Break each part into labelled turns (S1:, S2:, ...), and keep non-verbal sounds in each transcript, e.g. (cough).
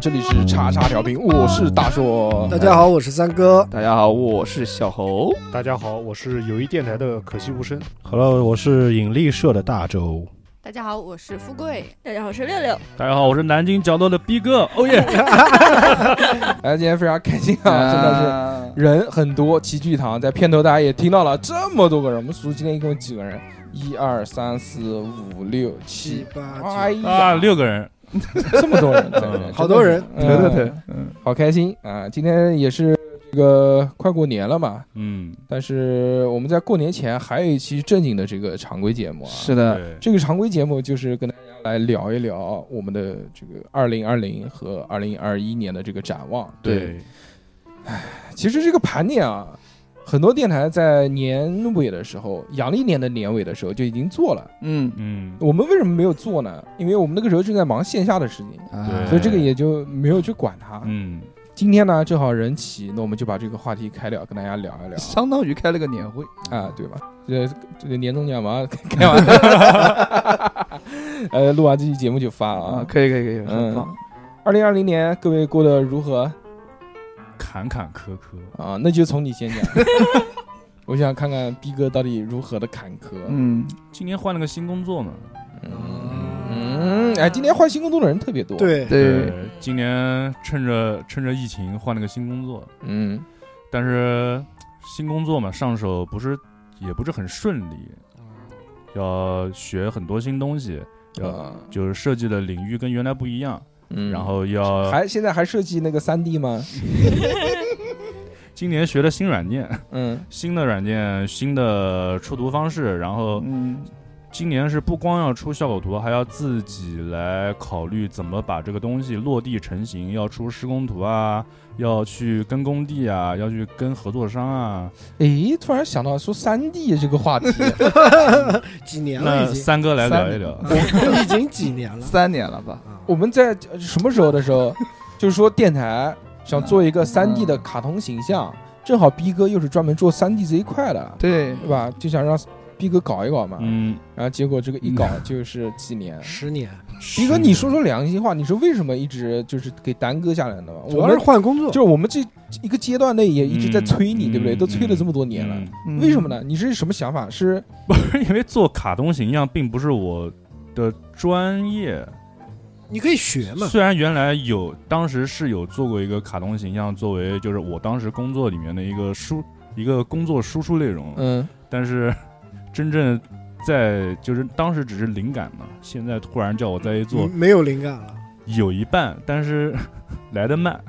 S1: 这里是叉叉调频，我是大硕。
S2: 大家好，我是三
S1: (laughs)
S2: 哥。
S3: 大家好，我是小猴。
S4: 大家好，我是友谊电台的可惜无声。，
S5: Hello，我是引力社的大周。
S6: 大家好，我是富贵。
S7: 大家好，我是六六。
S8: 大家好，我是南京角落的逼哥。哦耶！
S1: 哎，今天非常开心啊，真的是人很多，齐聚一堂。在片头大家也听到了这么多个人，我们数今天一共几个人？一二三四五六七
S2: 七八九
S1: 哎呀
S8: 啊，，六个人，
S1: 这么多人，
S8: 嗯
S2: (laughs) 好多人
S1: 对
S3: 对
S1: 对
S3: 对
S1: 对，
S3: 对，嗯，
S1: 好开心啊！今天也是这个快过年了嘛，
S8: 嗯，
S1: 但是我们在过年前还有一期正经的这个常规节目啊，
S3: 是的，
S8: 对，
S1: 这个常规节目就是跟大家来聊一聊我们的这个二零二零和二零二一年的这个展望。
S8: 对，
S1: 其实这个盘点啊，很多电台在年尾的时候，阳历年的年尾的时候就已经做了。
S3: 嗯，
S8: 嗯，
S1: 我们为什么没有做呢？因为我们那个时候正在忙线下的事情，
S3: 啊
S1: 所以这个也就没有去管它。
S8: 嗯，
S1: 今天呢，正好人齐，那我们就把这个话题开了，跟大家聊
S8: 啊
S1: 一聊
S3: 相当于开了个年会，
S1: 啊，对吧？这这个年终奖嘛， (laughs) 开完， (laughs) 呃，录完这期节目就发了
S3: 啊，
S1: 啊。
S3: 可以可以可以，
S1: 嗯
S3: 很棒，
S1: 二零二零年各位过得如何
S8: 坎坎坷坷，
S1: 啊？那就从你先讲， (laughs) 我想看看逼哥到底如何的坎坷。
S3: 嗯，
S8: 今年换了个新工作嘛，
S1: 嗯，哎，今年换新工作的人特别多。，
S2: 对，
S3: 对，，
S8: 今年趁着趁着疫情换了个新工作，
S1: 嗯，
S8: 但是新工作嘛，上手不是也不是很顺利，要学很多新东西，要
S1: 啊，
S8: 就是设计的领域跟原来不一样，
S1: 嗯
S8: 然后要
S1: 还现在还设计那个三 D 吗？
S8: 今年学了新软件，
S1: 嗯
S8: 新的软件，新的出图方式，然后
S3: 嗯，
S8: 今年是不光要出效果图，还要自己来考虑怎么把这个东西落地成型，要出施工图啊，要去跟工地啊，要去跟合作商啊。
S1: 诶，突然想到说三 D 这个话
S3: (laughs)
S1: 题，
S2: (laughs) 几年了
S8: 那
S2: 已经，
S8: 三哥来聊一
S2: (laughs)
S8: 聊，
S2: 已经几年了。
S3: 三年了吧，
S2: 啊
S1: 我们在呃什么时候的时候， (laughs) 就是说电台想做一个三 D 的卡通形象，
S2: 嗯
S1: 正好逼哥又是专门做三 D 这一块的，
S3: 对，
S1: 对吧？就想让逼哥搞一搞嘛，
S8: 嗯，
S1: 然后结果这个一搞就是几年。
S2: (laughs) 十年，
S1: 逼哥，你说说良心话，你是为什么一直就是给耽搁下来的呢？
S2: 主
S1: 我
S2: 要是
S1: 们
S2: 换工作
S1: 就。是我们这一个阶段内也一直在
S8: 嗯
S1: 催你，对不对？
S8: 嗯
S1: 都催了这么多年了，
S8: 嗯，
S3: 嗯
S1: 为什么？呢？你是什么想法？是
S8: 不是因为做卡通形象并不是我的专业，
S2: 你可以学嘛，
S8: 虽然原来有，当时是有做过一个卡通形象，作为就是我当时工作里面的一个输一个工作输出内容，
S1: 嗯
S8: 但是真正在就是当时只是灵感嘛，现在突然叫我再去做
S2: 嗯，没有灵感了。
S8: 有一半，但是 (laughs) 来的
S2: (laughs)
S8: 慢，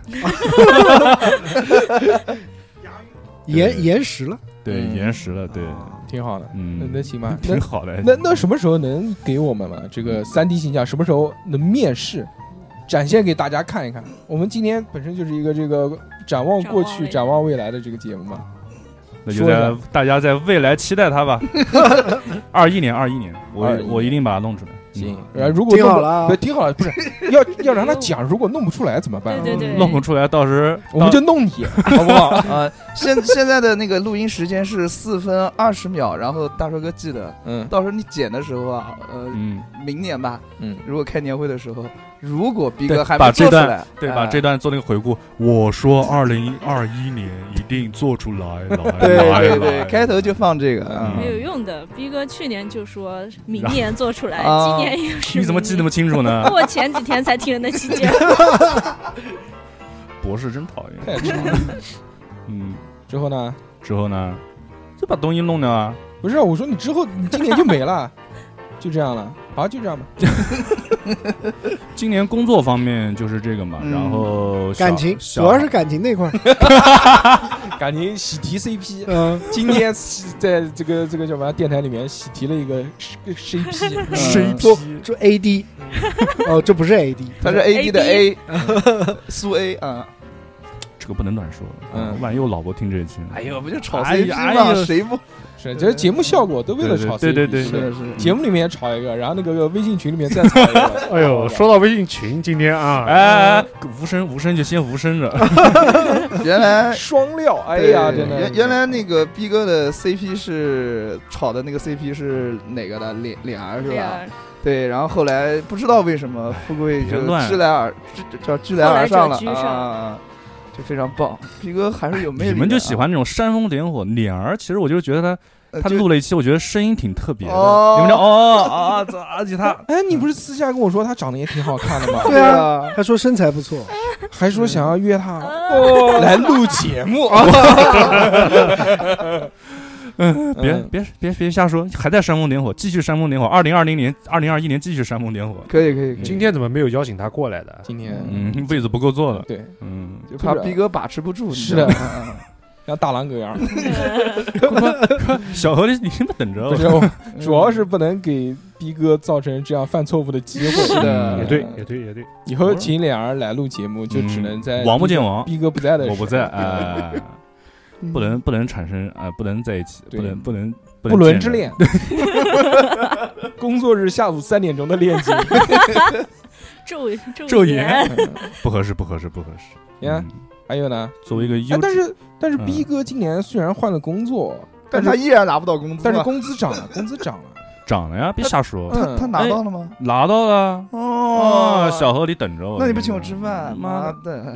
S2: 延延时了，
S8: 对，
S1: 嗯
S8: 延时了，对，
S2: 啊
S1: 挺好的，那
S8: 嗯，。
S1: 那行吧
S8: (laughs) 挺好的，
S1: 那那什么时候能给我们嘛？这个三 D 形象什么时候能面试，展现给大家看一看？我们今天本身就是一个这个展望过去、展
S7: 展
S1: 望未来的这个节目嘛。
S8: 那就
S1: 说一
S8: 在
S1: 下
S8: 大家在未来期待它
S1: (laughs)
S8: 吧。二一年，二一年，我
S1: 21
S8: 我一定把它弄出来，
S1: 行
S8: 嗯，
S1: 然后如果弄
S2: 挺好
S1: 不
S2: 了啊
S1: 对，挺好了，不是要要让他讲，如果弄不出来怎么办
S7: 对
S1: 啊？
S7: 对对，
S8: 弄不出来，到时
S1: 我们就弄你，
S8: (laughs)
S1: 好不好？
S3: 啊，现现在的那个录音时间是四分二十秒，然后大帅哥记得，
S1: 嗯
S3: 到时候你剪的时候啊，呃，
S8: 嗯，
S3: 明年吧，
S1: 嗯，
S3: 如果开年会的时候，如果逼哥
S8: 对
S3: 还没
S8: 把这
S3: 做出
S8: 段
S3: 来，
S8: 对，
S3: 哎
S8: 把这段做那个回顾。我说二零二一年一定做出来，
S1: (laughs)
S8: 来
S2: 对
S8: 来
S3: 对
S8: 来
S3: 对，开头就放这个
S8: 嗯
S3: 啊
S7: 没有用的。逼哥去年就说明年做出来，
S3: 啊
S7: 今年又是。
S8: 你怎么记那么？清楚呢？
S7: 我前几天才听的那期
S8: (laughs)
S7: 节目，
S8: 博士真讨厌。
S1: 太长了。
S8: 嗯，
S1: 之后呢？
S8: 之后呢，就把东西弄掉啊。
S1: 不是，我说你之后你今年就没了， (laughs) 就这样了。好，就这样吧。
S8: 今年工作方面就是这个嘛，
S3: 嗯
S8: 然后小
S2: 感情
S8: 小
S2: 主要是感情那块儿。
S1: (laughs)
S2: (laughs)
S1: 感情喜提 CP，
S2: 嗯，
S1: 今天喜在这个这个叫什么电台里面喜提了一个
S2: (laughs)
S1: CP，
S3: 嗯
S2: 做做 AD，哦，这不是 AD，
S3: 他是 A D 的
S8: (laughs)
S7: AD
S3: A，苏 A 啊，
S8: 这个不能乱说，
S1: 嗯
S8: 万一我老婆听这一期呢，
S3: 哎呦，不就炒
S8: 哎
S3: CP
S8: 呀哎
S3: 吗？
S8: 呀
S3: 谁不？
S1: 是，就是节目效果都为了炒 CP，
S8: 对对对对
S1: 是
S8: 对
S1: 的
S3: 是是
S1: 节目里面也炒一个，然后那个微信群里面再炒
S2: (laughs)
S1: 一个
S4: 哎呦，说到微信群，今天啊，
S8: 哎哎，哎无声无声就先无声着，
S3: (laughs) 原来
S1: 双料，哎呀，
S3: 对
S1: 真的，
S3: 原原来那个逼哥的 CP 是炒的那个 CP 是哪个的？脸脸儿是
S7: 对
S3: 吧？
S7: 啊，
S3: 对，然后后来不知道为什
S8: 哎
S3: 么富贵
S8: 别
S3: 就
S8: 乱
S3: 知来而知叫知来
S7: 后来
S3: 而上
S7: 者
S3: 了
S7: 居
S3: 啊
S7: 上
S3: 啊，啊就非常棒。逼哥还是有魅力
S8: (laughs) 你
S3: 的啊，
S8: 们就喜欢那种煽风点火。脸儿其实我就觉得他
S3: 呃
S8: 他
S3: 就
S8: 录了一期，我觉得声音挺特别的，
S3: 哦
S8: 你们知道哦啊啊这，而且他
S1: 哎，你不是私下跟我说他长得也挺好看的吗？
S2: 对啊
S3: 对啊，
S2: 他说身材不错，
S1: 还说想要约他
S7: 哦
S1: (laughs) 来录节目，嗯
S8: 呃
S3: 嗯
S1: 哎
S8: 别别别别瞎说，还在煽风点火，继续煽风点火。二零二零年、二零二一年继续煽风点火。
S3: 可以可以可以，
S4: 今天怎么没有邀请他过来的？
S1: 今天
S8: 嗯，位子不够坐了。
S1: 对，
S8: 嗯，
S3: 就怕逼哥把持不住，你
S1: 是
S3: 知道
S1: 的
S3: 吗，
S1: 像大狼狗一样，
S8: 小何，你你们 (laughs) 等着
S1: 不
S8: 吧
S1: 是，。
S8: (laughs)
S1: 我主要是不能给逼哥造成这样犯错误的机会。嗯
S3: 是的，
S4: 也对，也对，也对。
S1: 以后请脸儿来录节目，就只能在
S8: 嗯王不见
S1: 王
S8: 王，
S1: 逼哥不在的时候，
S8: 我不
S1: (laughs)
S8: 在，哎，不
S3: 嗯
S8: 能不能产生啊，不能在一起，
S1: 对
S8: 不能不能
S1: 不伦
S8: 见
S1: 之
S8: 面
S1: 恋。工作日下午三点钟的恋情，
S7: 昼
S8: 昼
S7: 昼
S8: 颜
S7: 颜，
S8: (laughs) 不合适，不合适，不合适。
S1: (laughs) 你看
S8: 嗯，
S1: 还有呢？
S8: 作为一个优
S1: 哎，但
S8: 质
S1: 是但是
S8: 嗯
S1: 逼哥今年虽然换了工作，
S3: 但他依然拿不到工资
S1: 但是
S3: 啊，
S1: 工资涨了，工资涨了。
S8: 长了呀，别瞎说，哎
S1: 嗯，
S3: 他拿到了吗？
S8: 拿到了。啊
S3: 哦
S8: 哦，小何，你等着我。嗯
S3: 那你不请我吃饭？
S8: 妈
S3: 妈
S8: 的，
S3: 的，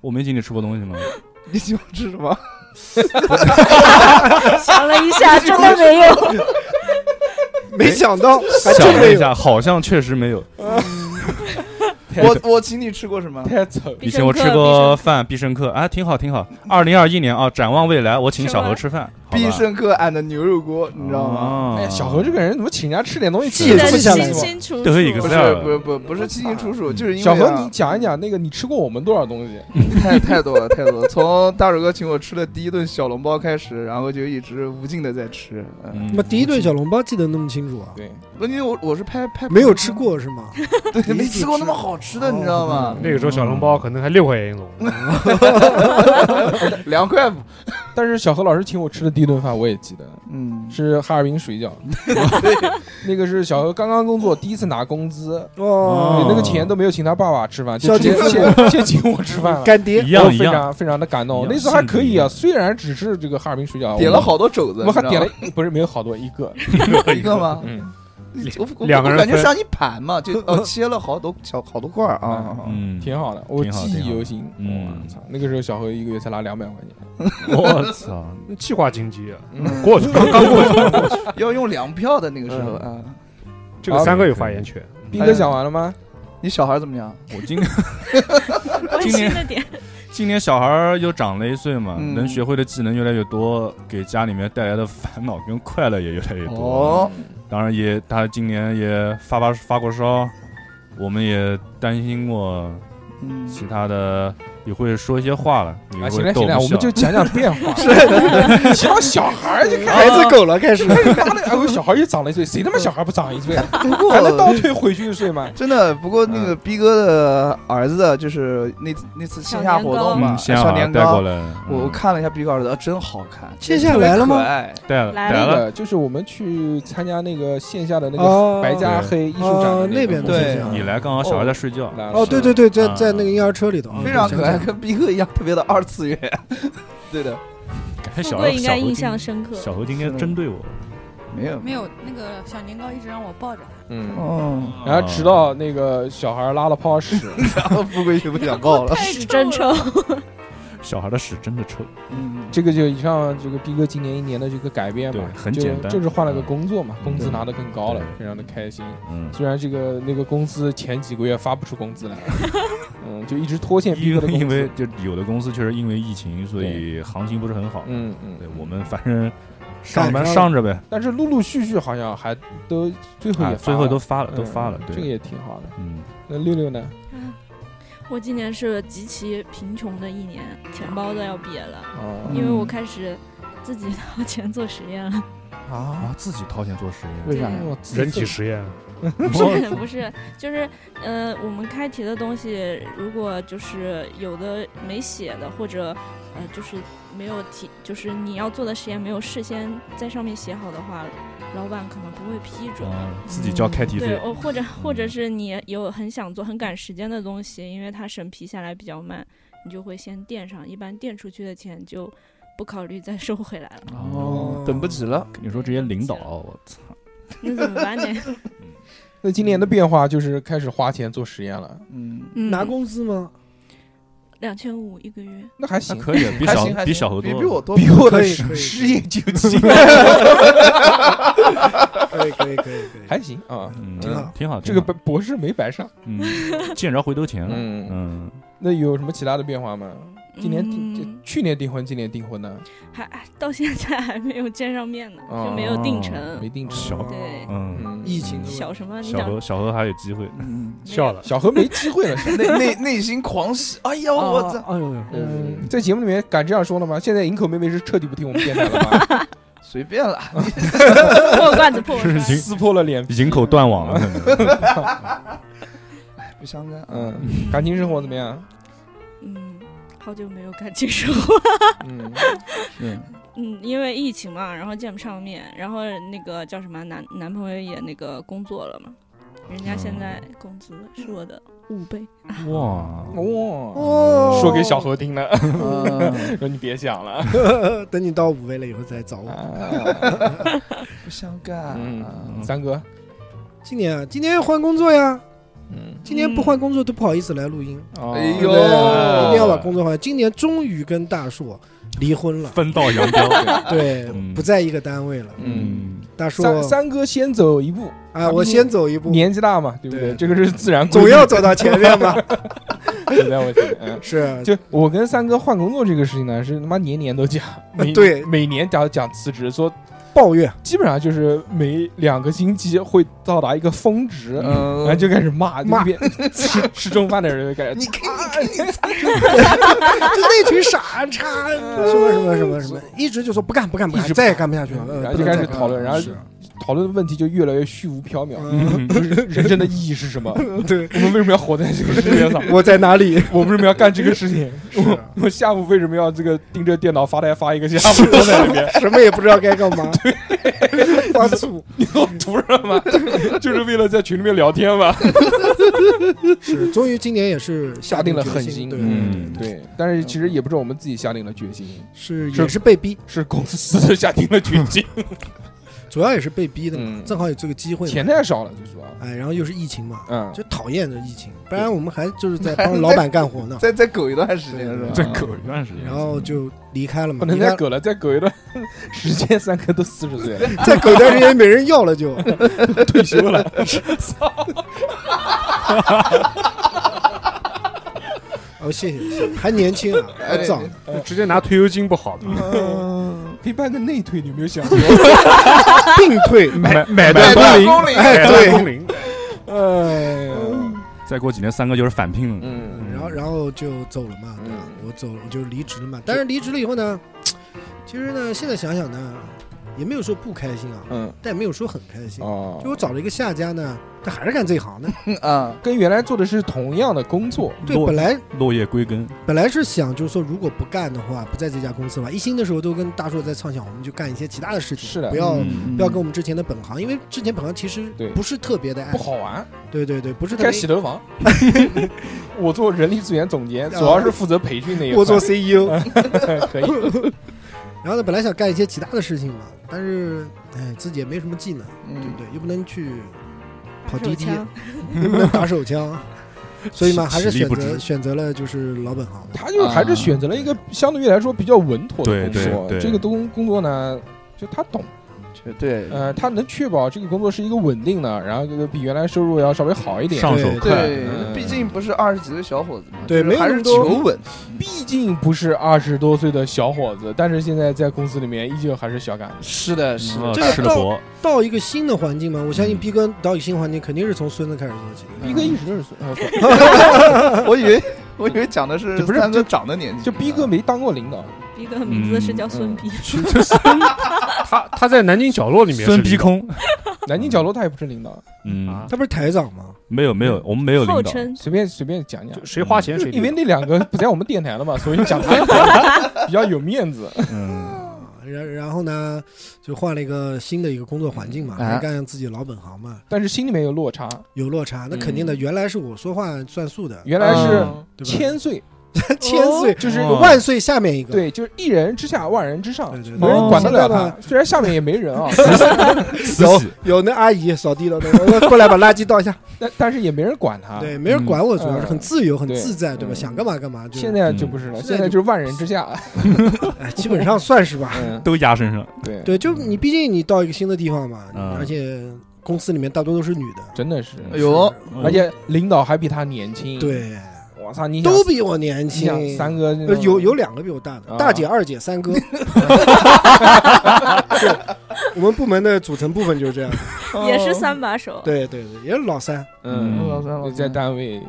S8: 我没请你吃过东西吗？
S3: (laughs) 你请我吃什么？
S7: 想了一下，真的没有。
S2: 没想到还
S8: 哎想
S2: 真
S8: 了
S2: 没
S8: 一
S2: 有。
S8: 下，好像确实
S3: (laughs)
S8: 没有。 (laughs)
S3: 嗯
S1: 太
S3: 我我请你吃过什么？
S1: 太丑了，
S8: 以前我吃过饭，必胜客啊，挺好挺好。二零二一年啊，展望未来，我请小何吃饭，好吧
S3: 必胜客 and 牛肉锅，你知道吗？
S8: 哦
S1: 哎呀，小何这个人怎么请人家吃点东西
S2: 记
S1: 记
S2: 也记
S1: 得这么
S2: 下
S1: 下
S2: 来
S1: 来
S7: 清
S2: 了
S7: 清楚楚，
S8: 都有一个
S3: 不
S8: 字儿
S3: 是，不是，不是，不是清清楚楚，
S8: 嗯
S3: 就是因为
S1: 小
S3: 啊
S1: 何，你讲一讲那个你吃过我们多少东西？
S3: 太太多了，太多了。从大手哥请我吃的第一顿小笼包开始，然后就一直无尽的在吃。嗯，
S8: 嗯
S2: 那么第一顿小笼包记得那么清楚啊？
S1: 对，
S3: 问题我我是拍拍
S2: 没有吃，过是吗？
S3: 对，没吃过那么好吃的，你知道吗？
S4: 那个时候小笼包可能还六块钱一笼，
S3: (laughs) 两块五，
S1: (laughs) 但是小何老师请我吃的第一顿饭我也记得，
S3: 嗯，
S1: 是哈尔滨
S3: (laughs)
S1: 水饺，那个是小何刚刚工作第一次拿工资，
S2: 哦
S8: 哦，
S1: 那个钱都没有请他爸爸吃饭，就
S2: 小
S1: 直接
S2: 姐
S1: 先 (laughs) 先请我吃饭了。
S2: 干爹
S8: 一
S1: 我
S8: 样一
S1: 非
S8: 样，
S1: 常非常的感动
S8: 一，样
S1: 那次还可以啊，虽然只是这个哈尔滨水饺，
S3: 点了好多肘子，
S1: 我们，我们还
S3: 你知
S1: 点
S3: 道
S1: 了
S3: 吗
S1: 不是没有好多一个，
S3: (laughs) 一个吗？
S1: 嗯，
S3: 我我
S4: 两个人
S3: 我感觉
S4: 分
S3: 像一盘嘛，
S1: (laughs)
S3: 就哦切了好多小好多块儿啊。
S8: 嗯，
S1: 挺好的，我
S8: 挺好
S1: 记忆
S8: 挺好
S1: 犹新。
S8: 嗯
S1: 我操，那个时候小何一个月才拿两百块钱， (laughs)
S8: 我操，
S4: 计划经济啊，
S3: 嗯
S4: 过去刚刚过去，
S3: (laughs) 要用粮票的那个时候啊。嗯
S4: 这个三个有发言权。
S1: 嗯斌哥讲完了吗？
S3: 哎你小孩怎
S1: (laughs)
S3: 么样？
S8: 我今天
S7: 关心的点，
S8: 今年小孩儿又长了一岁嘛，
S3: 嗯
S8: 能学会的技能越来越多，给家里面带来的烦恼跟快乐也越来越多。
S3: 哦，
S8: 当然也，他今年也发发发过烧，我们也担心过
S3: 嗯，
S8: 其他的，也会说一些话了，也
S1: 啊，行
S8: 会
S1: 了
S8: 逗
S1: 行了，
S8: 们
S1: 我们
S8: 笑
S1: 就讲讲变
S8: (laughs)
S1: 化。(laughs) 提到小孩儿就开
S2: 孩子狗了，开
S1: (laughs)
S2: 始。
S1: 始妈的，哎呦，小孩儿又长了一岁，谁他妈小孩不长
S3: (laughs)
S1: 一岁啊？
S3: 不过
S1: 还能倒退回去一嗯岁吗？
S3: (laughs) 真的，不过那个逼哥的儿子就是那次那次线下活动嘛，
S8: 嗯，先
S3: 小
S8: 把他
S3: 年
S8: 带过
S3: 糕，
S8: 来，
S3: 我我
S8: 嗯
S3: 看了一下逼哥儿子，啊真好看，
S2: 线下来了吗
S3: 特别可爱
S8: 带了
S7: 来
S8: 带
S1: 那
S8: 了，
S1: 个就是我们去参加那个线下的那个
S2: 哦，
S1: 白加黑艺术展的
S2: 哦那
S1: 个
S2: 边
S1: 活动
S3: 对
S8: 你来刚好小孩在睡觉，
S1: 来了
S2: 哦，对对对，在
S8: 啊
S2: 在那个婴儿车里头，啊
S1: 嗯
S3: 非常
S2: 对
S3: 可爱，
S2: 想起来
S3: 跟逼哥一样，特别的二次元。 (laughs) 对的，
S8: 感
S7: 富
S8: 觉小何
S7: 贵应该印象
S8: 深
S7: 深刻。
S8: 小何今天针对我，
S3: 没有
S6: 没有那个小年糕一直让我抱着
S1: 嗯。
S3: 哦，
S1: 然后直到那个小孩儿拉了泡 (laughs) 屎，
S3: 然后富贵就不想抱了。
S7: 屎真臭，
S8: 小孩的屎真的臭，
S3: 嗯，
S1: 这个就以上这个逼哥今年一年的这个改变嘛，
S8: 对很
S1: 就
S8: 简单
S1: 就是换了个工作嘛，工资拿得更高了，
S8: 对
S1: 非常的开心。
S8: 嗯，
S1: 虽然这个那个公司前几个月发不出
S2: (laughs)
S1: 工资来，嗯，就一直拖欠逼
S8: 因
S1: 哥的
S8: 为
S1: 工
S8: 因为
S1: 资。
S8: 就有的公司确实因为疫情，所以行情不是很好，
S1: 嗯嗯
S8: 对，我们反正上班
S2: 赶上
S8: 上着呗，
S1: 但是陆陆续续好像还都最后也发
S8: 啊，
S1: 了、
S8: 最后都发了，都
S1: 嗯
S8: 发了，
S1: 这个
S8: 对，
S1: 也挺好的。
S8: 嗯，
S1: 那六六呢？
S7: 我今年是极其贫穷的一年，钱包都要瘪了，
S1: 啊
S8: 哦
S7: 因为我开始自己掏钱做实验了。
S1: 啊啊？
S8: 啊，自己掏钱做实验，
S1: 为啥
S7: 对
S1: 呀？
S4: 人体
S1: (laughs)
S4: 实验，
S8: (laughs)
S7: 不是不是，就是呃，我们开题的东西，如果就是有的没写的，或者呃，就是没有提，就是你要做的实验没有事先在上面写好的话，老板可能不会批准。
S8: 嗯，自己交开题
S7: 对，
S8: 费，嗯
S7: 哦，或者或者是你有很想做、很赶时间的东西，因为它审批下来比较慢，你就会先垫上，一般垫出去的钱就不考虑再收回来了。
S8: 哦，
S3: 等不及了，
S8: 你说这些领导，我操，
S7: 那怎么办呢？
S1: 那今年的变化就是开始花钱做实验了，
S3: 嗯，
S7: 嗯
S2: 拿工资吗？
S7: 两千五一个月，
S1: 那还行
S8: 那，可以，啊比
S3: 还
S8: 小
S3: 行还
S8: 比
S3: 行
S8: 小何
S3: 比
S8: 多，
S3: 比我多，
S1: 比我的
S2: 可以
S1: 失
S2: 可以
S1: 失业救济
S2: 可以可以
S3: (laughs)
S2: 可以可以，
S1: (laughs) 还行啊。
S8: 嗯，
S2: 挺好
S8: 挺好，
S1: 这个
S8: 挺
S1: 博
S8: 好
S1: 博士没白上。
S8: 嗯，见着回头钱了，
S1: 嗯
S8: 嗯，
S1: 那有什么其他的变化吗？今年订、
S7: 嗯
S1: 这去年订婚，今年订婚呢？
S7: 还还到现在还没有见上面呢，
S1: 哦
S7: 就没有定
S1: 没
S7: 成。
S1: 订成。
S8: 小
S7: 对
S8: 嗯，
S1: 嗯，
S2: 疫情
S7: 小什么？你
S8: 小
S7: 想
S8: 何小何还有机会，
S3: 嗯，
S4: 笑了，
S1: 小何没机会了。是吧
S3: 内内内心狂喜，哎
S1: 哦
S3: 呀， (laughs)
S2: 哦
S3: 我操！
S4: 哎呦呦，
S1: 嗯，在节目里面敢这样说了吗？现在营口妹妹是彻底不听我们电台了吧？
S3: 随便了，
S7: 破罐子
S8: (laughs)
S1: (laughs)
S7: 破
S8: 是
S7: 摔。
S8: 行
S1: 撕破了脸皮。
S8: 营口断网了，可能
S1: (laughs)
S3: 不相干。
S1: 嗯，感情生活怎么样？
S7: 嗯，好久没有感情
S8: (laughs)
S7: 生活。
S1: 嗯，
S3: 嗯，
S7: 嗯，因为疫情嘛，然后见不上面，然后那个叫什么男男朋友也那个工作了嘛，人家现在工资
S8: 嗯
S7: 是我的五倍。
S8: 哇，
S1: 哇，
S2: 哦，
S1: 嗯说给小何听
S2: (laughs)
S1: 了，
S3: 嗯，
S1: 说你别想了。
S2: 等你到五位了以后再找我。
S1: 啊
S3: 不相干。
S1: 嗯，三哥，
S2: 今年啊，今年换工作呀，
S1: 嗯，
S2: 今年不换工作都不好意思来录音，
S8: 嗯
S1: 哦
S3: 哎
S2: 对
S3: 呦
S2: 不对
S3: 哦
S2: 一定要把工作换。今年终于跟大硕离婚了，
S8: 分道扬镳，
S2: (laughs) 对
S8: 嗯，
S2: 不在一个单位了。
S1: 嗯，
S2: 大硕，
S1: 三三哥先走一步，
S2: 啊，我先走一步，
S1: 年纪大嘛，对不对？
S2: 对
S1: 这个是自然规律，
S2: 总要走到前面
S1: (laughs)
S2: 嘛。
S1: 存在问题。嗯，
S2: 是，
S1: 就我跟三哥换工作这个事情呢，是他妈年年都
S2: (laughs)
S1: 讲，每
S2: 对
S1: 每年讲讲辞职，说
S2: 抱怨，
S1: 基本上就是每两个星期会到达一个峰值，然后
S3: 嗯，
S1: 就开始骂，就
S2: 骂
S1: 一边 (laughs) 吃吃中饭的人就开始
S3: 你，
S2: 就那群傻叉， (laughs) 什么什么什么什么，一直就说不干不干不
S1: 一 (laughs)
S2: 干，
S1: 直不
S2: 再也干不下去了，呃
S1: 然后
S2: 不
S1: 就
S2: 能
S1: 开
S2: 再
S1: 始
S2: 干
S1: 讨论，
S2: 了
S1: 然后
S2: 是 (laughs)
S1: 讨论的问题就越来越虚无缥缈。
S2: 嗯
S1: 就是 (laughs) 人生的意义是什么？
S2: (laughs) 对，
S1: 我们为什么要活在这个世界上？
S2: (laughs) 我在哪里？
S1: (laughs) 我为什么要干这个事情？
S2: 是
S1: 我我下午为什么要这个盯着电脑发呆发一个下午坐在那边？
S2: (laughs) 什么也不知道该干
S1: (laughs)
S2: 嘛， (laughs) 发醋
S1: 你给我图什
S2: (laughs)
S1: 么？就是为了在群里面聊天吧？
S2: 是，终于今年也是
S1: 下定了
S2: 决
S1: 狠心，
S2: 对，
S8: 嗯
S1: 对。但是其实也不是我们自己下定了决心，
S2: 是
S1: 是
S2: 也是被逼，
S1: 是公司下定了决 (laughs) 心，
S2: 主要也是被逼的嘛，
S1: 嗯
S2: 正好有这个机会嘛，
S1: 钱太少了，就说，
S2: 哎，然后又是疫情嘛，
S1: 嗯，
S2: 就讨厌这疫情，不然我们还就是
S1: (laughs)
S2: 在帮老板干活呢
S3: 再再苟一段时间是吧？
S8: 再苟一段时间，
S2: 然后就离开了嘛，
S1: 不能
S2: 离开
S1: 再苟了，再
S2: (laughs)
S1: 苟一段时间，三哥都四十岁了，
S2: 再苟一段时间没人要了就，
S1: (laughs) 退
S2: (laughs)
S1: 休
S3: (laughs)
S1: 了，
S2: 哦，谢谢，谢谢还年轻啊，
S3: 哎
S2: 还早呢，哦
S4: 直接拿退休金不好吗？
S3: 嗯，
S1: 可以办个内退，你有没有想过？
S2: 病退，
S4: (laughs) 买买
S3: 百
S4: 断工龄，
S3: 公里，
S2: 哎
S4: 买断
S2: 对
S4: 工龄，
S1: 哎呀，
S8: (laughs) 再过几年三哥就是返聘了，
S1: 嗯，
S2: 然后然后就走了嘛，对吧？
S1: 嗯
S2: 我走了，我就离职了嘛。但是离职了以后呢，其实呢，现在想想呢，也没有说不开心啊，
S1: 嗯，
S2: 但也没有说很开心。
S1: 哦
S2: 就，我找了一个下家呢，他还是干这一行的。
S8: (laughs)
S3: 啊，
S1: 跟原来做的是同样的工作，
S2: 对，
S8: 落
S2: 本来
S8: 落叶归根，
S2: 本来是想就是说，如果不干的话，不在这家公司了。一心的时候都跟大硕在畅想，我们就干一些其他的事情，
S1: 是的
S2: 不要。
S8: 嗯
S2: 不要跟我们之前的本行，因为之前本行其实
S1: 对
S2: 不是特别的爱
S1: 不，好玩，
S2: 对对对，不是特
S1: 开洗
S2: 别。(laughs)
S1: 头房。我做人力资源总监，主要是负责培训那一块。
S2: 呃我做 E CEO，
S1: (laughs) 可以，
S2: (laughs) 然后呢，本来想干一些其他的事情嘛，但是哎，自己也没什么技能，
S1: 嗯
S2: 对不对？又不能去跑滴
S7: 手
S2: 滴
S7: 枪
S2: (laughs) 又不能打手枪，所以
S1: (laughs)
S2: 嘛，还是
S8: 体力
S2: 选
S8: 不
S2: 择
S8: 支
S2: 选择了啊就是老本行。
S1: 他啊就还是选择了一个相对于来说比较稳妥的
S8: 啊对
S1: 工作。
S8: 对对
S1: 这个工工作呢，就他懂，
S3: 绝对，
S1: 呃，他能确保这个工作是一个稳定的，然后这个比原来收入要稍微好一点。
S8: 上手快，
S3: 对
S1: 嗯，
S3: 毕竟不是二十几岁小伙子嘛，
S2: 对
S3: 就是
S2: 没有
S3: 还
S2: 那
S3: 是
S2: 么多
S3: 求稳，
S1: 毕竟不是二十多岁的小伙子，但是现在在公司里面依旧还是小杆子。
S3: 是的，是
S8: 嗯
S3: 的，
S2: 这个
S8: 吃的活，
S2: 到一个新的环境嘛，我相信
S8: 嗯
S2: 逼哥到一个新环境肯定是从孙子开始做起。
S1: 逼哥一直都是孙呃，
S3: (laughs)
S2: (laughs)
S1: 不
S3: 我以为我以为讲的是
S1: 这不是
S3: 三哥
S1: 这
S3: 长的年纪，
S1: 就逼哥没当过领导，
S7: 逼哥的名字是
S8: 嗯
S7: 叫孙逼，
S4: 就是他他在南京角落里面是
S8: 孙逼空，
S1: 南京角落他也不是领导，
S8: 嗯
S4: 啊，
S2: 他不是台长吗？
S8: 没有没有，我们没有领
S7: 号
S8: 导，
S7: 称
S1: 随便随便讲讲
S4: 就。谁花钱谁
S1: 因为
S4: 领
S1: 那两个不在我们电台了嘛，所以讲他比较 (laughs) 比较有面子。
S8: 嗯
S2: 然然后呢，就换了一个新的一个工作环境嘛，
S3: 哎
S2: 还干自己老本行嘛，
S1: 但是心里面有落差，
S2: 有落差，那肯定的。
S3: 嗯
S2: 原来是我说话算数的，
S1: 原来是
S3: 嗯
S2: 对吧？
S1: 千岁，
S2: (laughs) (laughs) 千岁
S1: 就是
S8: 哦
S2: 万岁下面一个，
S1: 对，就是一人之下万人之上
S2: 对对，对
S1: 没人管得了
S2: 现在
S1: 他。虽然下面也没人啊，
S8: 慈
S2: 有
S8: 禧
S2: (laughs) 有
S1: (laughs)
S2: 那阿姨扫地的，我我过来把垃圾倒一下。
S1: 但但是也没人管他。
S2: 对，没人管我，主要是
S1: 嗯
S2: 很自由、很
S1: 对
S2: 自在，对吧？
S1: 嗯
S2: 想干嘛干嘛。就
S1: 现在就不是了，
S2: 嗯
S1: 现在就是万人之下。
S2: (laughs) 哎基本上算是吧。
S1: 嗯，
S8: 都压身上，
S1: 对，
S2: 对，就你毕竟你到一个新的地方嘛，
S8: 嗯
S2: 而且公司里面大多都是女的，
S1: 真的是。
S3: 哎呦，
S1: 而且领导还比他年轻。，
S2: 对，
S1: 我操，你想
S2: 都比我年
S1: 你想
S2: 轻。
S1: 三哥那
S2: 呃
S1: 种
S2: 有有两个比我大的，
S1: 啊
S2: 大姐、二姐、三哥。 (laughs) 对我们部门的组成部分就是这样的。
S7: 也是三把手。
S2: 对对对，也是老三。
S1: 嗯，
S3: 老三老
S1: 在
S3: 三
S1: 单位，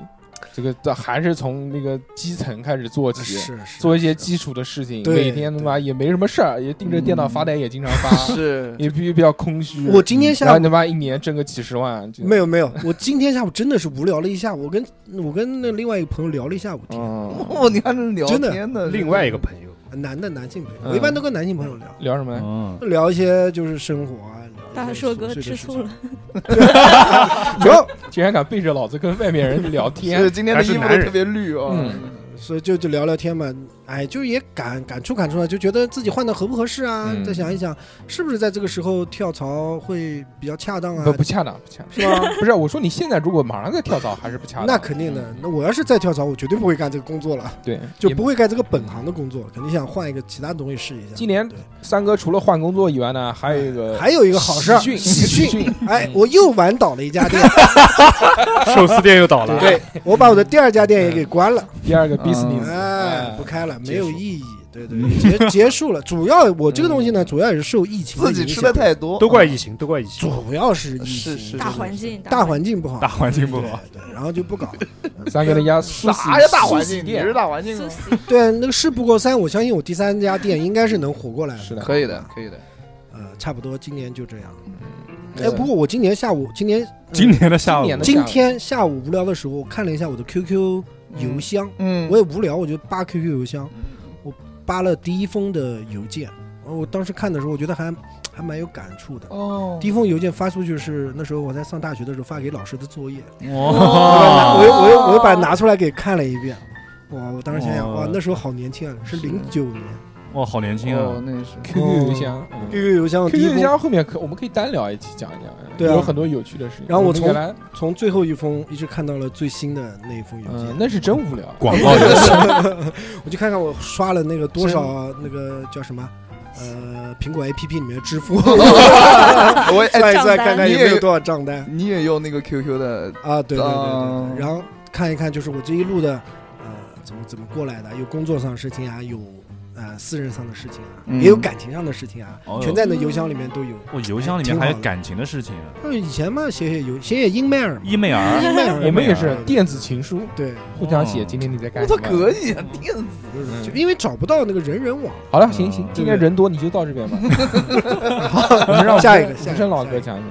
S1: 这个这还是从那个基层开始做起。
S2: 是是。
S1: 做一些基础的事情，
S2: 对嗯
S1: 每天他妈也没什么事儿，也盯着电脑发呆，也经常 (laughs) 发，
S3: 是
S1: 也必须比较空虚。
S2: 我今天
S1: 然
S2: 下
S1: 后
S2: 午
S1: 你他妈一年挣个几十万，就
S2: 没有啊没有，我今天下午真的是无聊了一下，午，我跟我跟那另外一个朋友聊了一下午天。
S1: 嗯，
S3: 哦，你还能聊
S2: 真的
S3: 天呢？
S4: 另外一个朋友，
S2: 男的男性朋友，
S1: 嗯
S2: 我一般都跟男性朋友聊，
S1: 聊什么？
S8: 嗯，
S2: 聊一些就是生活啊。聊一些
S7: 大硕哥
S2: 琐碎
S7: 吃
S2: 的事
S7: 醋
S2: 情
S7: 了，，
S1: 主要 (laughs) 竟然敢背着老子跟外面人聊
S3: 是
S1: 天，
S3: 今天的衣服都特别绿哦。
S1: 嗯
S2: (laughs) 所以就就聊聊天嘛。哎，就也感感触感触了，就觉得自己换的合不合适啊？
S1: 嗯
S2: 再想一想，是不是在这个时候跳槽会比较恰当啊
S1: 嗯不？不恰当，不恰当，是吗？不是，我说你现在如果马上再跳槽，还是不恰当。
S2: 那肯定的，那我要是再跳槽，我绝对不会干这个工作了，
S1: 嗯对，
S2: 就
S1: 也
S2: 不会干这个本行的工作，肯定想换一个其他东西试一下。
S1: 今年
S2: 对
S1: 三哥除了换工作以外呢，还有一个
S2: 还有一个好事儿，
S1: 喜讯，
S2: 喜讯。
S1: 讯，
S2: 哎
S1: 嗯，
S2: 我又玩倒了一家店，
S4: (laughs) 寿司店又倒了，
S2: 对我把我的第二家店也给关了。嗯
S1: 第二个 business，
S2: 哎
S1: 哎，
S2: 不开了，
S1: 结
S2: 没有
S1: 束
S2: 意义。对对，结结束了。主要我这个东西呢，主要也是受疫情
S3: 自己
S2: 影
S3: 吃
S2: 响
S3: 的，太多，
S4: 都怪疫情，都怪疫情。
S2: 主要是疫
S3: 是是
S2: 情
S7: 大环境，
S2: 大环境不好，
S8: 大环境不
S2: 对
S8: 好，
S2: 对，对然后就不搞了。
S1: 三哥的家苏西
S3: 啥呀？大环
S1: 苏西
S3: 境，你
S1: 店
S3: 是大环
S5: (laughs)
S3: 境
S7: 苏
S3: 吗？
S7: 西
S2: 对，那个事不过三，我相信我第三家店应该是能活过来
S1: 是
S2: 的。
S1: 的，
S3: 可以的，可以的。
S2: 呃，差不多今年就这样。
S1: 对
S2: 哎，不过我今年下午，今年呃
S8: 今年的下午
S1: 今，年的
S2: 今天下午无聊的时候，我看了一下我的 QQ 邮箱，
S3: 嗯
S2: 我也无聊，我就扒 QQ 邮箱，扒了第一封的邮件。呃我当时看的时候，我觉得还还蛮有感触的。
S3: 哦
S2: 第一封邮件发出去是那时候我在上大学的时候发给老师的作业，
S8: 哇
S2: 我又我又我又把它拿出来给看了一遍。哇！我当时想想，
S8: 哇
S2: 哇，那时候好年轻啊，是零九年
S8: 哇，好年轻
S3: 哦
S8: 啊，，
S3: 那是
S1: QQ 邮箱。嗯
S2: QQ 邮箱的第
S1: QQ
S2: 一
S1: 邮
S2: 封，
S1: 箱后面可我们可以单聊一期讲一讲，
S2: 对啊
S1: 有很多有趣的事情。
S2: 然后我
S1: 们
S2: 从
S1: 原来，
S2: 从最后一封一直看到了最新的那一封邮
S1: 嗯
S2: 件，。
S1: 那是真无聊。
S8: 广告人
S2: (laughs) 我就看看我刷了那个多少那个叫什么，呃，苹果 APP 里面的支
S1: (laughs)
S2: 付，
S3: 我也哎，
S2: 算一算看看有没
S3: 账
S2: 有
S3: 单
S2: 多少账单
S3: 你也用那个 QQ 的
S2: 啊？对对对对
S3: 啊
S2: 对，然后看一看就是我这一路的，呃，怎么怎么过来的，有工作上的事情啊，有呃私人上的事情啊，
S3: 嗯
S2: 也有感情上的事情啊
S8: 哦，
S2: 全在那邮箱里面都有。
S8: (laughs) 我邮箱里面还有感情的事情，啊
S2: 就是以前嘛，写写邮写写 email 嘛
S8: 伊妹儿，
S2: ，email
S1: 我们也
S8: 我
S1: 是
S8: 们
S1: 电子情书，
S2: 对，
S1: 互相写
S8: 哦
S1: 今天你在干
S3: 我
S1: 什
S3: 操，
S1: 么。
S3: 可以啊，电子
S1: 嗯
S2: 就因为找不到那个人人网，
S1: 好了，行行
S8: 嗯，
S1: 今天人多你就到这边吧。
S2: 好
S1: 我
S2: (laughs)
S1: 们让
S2: 下一个下一
S1: 无
S2: 个
S1: 声老哥
S2: 下一个
S1: 讲一讲。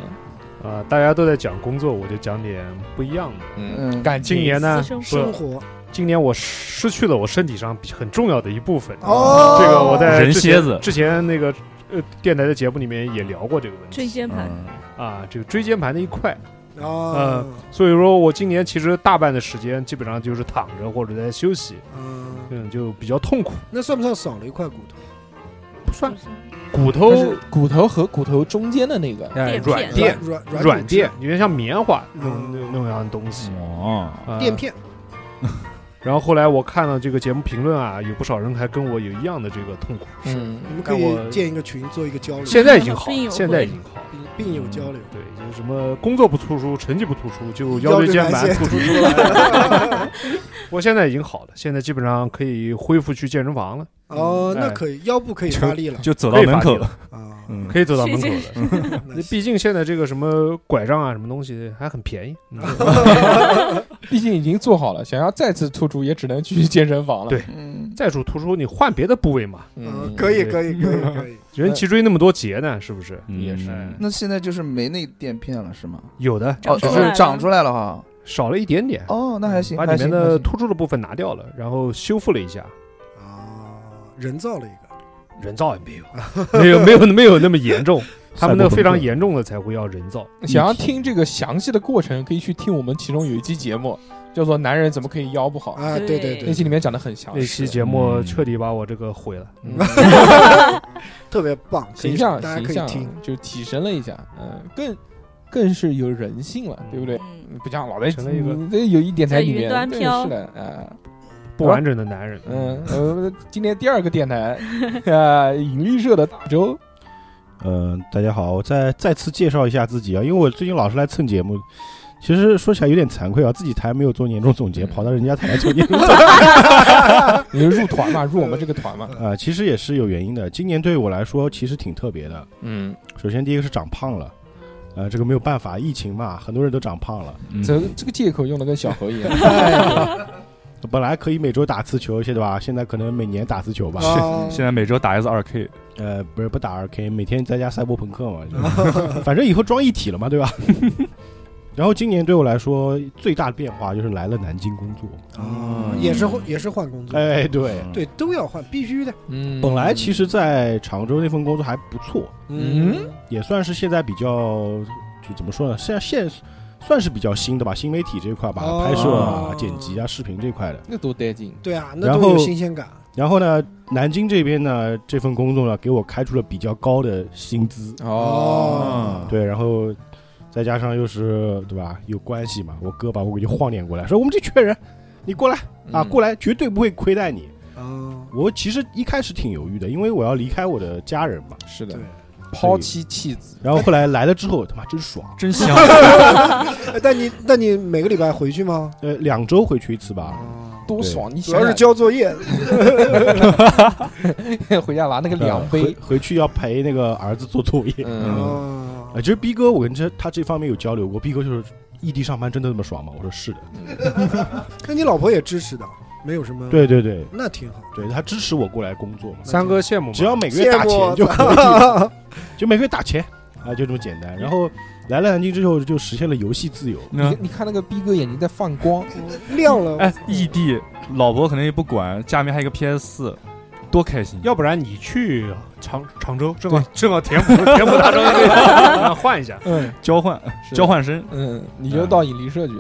S4: 啊，大家都在讲工作，我就讲点不一样的。
S1: 嗯，
S3: 嗯
S1: 感
S4: 今
S1: 情
S4: 年呢，
S7: 私生
S4: 不
S2: 生，活
S4: 今年我失去了我身体上很重要的一部分。
S2: 哦
S4: 这个我在
S8: 人
S4: 之前
S8: 蝎子
S4: 之前那个呃电台的节目里面也聊过这个问
S7: 椎
S4: 题
S7: 间盘，
S4: 啊，这个椎间盘的一块。哦
S2: 啊，
S4: 嗯所以说我今年其实大半的时间基本上就是躺着或者在休息，
S2: 嗯，
S4: 嗯，就比较痛苦，
S2: 那算不算少了一块骨头？
S4: 不算
S7: 不是
S4: 骨
S1: 就
S4: 头
S1: 是骨头和骨头中间的那个，
S4: 哎
S7: 垫
S4: 软
S7: 片
S4: 垫
S2: 软软
S4: 软
S2: 软
S4: 垫，有点像棉花
S2: 嗯
S4: 那种那种那种样的东西。
S8: 哦，
S4: 啊
S2: 垫片，
S4: (laughs) 然后后来我看了这个节目评论啊，有不少人还跟我有一样的这个痛苦。
S1: 嗯，
S2: 你们可
S4: 但我
S2: 以建一个群做一个交流，
S4: 现在已经好
S7: 病友
S4: 了，
S7: 会
S4: 现在已经好了。
S2: 病病友交流。
S4: 对，就是什么工作不突出，成绩不突出，就
S2: 腰
S4: 腰椎
S2: 椎
S4: 间
S2: 盘
S4: 盘
S2: 线 (laughs)
S4: 突出出来。 (laughs) 我现在已经好了，现在基本上可以恢复去健身房了，
S2: 哦，
S4: 嗯
S2: 那
S4: 哎
S2: 可以，腰部可以发力了
S8: 就走到门口，
S2: 啊。
S8: 嗯，
S4: 可以走到门口
S7: 去
S4: 了。
S2: 那 (laughs)
S4: 那毕竟现在这个什么拐杖啊，什么东西还很便宜。嗯
S2: (laughs)
S1: 毕竟已经做好了，想要再次突出也只能去健身房了。
S4: 对
S3: 嗯，
S4: 再主突出，你换别的部位嘛。
S1: 嗯，
S2: 哦可以可以可以
S8: (laughs)
S2: 可以，
S4: 人脊椎那么多节呢，是不是？
S1: 也是
S8: 嗯
S3: 那现在就是没那垫片了是吗？
S4: 有的
S3: 哦，
S7: 长出
S3: 就
S7: 来
S3: 是
S7: 了
S3: 长出来了哈。
S4: 少了一点点，
S3: 哦，那还行，
S4: 把
S3: 还
S4: 里面
S3: 行。
S4: 的
S3: 还行
S4: 突出的部分拿掉了，然后修复了一下，
S2: 啊，人造了一个，
S4: 人造也没有，没有没有没有那么严重，他们那非常
S5: 严。
S4: 严重的才会要人造。
S1: (laughs) 想要听这个详细的过程，可以去听我们其中有一期节目，叫做《男人怎么可以腰不好》，
S2: 啊，对对
S7: 对
S1: 那
S2: 对，
S1: 期里面讲的很详
S4: 那期
S1: 细。
S4: 节目
S8: 嗯
S4: 彻底把我这个毁了，
S1: 嗯
S2: (laughs) 特别棒，可以
S1: 形象
S2: 大家
S1: 形
S2: 可以
S1: 象啊
S2: 听，
S1: 就提升了一下，嗯，更更是有人性了，对不对？
S7: 嗯，
S1: 不像老在
S4: 成了一个
S1: 你这有一电台里面
S7: 在云端
S1: 对
S7: 飘
S1: 是的啊，
S4: 不完整的男人。
S1: 嗯，呃，今天第二个电台
S5: 哎
S1: 啊，引力社的大周，
S5: 嗯、大家好，我再再次介绍一下自己啊，因为我最近老是来蹭节目，其实说起来有点惭愧啊，自己台没有做年终总结，
S1: 嗯
S5: 跑到人家台来做年终总
S1: (laughs) 你是入团嘛，入我们这个团嘛，
S5: 结啊，其实也是有原因的。今年对于我来说其实挺特别的，
S1: 嗯，
S5: 首先第一个是长胖了，呃，这个没有办法，疫情嘛，很多人都长胖了。
S8: 嗯哎
S1: 这这个借口用的跟小
S5: (laughs)
S1: 何一样，
S5: 本来可以每周打次球，现在吧，现在可能每年打次球吧。
S1: 哦
S2: 啊
S8: (laughs) 现在每周打一次二 K，
S5: 呃，不是不打二 K，每天在家赛博朋克嘛，就 (laughs) 反正以后装一体了嘛，对
S8: (laughs)
S5: 吧？然后今年对我来说最大的变化就是来了南京工作。
S1: 哦
S2: 啊，也是换也是换工作，
S5: 嗯哎，对，
S2: 对，都要换，必须的，
S1: 嗯，
S5: 本来其实，在常州那份工作还不错，
S1: 嗯
S5: 也算是现在比较就怎么说呢，现在现算是比较新的吧，新媒体这一块吧，
S2: 哦
S5: 拍摄啊、剪辑啊、视频这一块的。
S1: 那多带劲，
S2: 对啊，那
S5: 然
S2: 都有
S5: 后
S2: 新鲜感，
S5: 然后呢，南京这边呢，这份工作呢，给我开出了比较高的薪资，
S2: 哦
S5: 对，然后再加上又是对吧，有关系嘛，我哥把我给就晃撵过来，说我们这缺人，你过来啊，
S1: 嗯
S5: 过来，绝对不会亏待你。
S2: 啊，
S5: 我其实一开始挺犹豫的，因为我要离开我的家人嘛。
S1: 来，是的
S2: 对，，
S1: 抛妻弃子，
S5: 然后后来来了之后，他妈真爽，
S8: 真香，
S2: 哎 (laughs) 但你那你每个礼拜回去吗？
S5: 呃，两周回去一次吧。
S2: 啊，
S1: 多
S5: 对
S1: 爽！你
S3: 主
S1: 想
S3: 要是
S1: 想
S3: 交作业，
S1: (laughs) 回家拿那个两
S4: 啊
S5: 呃回
S1: 杯，
S5: 回去要陪那个儿子做作业。
S1: 嗯，
S2: 啊
S5: 呃，其实逼哥，我跟这他这方面有交流过，逼哥就是异地上班真的那么爽吗？我说是的，
S2: (laughs) 那你老婆也支持的，没有什么，，
S5: 对对对
S2: 那挺好，
S5: 对，他支持我过来工作嘛，
S4: 三哥羡慕
S5: 只
S4: 吗？
S5: 要每个月打
S3: 羡慕
S5: 钱就可以，就每个月打钱啊，就这么简单。然后来了南京之后，就实现了游戏自由。
S4: 嗯
S1: 你你看那个逼哥眼睛在放光，
S2: 亮了，
S8: 哎，异地，老婆可能也不管，家里面还有一个 PS 四，多开心！
S4: 要不然你去常常州，正好正好填补填补大周的位置，啊换一下。
S1: 嗯，
S8: (laughs) 交换
S1: 是的
S8: 交，换生，
S1: 嗯，你就到引力社去，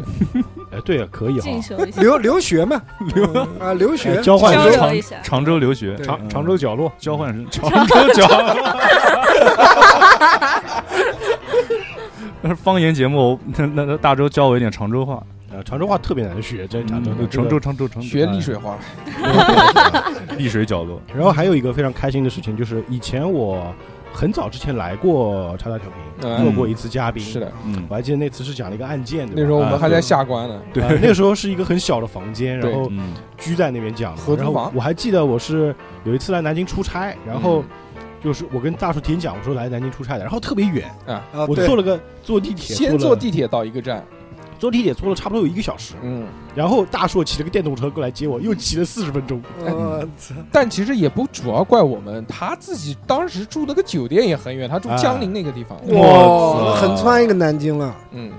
S5: 哎，对了，可以哈。
S7: 进修一下，
S2: 留留
S8: (laughs)
S2: 学嘛，留啊留学
S5: 哎交换
S7: 交
S5: 生
S7: 流一下，
S8: 常州留学，嗯
S2: 对
S4: 常常州角落，
S8: 交换生，常州角。但是 (laughs) 方言节目，那那那大周教我一点常州话，
S4: 啊
S5: 呃，常州话特别难学，真常州
S8: 嗯
S5: 常
S8: 常州常州常州
S1: 学丽水话，
S8: (laughs) 丽水角落，
S5: 然后还有一个非常开心的事情，就是以前我很早之前来过叉叉调
S1: 嗯
S5: 频，做过一次嘉宾。
S1: 是，的，
S8: 嗯
S5: 我还记得那次是讲了一个案件，对吧
S1: 那时候我们
S8: 啊
S1: 还在下关呢， (laughs)
S5: 对、呃那时候是一个很小的房间，然
S1: 对
S5: 后
S8: 嗯，
S5: 居在那边讲的
S1: 合。租
S5: 然后
S1: 房嗯
S5: 我还记得我是有一次来南京出差，然后就是我跟大叔听讲，我说来南京出差的，然后特别远，
S2: 啊，
S5: 我
S2: 对
S5: 坐了个坐地铁，
S1: 先
S5: 坐
S1: 坐
S5: 了
S1: 地铁到一个站，
S5: 坐地铁坐了差不多有一个小时，
S1: 嗯，
S5: 然后大叔骑了个电动车过来接我，又骑了四十分钟。
S1: 嗯
S2: 我操，
S1: 但其实也不主要怪我们，他自己当时住那个酒店也很远，他住
S5: 啊
S1: 江宁那个地方，
S2: 哇，
S8: 哇塞
S2: 很穿一个南京了，
S1: 嗯，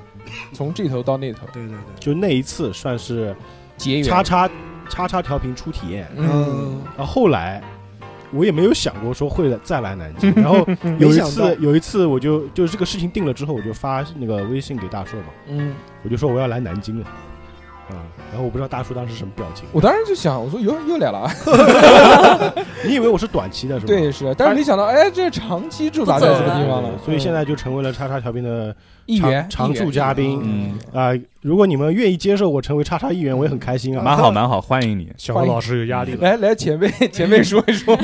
S1: 从这头到那头
S2: 对对对，
S5: 就那一次算是
S1: 结
S5: 叉
S1: 缘，
S5: 叉叉叉调频初体验，
S1: 嗯，
S2: 嗯，
S5: 然后后来。我也没有想过说会再来南
S1: (laughs)
S5: 京，然后有
S2: 没
S5: 一
S2: 想到
S5: 次，有一次我就就这个事情定了之后，我就发那个微信给大硕嘛，
S1: 嗯，
S5: 我就说我要来南京了，啊，然后我不知道大叔当时什么表情，
S1: 我当时就想，我说哟又来了啊，
S5: 你以为我是短期的是吧？
S1: 对，是，但是没想到，哎，这长期驻扎在这个地方
S8: 嗯
S1: 了，嗯
S5: 所以现在就成为了叉叉调频的
S1: 一员
S5: 常常驻嘉宾
S8: 嗯，
S5: 啊、如果你们愿意接受我成为叉叉议员，我也很开心
S8: (laughs) 蛮
S5: 啊。
S4: (laughs)
S8: 好蛮好，欢迎你，
S4: 小何老师有压力了，
S1: 来来，前
S4: (laughs)
S1: 辈前辈说
S8: (laughs)
S1: 一说，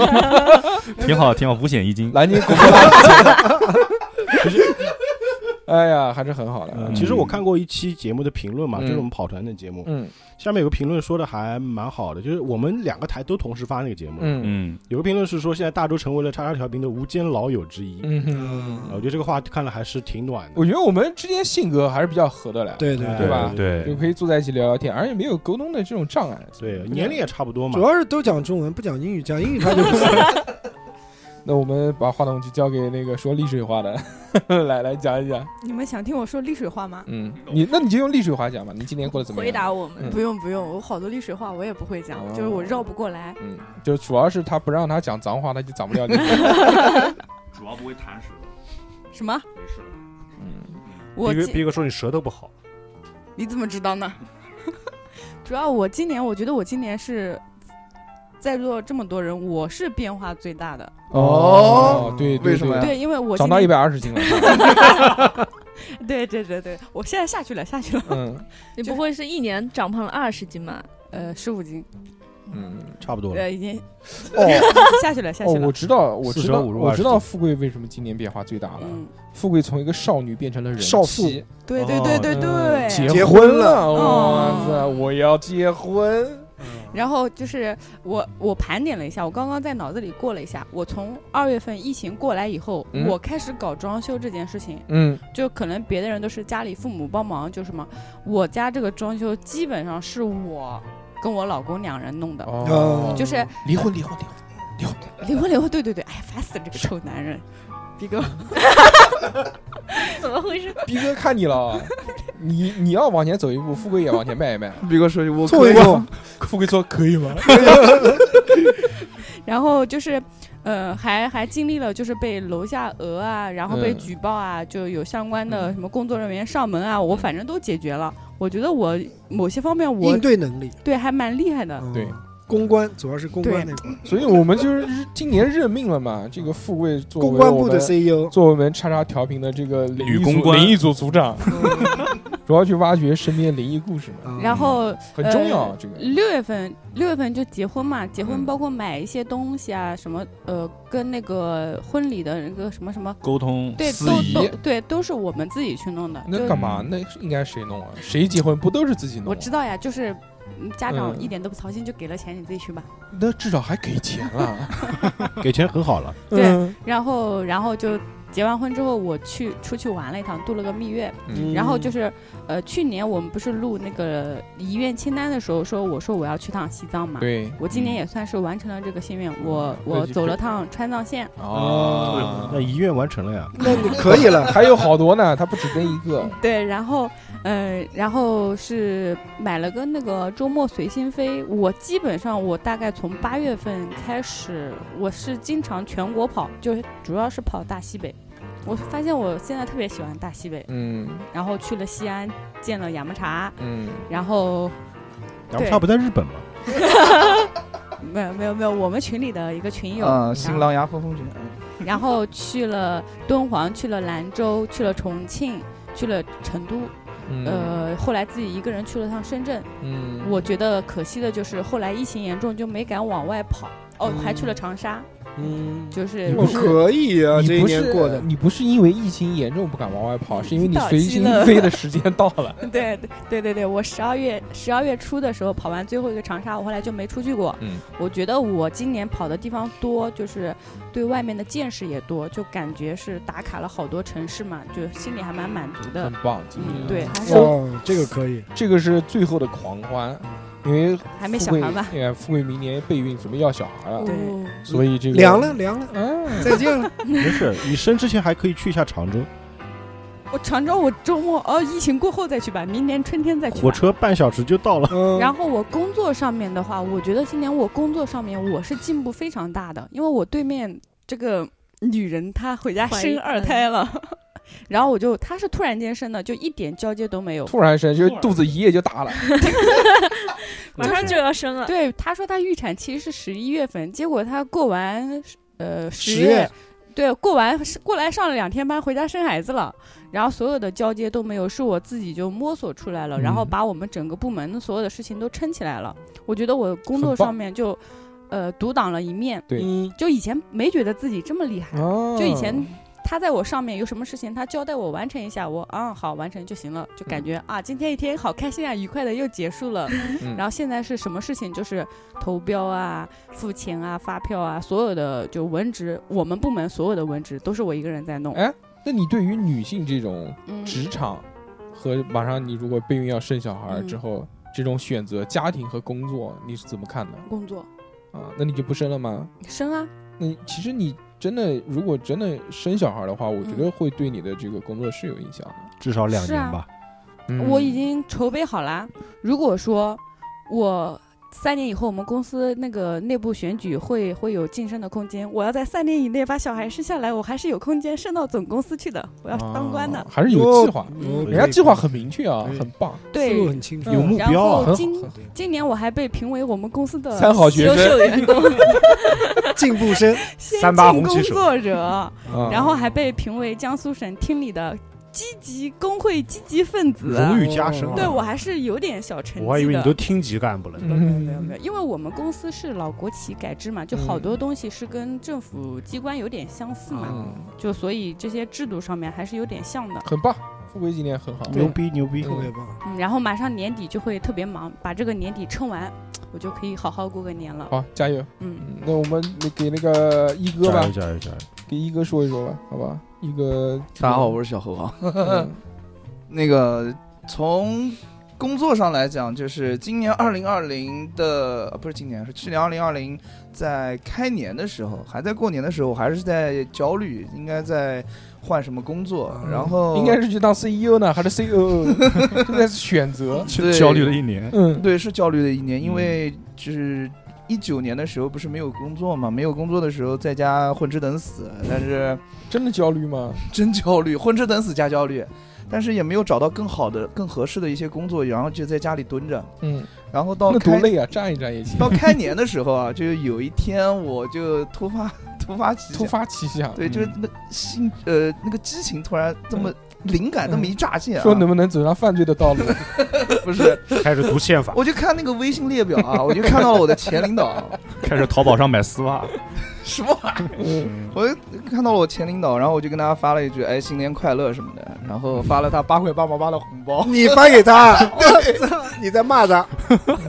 S8: 挺好挺好，五险一金，
S1: 南京古惑仔。 (laughs) 哎呀，还是很好的。
S5: 呃
S1: 嗯
S5: 其实我看过一期节目的评论嘛，
S1: 嗯
S5: 就是我们跑团的节目，
S1: 嗯
S5: 下面有个评论说的还蛮好的，就是我们两个台都同时发那个节目，
S1: 嗯
S8: 嗯，
S5: 有个评论是说现在大周成为了叉叉调频的无间老友之一，
S1: 嗯哼，
S2: 嗯
S5: 啊我觉得这个话看了还是挺暖的，
S1: 我觉得我们之间性格还是比较合得来，，
S2: 对对
S5: 对
S1: 对吧就
S8: 对，
S1: 可以坐在一起聊聊天，而且没有沟通的这种障碍。
S5: 对，年龄也差不多嘛
S2: 主，要是都讲中文，不讲英语，讲英语
S5: (laughs)
S2: 他就不行。
S1: 那我们把话筒就交给那个说丽水话的， (laughs) 来来讲一讲。
S6: 你们想听我说丽水话吗？
S1: 嗯，你那你就用丽水话讲吧。你今年过得怎么样？
S7: 回。答我们。
S1: 嗯
S6: 不用不用，我好多丽水话我也不会讲，
S1: 哦
S6: 就是我绕不过来。
S1: 嗯，就主要是他不让他讲脏话，他就讲不
S6: (laughs)
S1: 了你。
S8: 主要不会弹舌，
S6: 什么？
S8: 没事。
S1: 嗯
S6: 我
S4: 逼哥
S6: 今
S4: 逼哥说你舌头不好，
S6: 你怎么知道呢？ (laughs) 主要我今年，我觉得我今年是在座这么多人，我是变化最大的。
S3: 哦
S1: 对，对
S3: 为什么呀
S1: 对
S6: 对，因为我
S1: 长
S6: 今
S1: 到一
S6: 年
S1: 百二十斤了。
S6: (laughs) 对对对对，我现在下去了下去了，
S1: 嗯
S7: 你不会是一年长胖了二十斤吧？
S6: 呃，十五斤，
S1: 嗯，
S5: 差不多了。
S6: 呃，已经
S1: 哦
S6: (laughs) 下去了下
S1: 哦
S6: 去，了
S1: 我。知道，我知道，
S4: 45
S1: 我知道富贵为什么今年变化最大了。
S6: 嗯，
S1: 富贵从一个少女变成了人
S2: 少
S1: 妻
S6: 对对对对
S1: 嗯
S6: 对。
S1: 结
S2: 结
S1: 婚
S2: 婚了
S1: 哇
S6: 哦
S1: 塞，我要结
S6: (laughs)
S1: 婚。
S6: 然后就是我，我盘点了一下，我刚刚在脑子里过了一下，我从二月份疫情过来以后，
S1: 嗯
S6: 我开始搞装修这件事情，
S1: 嗯
S6: 就可能别的人都是家里父母帮忙，就什么，我家这个装修基本上是我跟我老公两人弄的，
S1: 哦，
S6: 就是
S1: 离婚离婚离婚离婚。
S6: 离婚离婚，对对对，哎，烦死了这个臭男
S1: (laughs)
S6: 人，逼哥，
S7: 怎么回事？
S1: 逼哥看你了，你你要往前走一步，富贵也往前迈一迈。
S3: 逼哥说句我
S2: 做
S3: 可
S2: 一
S3: 以
S2: 做，
S1: 富贵说可以吗？ (laughs)
S6: 然后就是，呃，还还经历了就是被楼下讹啊，然后被
S1: 嗯
S6: 举报啊，就有相关的
S1: 嗯
S6: 什么工作人员上门啊，
S2: 嗯
S6: 我反正都解决了。我觉得我某些方面我
S2: 应对能力。
S6: 对还蛮厉害的，
S2: 嗯
S1: 对，
S2: 公关主要是公关那块，
S1: 所以我们就是今年任命了嘛，这个富贵作为
S2: 公关部
S1: 我
S2: 的 E
S1: 们
S2: CEO。
S1: 作为我们叉叉调频的这个灵异
S8: 女
S1: 组
S8: 公关
S1: 灵异组组长， (laughs) 主要去挖掘身边灵异故事嘛，
S2: 嗯
S6: 然后
S1: 很重要啊
S6: 呃
S1: 这个。
S6: 六月份六月份就结婚嘛，结
S1: 嗯
S6: 婚包括买一些东西啊，什么呃，跟那个婚礼的那个什么什么。
S8: 沟通
S6: 对，
S8: 司仪
S6: 都都对，都是我们自己去弄的。
S1: 那
S6: 就
S1: 干嘛？那应该谁弄啊？谁结婚不都是自己弄啊？
S6: 我知道呀，就是嗯家长
S1: 嗯
S6: 一点都不操心，就给了钱，你自己去吧。
S1: 那至少还给钱了。 (laughs)
S5: 给钱很好了，
S6: 对
S2: 嗯
S6: 然后然后就结完婚之后，我去出去玩了一趟，度了个蜜月。
S1: 嗯
S6: 然后就是呃，去年我们不是录那个遗愿清单的时候，说我说我要去趟西藏嘛。
S1: 对，
S6: 我今年也算是完成了这个心愿，我
S1: 那
S6: 我
S1: 就
S6: 走了趟川藏线，
S1: 哦
S5: 那，遗愿完成了呀。
S2: 那你可以了，
S1: (laughs) 还有好多呢，他不止跟一个。
S6: 对，然后，嗯、然后是买了个那个周末随心飞。我基本上，我大概从八月份开始，我是经常全国跑，就是主要是跑大西北。我发现我现在特别喜欢大西北，
S1: 嗯
S6: 然后去了西安，见了雅木茶，
S1: 嗯，
S6: 然后
S5: 然后他不在日本嘛，
S6: (laughs) 没有没有没有，我们群里的一个群友，
S3: 啊，
S6: 然
S3: 新
S6: 后
S3: 琅琊峰风景，
S1: (laughs)
S6: 然后去了敦煌，去了兰州，去了重庆，去了成都，
S1: 嗯，
S6: 呃，后来自己一个人去了趟深圳。
S1: 嗯，
S6: 我觉得可惜的就是后来疫情严重，就没敢往外跑。哦，还去了长沙，
S2: 嗯，
S6: 就是
S2: 我可以啊，
S1: 你
S2: 这一
S1: 不
S2: 年
S1: 是
S2: 过的，
S1: 你不是因为疫情严重不敢往外跑，是因为你
S6: 到
S1: 随
S6: 期
S1: 心
S6: 了
S1: (laughs) 飞的时间到了。
S6: (laughs) 对对对对，我十二月十二月初的时候跑完最后一个长沙，我后来就没出去过。
S1: 嗯，
S6: 我觉得我今年跑的地方多，就是对外面的见识也多，就感觉是打卡了好多城市嘛，就心里还蛮满足的
S1: 很。棒，今
S6: 嗯，
S1: 年
S6: 对，，还是
S2: 哇，这个可以，
S1: 哦这个是最后的狂欢，因为
S6: 还没小
S1: 富贵
S6: 孩吧？
S1: 哎呀，富贵明年备孕准备要小孩了，
S6: 对
S7: 哦
S1: 所以这个
S2: 凉了凉了，
S1: 嗯，
S2: 再见了，
S5: 没事，你生之前还可以去一下常州，
S6: 我常州，我周末哦，疫情过后再去吧，明年春天再
S2: 哎
S6: 去吧。
S5: 火车半小时就到了。
S2: 嗯，
S6: 然后我工作上面的话，我觉得今年我工作上面我是进步非常大的，因为我对面这个女人她回家
S7: 怀孕
S6: 生二胎了， (laughs) 然后我就她是突然间生的，就一点交接都没有。
S1: 突然生就是肚子一夜就大了，
S7: 马上就要生了。
S6: 对，她说她预产期是十一月份，结果她过完呃
S2: 十
S6: 十
S2: 月，
S6: 对，过完是过来上了两天班，回家生孩子了，然后所有的交接都没有，是我自己就摸索出来了，然后
S1: 嗯
S6: 把我们整个部门所有的事情都撑起来了。我觉得我工
S1: 很
S6: 作
S1: 棒
S6: 上面就，呃，独挡了一面。
S1: 对
S2: 嗯，
S6: 就以前没觉得自己这么厉害，
S1: 哦
S6: 就以前他在我上面有什么事情，他交代我完成一下，我嗯好完成就行了，就感觉、啊今天一天好开心啊，愉快的又结束了。
S1: 嗯
S6: (laughs) 然后现在是什么事情，就是投标啊、付钱啊、发票啊，所有的就文职，我们部门所有的文职都是我一个人在弄。
S1: 哎，那你对于女性这种
S6: 嗯，
S1: 职场和马上你如果备孕要生小孩
S6: 嗯
S1: 之后、这种选择，家庭和工作，你是怎么看的
S6: 工作
S1: 啊？那你就不生了吗？
S6: 生啊，
S1: 那你其实你真的如果真的生小孩的话，我觉得
S6: 嗯
S1: 会对你的这个工作是有影响的。
S5: 至少两
S6: 是
S5: 年
S6: 啊
S5: 吧。
S1: 嗯
S6: 我已经筹备好啦。如果说我三年以后我们公司那个内部选举会会有晋升的空间，我要在三年以内把小孩生下来，我还是有空间升到总公司去的，我要当官的。
S1: 啊还是有
S3: 哦
S1: 计划，
S6: 嗯
S1: 人家计划很明确啊，
S2: 对
S1: 很棒。
S2: (laughs) 思路
S6: 对，
S2: 很清楚
S6: 嗯，
S5: 有目标啊
S6: 然后
S1: 很
S6: 今
S1: 好
S2: 对
S6: 今年我还被评为我们公司的
S1: 三好学
S7: 优
S1: 生
S7: 秀员工，
S2: 进步深，
S6: 先
S4: 三八
S6: 进
S4: 红旗
S6: 工
S4: 手
S6: 作者，
S1: 啊
S6: 然后还被评为江苏省厅里的积极工会积极分子。
S5: 荣誉加深啊，
S6: 对我还是有点小
S7: 嗯
S6: 成绩的。
S4: 我还以为你都厅级干部了呢。
S6: 没有没有
S1: 嗯
S6: 没有没有，因为我们公司是老国企改制嘛，就好
S1: 嗯
S6: 多东西是跟政府机关有点相似嘛，
S1: 嗯，
S6: 就所以这些制度上面还是有点像的。
S1: 很棒，富贵今年很好。
S5: 牛逼牛逼！
S2: 特别棒。。
S6: 嗯，然后马上年底就会特别忙，把这个年底撑完， (laughs) 我就可以好好过个年了。
S1: 好，加油！
S6: 嗯，
S1: 嗯那我们给那个一哥
S5: 加
S1: 吧
S5: 油，加油加油！
S1: 给一哥说一说吧，好吧？一哥，
S3: 大家好，我是小侯
S1: (laughs)
S3: 啊。
S1: 嗯
S3: 那个从工作上来讲，就是今年二零二零的，呃不是今年，是去年二零二零，在开年的时候，还在过年的时候，我还是在焦虑，应该在换什么工作，然后
S1: 嗯应该是去当 CEO 呢，还是
S3: (laughs)
S1: E (laughs) COO？正在选择。
S3: 对
S8: 焦虑了一年，
S1: 嗯，
S3: 对，是焦虑的一年，因
S8: 嗯
S3: 为就是一九年的时候不是没有工作嘛，没有工作的时候在家混吃等死，但是
S1: 真的焦虑吗？
S3: (laughs) 真焦虑，混吃等死加焦虑，但是也没有找到更好的、更合适的一些工作，然后就在家里蹲着，
S1: 嗯，
S3: 然后到
S1: 那多
S3: 开
S1: 累啊，站一站也行。
S3: 到开年的时候啊， (laughs) 就有一天我就突
S1: (laughs)
S3: 发突发奇
S1: 突
S3: 想，
S1: 发奇想，嗯
S3: 对，
S8: 嗯
S3: 就是那心呃那个激情突然这么灵感这么一乍现啊，
S1: 嗯说能不能走上犯罪的道路？
S3: 不是，
S4: 开始读宪法，
S3: 我就看那个微信列表啊，我就看到了我的前领导，
S8: (laughs) 开始淘宝上买丝
S4: (laughs)
S8: 袜，
S3: 什么我就看到了我前领导，然后我就跟他发了一句“哎，新年快乐”什么的，然后发了他八块八毛八的红包
S2: (laughs) 你发给他，
S3: (laughs)
S2: (laughs) 你在骂他，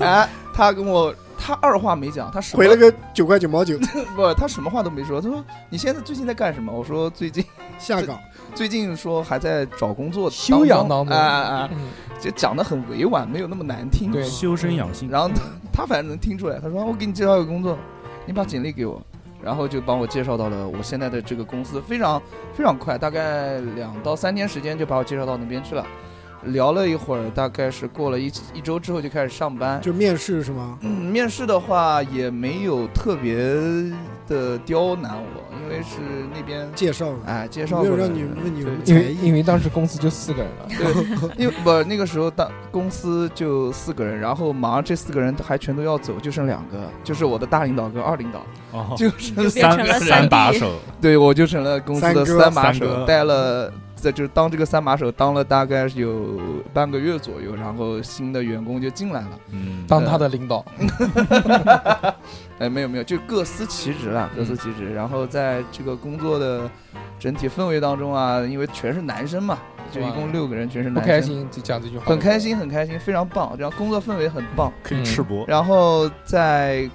S3: 哎，他跟我，他二话没讲，他什么
S2: 回了个九块九毛九，
S3: (laughs) 不，他什么话都没说。他说：“你现在最近在干什么？”我说：“最近
S2: 下岗。
S3: 最近说还在找工作，
S1: 休养
S3: 当中。
S1: 当中
S3: 哎哎
S1: 嗯
S3: 哎，就讲的很委婉，没有那么难听。
S1: 对
S8: 修身养性。
S3: 然后他他反正能听出来，他说：“哦我给你介绍一个工作，你把简历给我。”然后就帮我介绍到了我现在的这个公司，非常非常快，大概两到三天时间就把我介绍到那边去了。聊了一会儿，大概是过了一一周之后就开始上班。
S2: 就面试是吗？
S3: 嗯，面试的话也没有特别的刁难我，因为是那边
S2: 介绍的，
S3: 哎介绍
S2: 没
S3: 过
S2: 有
S3: 来
S2: 让
S3: 的
S2: 你问你有什么
S1: 因
S2: 才
S1: 为因
S2: 艺，
S1: 为当时公司就四个人了，
S3: 因为不那个时候当公司就四个人，然后马上这四个人还全都要走，就剩两个，就是我的大领导跟二领导，
S8: 哦，
S3: 就剩
S7: 就变成了
S8: 三
S7: 三
S8: 把
S7: D
S8: 手，
S3: 对我就成了公司的
S2: 三哥
S3: 三把
S8: 三
S3: 手，
S8: 哥
S3: 带了在就是当这个三把手当了大概是有半个月左右，然后新的员工就进来了。
S8: 嗯，
S1: 当他的领导。
S3: (laughs) 哎，没有没有，就各司其职啦，各司其职。然后在这个工作的整体氛围当中啊，因为全是男生嘛，就一共六个人，全是
S1: 不
S3: 男生，
S1: 开，心就嗯讲这句话，
S3: 很开。心，很开心，非常棒。然后工作氛围很棒，
S8: 可以赤膊，
S3: 然后在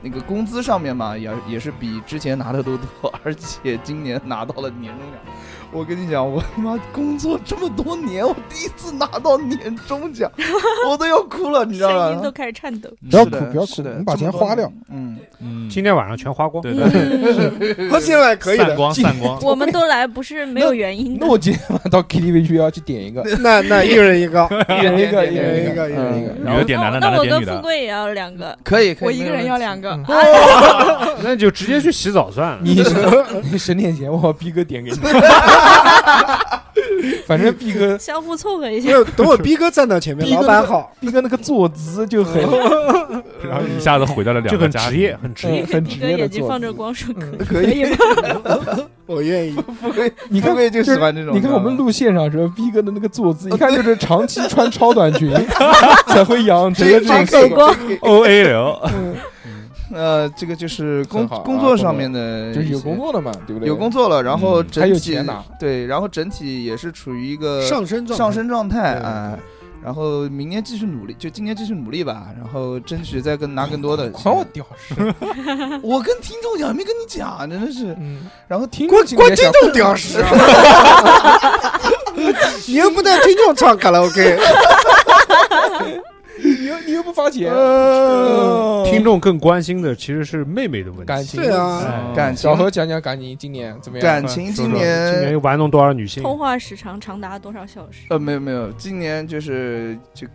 S3: 那个工资上面嘛，也也是比之前拿的都多，而且今年拿到了年终奖。我跟你讲，我他妈工作这么多年，我第一次拿到年终奖，
S1: (laughs)
S3: 嗯我都要哭了，你知道
S7: 声音都
S3: 吗？
S7: 开始颤抖。
S1: 不要
S3: 是的
S1: 哭不要哭
S3: 是的
S1: 你把
S3: 这么多
S1: 钱花掉
S3: 年嗯，
S8: 嗯，
S4: 今天晚上全花光。
S8: 对对，
S7: 嗯
S3: (laughs)
S2: 他现在可以
S8: 散
S2: 的。
S8: 光散光，
S7: 我们都来不是没有原因的
S1: 那，我今天晚上到 KTV 去要去点一个，
S2: (laughs) 那那一人一个，
S1: 一人一个，一
S2: 人
S1: 人
S2: 一个
S1: 一
S2: 一
S1: 人
S2: 人
S1: 一
S2: 一
S1: 个
S2: 个。
S8: 女的点男的，
S7: 那
S8: 男的
S7: 我
S8: 点
S7: 跟
S8: 女
S7: 富
S8: 的，
S7: 贵也要两个，啊
S3: 可以，可以
S6: 我一
S3: 没
S6: 个
S3: 有
S6: 人要
S3: 问题嗯
S6: 两个，
S4: 那就直接去洗澡算了。
S1: 你你省点钱，我把逼哥点给你。反正逼
S7: (laughs)
S1: 哥
S7: 相互凑合一
S2: 没
S7: 下。
S2: 有，等我逼哥站到前面，
S1: 逼哥
S2: 老板好，
S1: 逼哥那个坐姿就很
S2: 哦
S8: 然后一下子毁掉了两
S4: 就
S8: 个
S4: 很
S8: 家
S4: 职业，很职业。
S1: 嗯很
S7: 一
S1: 职
S7: 个
S1: 业的
S7: 眼睛
S1: 坐
S7: 放着
S1: 姿。
S7: 光说可以
S3: 可以，
S2: (laughs) 我愿意。
S3: 富贵，
S1: (laughs) 你看
S3: 富贵就
S1: 就是
S3: 喜欢这种。
S1: 你看我们录现场时候，逼哥的那个
S2: (laughs)
S1: 坐姿，一看就是长期穿超短裙才会养成的这种
S3: 这
S1: 性 (laughs)
S3: 个
S1: 格。
S8: O A 流，
S3: 呃，这个就是工
S1: 嗯很好啊
S3: 工作上面的，
S1: 就是有工，作的嘛，对不对？
S3: 有工作了，然后
S1: 嗯还
S3: 整
S1: 有
S3: 体
S1: 钱拿，
S3: 对，然后整体也是处于一个
S2: 上升
S3: 呃
S2: 状态
S3: 上升状态
S2: 对对
S3: 啊。然后明年继续努力，就今年继续努力吧，然后争取再更拿更多的。
S1: 管我屌事，
S3: (laughs) 我跟听众讲，没跟你讲，真的是。
S1: 嗯，
S3: 然后听
S1: 听关
S3: 关听
S1: 众屌事，
S8: 啊
S2: 你又不带听众唱卡拉 OK，
S1: 你又你又不发钱，
S3: 嗯
S4: 听众更关心的其实是妹妹的问
S1: 感
S4: 题。
S1: 情
S2: 对啊，
S4: 哎
S3: 感情
S1: 小何讲讲感情今年怎么样？
S3: 感情
S4: 说
S3: 今
S4: 说今年
S3: 年
S4: 又玩弄多少女性？
S7: 通话时长长达多少小时？
S3: (laughs) 呃没有没有，今年就是就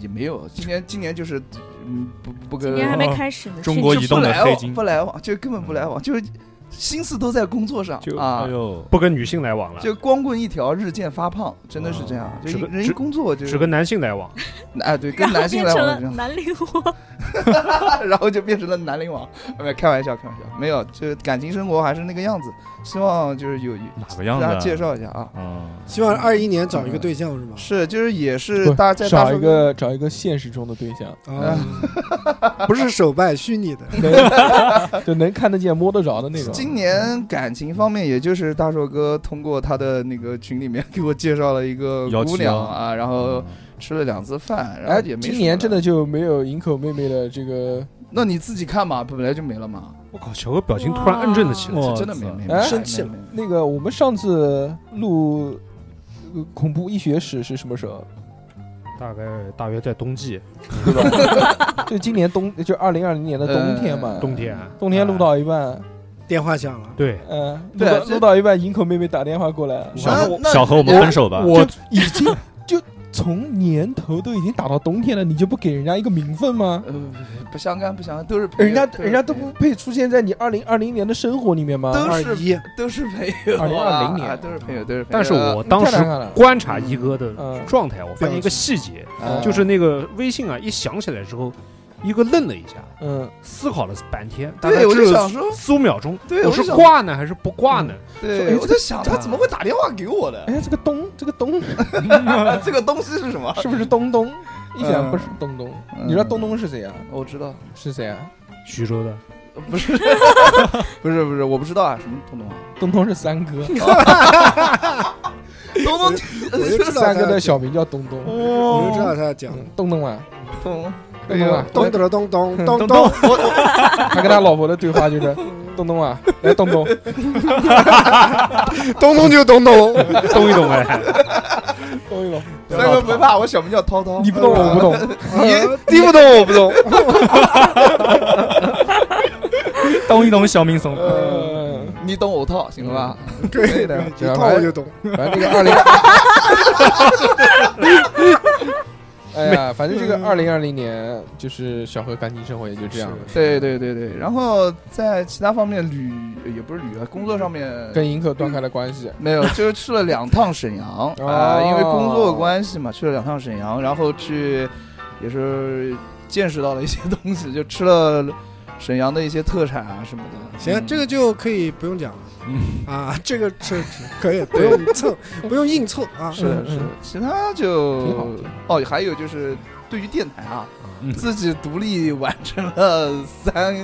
S3: 也没有，今年今年就是嗯不不跟
S7: 今年还没开始呢，
S8: 中
S7: 去
S8: 国
S3: 就
S8: 移动的
S3: 不来
S8: 黑
S3: 往
S8: 金
S3: 不来往，就根本不来往，就是心思都在工作上
S8: 就
S3: 啊
S8: 哎。呦，
S4: 不跟女性来往了，
S3: 就光棍一条，日渐发胖，真的是这样。就
S4: 只
S3: 一
S4: 跟
S3: 人一
S4: 只
S3: 工作就
S4: 只跟男性来往。
S3: (laughs) 哎对，跟
S7: 然后
S3: 男性
S7: 变
S3: 来
S7: 成
S3: 往
S7: 了
S3: 就这样，
S7: 南陵王。
S3: (laughs) 然后就变成了南陵王。没有哎开玩笑，开玩笑，没有，就是感情生活还是那个样子。希望就是有有
S8: 哪个样
S3: 大
S8: 子
S3: 家
S8: 啊？
S3: 介绍一下啊。
S8: 嗯，
S2: 希望二一年找一个对象是吗？
S3: 是，就是也是
S1: 不
S3: 大家在大
S1: 找
S3: 叔
S1: 一个找一个现实中的对象，
S3: 哦 (laughs)
S2: 啊，不是手办，虚拟的。
S1: 能 (laughs) 就能看得见、摸得着的那种。
S3: 今年感情方面，也就是大硕哥通过他的那个群里面给我介绍了一个
S8: 幺
S3: 姑
S8: 七
S3: 娘
S8: 幺
S3: 啊，然后吃了两次饭，然后
S1: 哎
S3: 也，没什么。
S1: 今年真的就没有营口妹妹的这个，
S3: 那你自己看嘛，本来就没了嘛，
S4: 我靠，小何表情突然暗正了起来。
S8: 哇
S3: 真的没没
S1: 哎
S3: 没
S2: 生气了。
S3: 没
S1: 那个我们上次录呃恐怖医学史是什么时候？
S4: 大概大约在冬
S1: (laughs)
S4: 季，
S1: 对吧？就今年冬，就二零二零年的冬天嘛，
S3: 呃
S4: 冬天，
S1: 冬天录到一半，
S2: 电话响了，
S4: 对，
S1: 嗯，录
S3: 对
S1: 到
S3: 这
S1: 录到一半，营口妹妹打电话过来，
S8: 小
S3: 那
S8: 何
S3: 那
S8: 小何，我们分手吧。
S1: 我已经就从年头都已经打到冬天了，你就不给人家一个名分吗？
S3: 呃，不相干，不相干，都是朋友
S1: 人家
S3: 是
S1: 人家都
S3: 朋
S1: 不
S3: 友
S1: 配出现在你二零二零年的生活里面吗？
S3: 都
S2: 二
S3: 是
S2: 一，
S3: 都是朋 (laughs) 友啊，
S1: 2020年
S3: 啊都是朋友，都是朋友。
S4: 但是我当时
S1: 太难看了
S4: 观察一哥的
S1: 嗯
S4: 状态，我发现一个细节，
S3: 嗯
S4: 就是那个微信啊，一响起来之后，一哥愣了一下，
S1: 嗯，
S4: 思考了半天，大概
S3: 对，我
S4: 只
S3: 就想
S4: 有
S3: 说，
S4: 四五秒钟，
S3: 对
S4: 我
S3: 我
S4: 是
S3: 就想嗯
S4: 挂呢还是不挂呢？
S1: 说哎
S3: 对，我
S1: 这
S3: 在想他怎 (laughs) 么会打电话给我的
S1: 哎？呀，这个东这个东
S3: (laughs)
S1: (laughs)
S3: 这个东西是什么？
S1: 是不是东东？一想
S3: 嗯
S1: 不是东东，
S3: 嗯
S1: 你知道东东是谁啊？
S3: 我知道，
S1: 是谁啊？
S4: 徐州的，
S3: 不
S1: (laughs)
S3: 是，不是，不是，我不知道啊，什么东东啊？啊
S1: 东东是三哥，
S3: (laughs)
S1: (laughs)
S3: 东哦东 (laughs)
S2: 我就知道他
S1: 三哥
S2: 要
S1: 的
S2: 讲
S1: 小，名叫东东，
S2: 我就知道他要
S1: (laughs)
S2: 讲哎
S1: 嗯，东东啊，
S3: 咚
S1: 东东啊，
S2: 咚咚
S3: (laughs)
S2: 咚咚咚
S1: 咚
S2: 咚，
S1: (laughs) 他跟他老婆的对话就是东东啊，来东
S2: (laughs)
S1: 东，
S2: 咚咚就咚
S1: (laughs)
S2: 咚。
S4: 懂一懂哎，
S1: 懂一懂？
S3: 三哥不怕，我小名叫涛涛。
S1: 你不懂我
S3: (laughs)
S1: 不懂，
S2: 听不懂我不懂，
S8: 懂一懂小明怂，
S1: 呃，
S3: 你懂我套，行了吧？
S2: 可
S3: 可以
S2: 以
S3: 的
S2: 的，一套我就懂。
S1: 反正这个二零， (laughs) 哎呀，反正这个二零二零年就是小何感情生活也就这样了，
S3: 对对对对，然后在其他方面旅也不是旅啊，工作上面
S1: 跟银可断开了关系，
S3: 没有，就是去了两趟沈阳啊、
S2: 哦
S3: 因为工作关系嘛，去了两趟沈阳，然后去也是见识到了一些东西，就吃了沈阳的一些特产啊什么的。
S2: 行，
S3: 嗯
S2: 这个就可以不
S3: (laughs)
S2: 用讲了
S8: 嗯，
S2: 啊，这个是可以不用凑，不用硬凑啊。
S3: 是的，是的，其他
S1: 挺好
S3: 就
S1: 挺好
S3: 哦，还有就是对于电台啊，自己独立完成了三，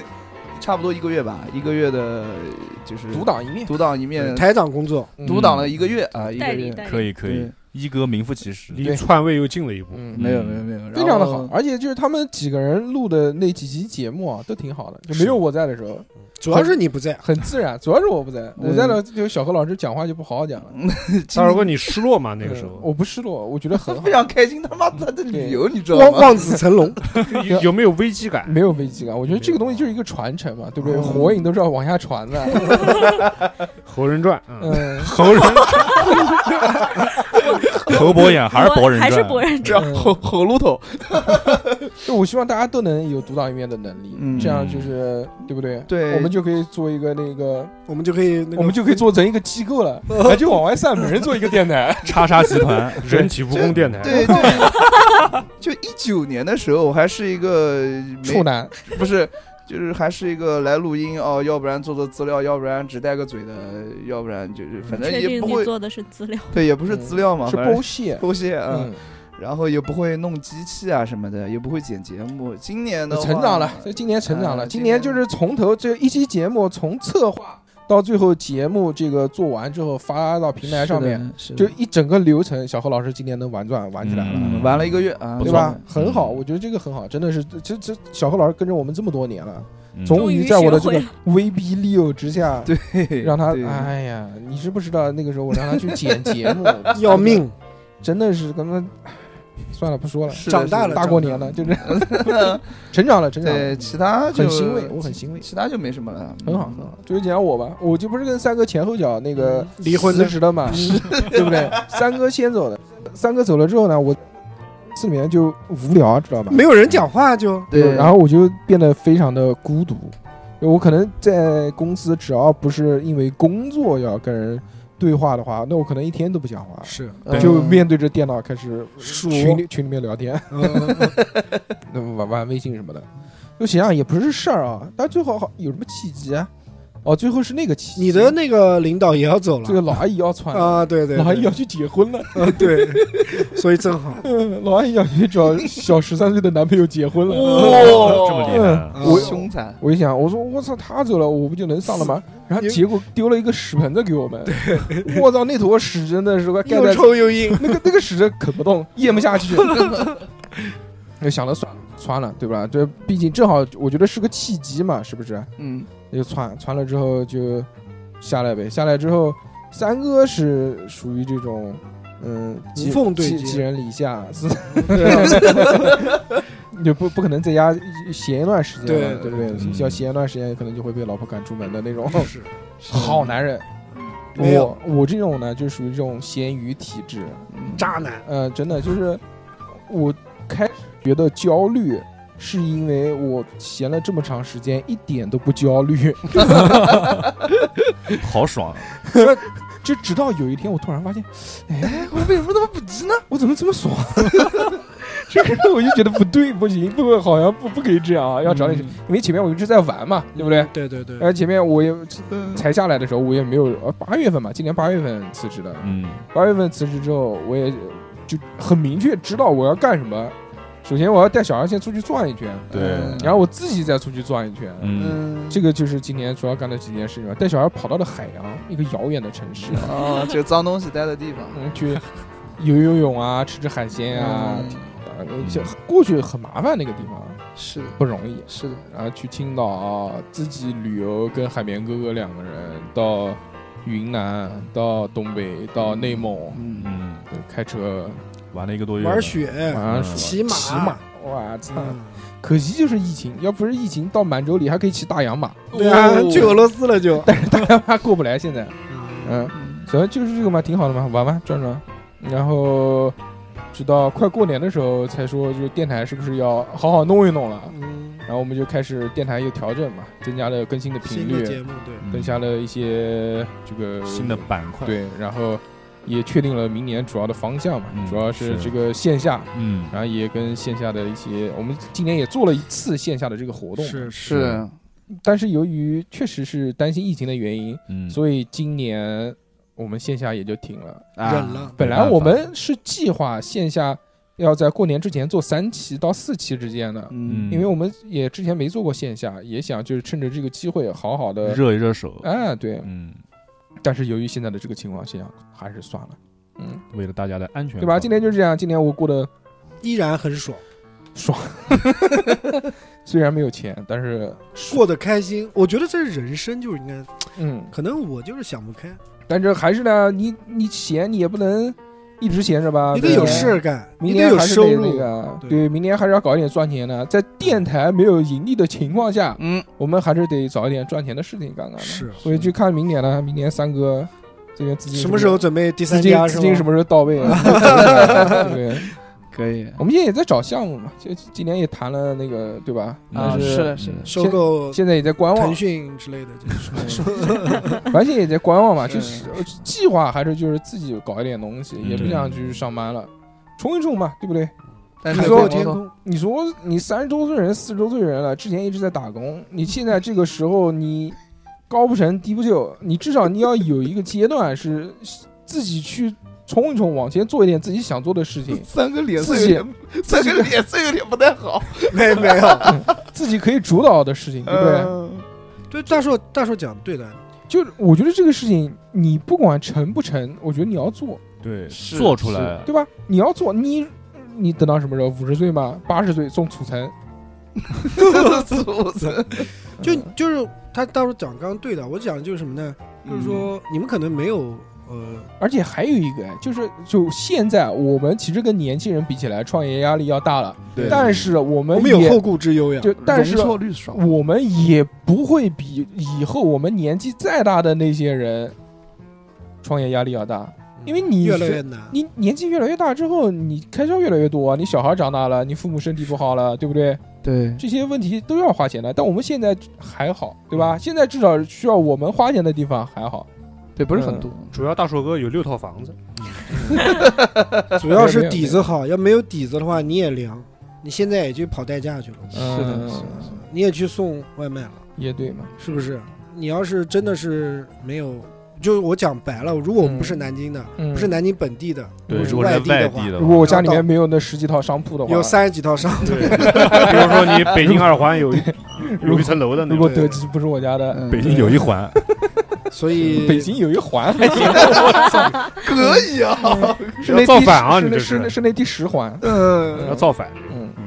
S3: 差不多一个月吧，一个月的就是
S1: 独挡一面，
S3: 独挡一面，
S2: 台长工作，
S1: 嗯
S3: 独挡了一个月啊，一个
S7: 代理
S3: 月
S7: 代理，
S8: 可以可以
S3: (laughs) 对，
S8: 一哥名副其实，
S4: 离篡位又近了一步。
S1: 嗯
S3: 没有没有没有，
S1: 非常的
S3: 然
S1: 好
S3: 后，
S1: 而且就是他们几个人录的那几期节目啊，都挺好的，就没有我在的时候
S2: 主要是你不在，
S1: 很自然，主要是我不在，我在了就小何老师讲话就不好好 (laughs) 讲了。
S4: 大二哥，你失落吗？那个时
S1: 嗯
S4: 候
S1: 我不失落，我觉得 (laughs) 很好
S3: 非，常开心，他妈他的旅游你知道
S2: 望
S3: 吗？
S2: 望子成
S3: (laughs)
S4: (laughs)
S2: 龙，
S4: 有有没有危机感？
S1: 没有危机感。我觉得这个东西就是一个传承嘛，对不对？火影都是要往下传的，
S4: 《猴
S1: (laughs)
S4: 人传》嗯，
S1: 嗯，
S8: 猴人，侯博演还是博人
S7: 还是
S8: 传
S7: 博人
S3: 这样吼吼路头，
S1: 嗯 (laughs) 就我希望大家都能有独当一面的能力，
S3: 嗯
S1: 这样就是对不对？
S3: 对
S1: 我们就可以做一个那个，
S2: 我们就可以那个，
S1: 我们就可以做成一个机构
S3: (laughs)
S1: 了，那哎就往外散，每人做一个电 (laughs) 台。
S8: 叉叉集团，
S4: 人体蜈蚣电台，
S3: 对对，
S1: (laughs)
S3: 就一九年的时候，我还是一个没
S1: 处男，
S3: 不是，就是还是一个来录音哦，要不然做做资料，要不然只带个嘴的，要不然就是反正
S7: 确
S3: 也
S7: 定
S3: 不
S7: 你
S3: 会，
S7: 做的是资料，
S3: 对，也不是资料嘛，
S1: 嗯是
S3: 反正 (laughs)
S1: 剥削。
S3: 剖析啊。
S1: 嗯，
S3: 然后也不会弄机器啊什么的，也不会剪节目。今年的话
S1: 成长了，这今年成长了。
S3: 嗯
S1: 今
S3: 今年
S1: 年就是从头这一期节目从策划到最后节目这个做完之后发到平台上面，，
S3: 是
S1: 就
S3: 的
S1: 一整个流程，小何老师今年能玩转玩起来了。
S8: 嗯
S3: 玩了一个月啊，
S8: 不
S1: 对
S8: 错
S1: 吧？很好，
S8: 嗯
S1: 我觉得这个很好，真的是这这小何老师跟着我们这么多年了，
S8: 嗯
S1: 终于在我的这
S7: 终于
S1: 个威逼利诱之下，
S3: 对，
S1: 让他
S3: 对
S1: 哎呀，你是不知道那个时候我让他去剪节目，
S2: 要命，
S1: 真的是跟他算了不说了，
S3: 是的
S2: 长
S3: 是
S2: 大了
S3: 的
S1: 大过年的，就是
S3: 嗯
S1: 成长了，成长了嗯
S3: 对，，其他就
S1: 很欣慰，我很欣慰，
S3: 其他就没什么了，嗯
S1: 很好，很好。就是讲我吧，我就不是跟三哥前后脚那
S2: 嗯
S1: 个
S4: 离婚
S1: 辞
S4: 的
S1: 职的嘛，对不对？三哥先走的，三哥走了之后呢，我这里面就无聊，知道吧？
S2: 没有人讲话就
S3: 对，
S1: 然后我就变得非常的孤独。我可能在公司，只要不是因为工作要跟人对话的话，那我可能一天都不讲话，
S2: 是
S3: 嗯
S1: 就面对着电脑开始
S2: 说
S1: 群里群里面聊天，
S2: 嗯
S1: (laughs) 那么玩玩微信什么的。就想想也不是事儿啊，但最后好有什么契机啊？哦，最后是那个契机，
S2: 你的那个领导也要走
S1: 这
S2: 了
S1: 个老阿姨要窜了，
S2: 啊，对对，
S1: 老阿
S2: 对
S1: 姨要去结婚了， (laughs)
S2: 啊对，所以正好，
S1: 嗯老阿姨要去找小十三岁的男朋友结婚了。哦嗯
S8: 这么厉害，
S2: 啊
S3: 我凶残，
S1: 我一想，我说我操，他走了，我不就能上了吗？然后结果丢了一个屎盆子给我们，我操，那坨屎真的是快盖
S2: 又
S1: 在
S2: 臭又硬，
S1: (laughs) 那个那个屎真啃不动，咽不下 (laughs) 去。就想了算了，穿了，对吧？这毕竟正好，我觉得是个契机嘛，是不是？
S3: 嗯，
S1: 那就穿穿了之后就下来呗，下来之后，三哥是属于这种。嗯，
S2: 无缝对
S1: 寄
S2: 接
S1: 寄人篱下，
S2: (laughs)
S1: 是就不不可能在家闲一段时间了，
S2: 对
S1: 对不对？
S8: 嗯
S1: 要闲一段时间，可能就会被老婆赶出门的那种
S2: 是
S1: 好男人。
S2: 没有嗯
S1: 我我这种呢，就属于这种咸鱼体质，
S2: 渣男，
S1: 呃，真的就是我开始觉得焦虑，是因为我闲了这么长时间，一点都不焦虑。
S8: 好爽啊！
S1: (laughs) 就直到有一天，我突然发现，哎，
S3: 我为什么他妈不急呢？
S1: 我怎么这么爽？这个时候我就觉得不对，不行，不好像不不可以这样啊，要找点事。因为前面我一直在玩嘛，对不对？
S2: 嗯对对对呃
S1: 然，后前面我也
S3: 嗯
S1: 才下来的时候，我也没有，呃，八月份嘛，今年八月份辞职的，
S8: 嗯，
S1: 八月份辞职之后，我也就很明确知道我要干什么。首先，我要带小孩先出去转一圈，
S8: 对，
S2: 嗯
S1: 然后我自己再出去转一圈。
S8: 嗯，
S3: 嗯，
S1: 这个就是今年主要干的几件事情吧。带小孩跑到了海洋，一个遥远的城市，啊
S2: (laughs)
S3: 哦，这个脏东西待的地方，
S1: 嗯，去游游泳啊，吃吃海鲜啊，
S3: 嗯
S1: 啊，就过去很麻烦那个地方
S3: 是的，
S1: 不容易。
S3: 是的，
S1: 然后去青岛、啊自己旅游，跟海绵哥哥两个人到云南、到东北、到内蒙，
S3: 嗯，
S8: 嗯，
S1: 开车
S8: 玩了一个多月，
S2: 玩，雪、
S1: 晚上
S8: 嗯
S1: 骑
S2: 骑马、
S1: 骑马，哇操！
S2: 嗯，
S1: 可惜就是疫情，要不是疫情，到满洲里还可以骑大洋马，
S2: 对啊，
S8: 哦
S2: 去俄罗斯了就，
S1: 他妈过不来现在。
S2: (laughs) 嗯
S1: 嗯，主要就是这个嘛，挺好的嘛，玩玩转转，然后直到快过年的时候才说，就是电台是不是要好好弄一弄了？
S2: 嗯，
S1: 然后我们就开始电台又调整嘛，增加了更新的频
S2: 新的节
S1: 率，
S2: 目对，
S1: 增加了一些这个
S8: 嗯新的板块，，
S1: 对，然后也确定了明年主要的方向嘛，
S8: 嗯
S1: 主要是
S8: 是
S1: 这个线下，
S8: 嗯，
S1: 然后也跟线下的一些，我们今年也做了一次线下的这个活动嘛，
S2: 是
S3: 是的，
S1: 但是由于确实是担心疫情的原因，
S8: 嗯，
S1: 所以今年我们线下也就停了。
S3: 啊
S2: 忍，了，
S1: 本来
S8: 办法
S1: 我们是计划线下要在过年之前做三期到四期之间的，
S3: 嗯，
S1: 因为我们也之前没做过线下，也想就是趁着这个机会好好的。
S8: 热一热手，
S1: 哎，对，
S8: 嗯，
S1: 但是由于现在的这个情况，想还是算了，嗯，
S8: 为了大家的安全，
S1: 对吧？今天就是这样，今年我过得
S2: 依然很爽，
S1: 爽，虽然没有钱，但是
S2: 过得开心。我觉得这人生就是应该，
S1: 嗯，
S2: 可能我就是想不开，
S1: 但是还是呢，你你闲你也不能一直闲着吧，
S2: 你得
S1: 对
S2: 有
S1: 吧
S2: 事儿干，
S1: 明
S2: 你得
S1: 年
S2: 有
S1: 还是
S2: 收
S1: 得
S2: 入
S1: 那，个，
S2: 对
S1: 对，明年还是要搞一点赚钱的。在电台没有盈利的情况下，
S3: 嗯，
S1: 我们还是得找一点赚钱的事情干干的。
S2: 是
S1: 所以就看明年了，明年三哥这边资金
S2: 什么时候准备第
S1: 资
S2: 三
S1: 金
S2: 家是
S1: 资金什
S2: 吗？
S1: 么时候
S2: (laughs)
S1: 到位啊？对，
S3: 可以，
S1: 我们现在也在找项目嘛，就今年也谈了那个，对吧？
S3: 啊，
S1: 但
S3: 是
S1: 是嗯
S3: 的，是的，
S2: 收购
S1: 现在也在观望
S2: 腾，讯之类的，
S1: (laughs)
S2: 就是
S1: 反正现在也在观望嘛，
S3: 是
S1: 就是呃计划还是就是自己搞一点东西，
S8: 嗯
S1: 也不想去上班了，冲一冲嘛，对不对？
S3: 但
S2: 宇
S3: 是
S2: 宙
S3: 我
S2: 天
S3: 懂，
S2: 空，
S1: 你说你三十多岁人、四十多岁人了，之前一直在打工，你现在这个时候你高不成低不就，你至少你要有一个阶段是自己去冲一冲，往前做一点自己想做的事情
S3: 三个脸色
S1: 自
S3: 有
S1: 己
S3: 点，三个脸色有点不太好，
S2: 没没有，
S3: (laughs)
S1: 自己可以主导的事情，对不啊对？
S3: 嗯
S2: (laughs) 对大硕大硕讲得
S3: (laughs)
S2: 对的，
S1: 就是我觉得这个事情，你不管成不成，我觉得你要做，
S8: 对，
S3: 是
S8: 做出来，
S1: 对吧？你要做，你你等到什么时候？五十岁吗？八十岁送储存？
S2: 就就是他大硕讲刚刚对的，我讲的就是什么呢？就是
S1: 嗯
S2: 说你们可能没有呃，
S1: 而且还有一个，就是就现在我们其实跟年轻人比起来，创业压力要大了，
S3: 对
S1: 但是我们
S2: 我们有
S1: 也
S2: 后顾之忧呀。
S1: 就但是
S3: 容错率少，
S1: 我们也不会比以后我们年纪再大的那些人创业压力要大，因为
S2: 嗯
S1: 你
S2: 越来
S1: 是
S2: 越难，
S1: 你年纪越来越大之后，你开销越来越多，你小孩长大了，你父母身体不好了，对不对？
S3: 对，
S1: 这些问题都要花钱的。但我们现在还好，
S2: 嗯
S1: 对吧？现在至少需要我们花钱的地方还好，
S3: 对，不是很
S1: 嗯
S3: 多，
S4: 主要大硕哥有六套房
S3: (laughs)
S4: 子，
S2: 主要是底子好，要没有底子的话你也凉，你现在也去跑代驾去了，
S3: 是的
S1: 嗯
S3: 是的
S2: 你也去送外卖了，
S1: 也对嘛。
S2: 是不是？你要是真的是没有，就我讲白了，如果我们不是南京的，
S1: 嗯
S2: 不是南京本地的，
S8: 对，
S2: 我
S8: 如
S2: 是
S8: 果在
S2: 外
S8: 外
S2: 话
S8: 地，的话，
S1: 如果我家里面没有那十几套商铺的话，
S2: 有三十几套商 (laughs)
S4: 对，比如说你北京二环有一有一层
S1: (laughs)
S4: 楼的那
S1: 如果
S4: 种，
S1: 德基不是我家的，
S3: 嗯
S8: 北京有一环，
S2: (laughs) 所以
S1: (laughs) 北京有一
S4: (laughs)
S1: 环，
S2: (laughs)
S3: 可以啊，
S1: (laughs) 是那
S4: 要造
S1: 第
S4: 反啊
S1: 是
S4: 你
S1: 那
S4: 这
S1: 是那
S4: 是
S1: 是那第十环，
S3: 嗯，
S4: (laughs) 要造反。
S1: 嗯，
S8: 嗯，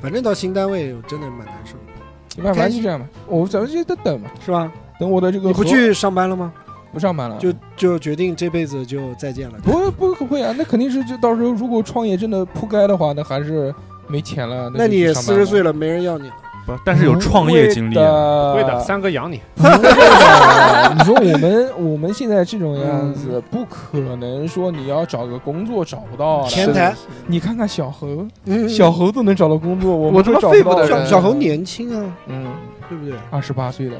S2: 反正到新单位我真的蛮难受的，
S1: 一般反正就这样嘛。我咱们就在等嘛，
S2: 是吧？
S1: 等我的这个
S2: 你不
S1: 合
S2: 去上班了吗？
S1: 不上班了，
S2: 就就决定这辈子就再见了。
S1: 不不不会啊，那肯定是就到时候如果创业真的铺盖的话，那还是没钱了。
S2: 那
S1: 就
S2: 你
S1: 去上
S2: 四
S1: 班
S2: 十
S1: 了
S2: 岁了，没人要你了。
S8: 不，但是有创业经历
S1: 不会
S8: 啊，
S1: 的，
S4: 会的，三哥养你。
S1: 不会 (laughs) 的。哦你说我们 (laughs) 我们现在这种
S3: 嗯
S1: 样子，不可能说你要找个工作找不到啊
S2: 前
S1: 的。
S2: 台，
S1: 你看看小猴，
S2: 嗯，
S1: 小猴都能找到工作，我
S3: 我
S1: 们
S3: 他
S1: 都
S3: 妈
S1: 找
S3: 废
S1: 不
S3: 物
S1: 到
S3: 的
S1: 的
S2: 小
S3: 人
S2: 小猴，年轻啊，
S1: 嗯，
S2: 对不对？
S1: 二十八岁的，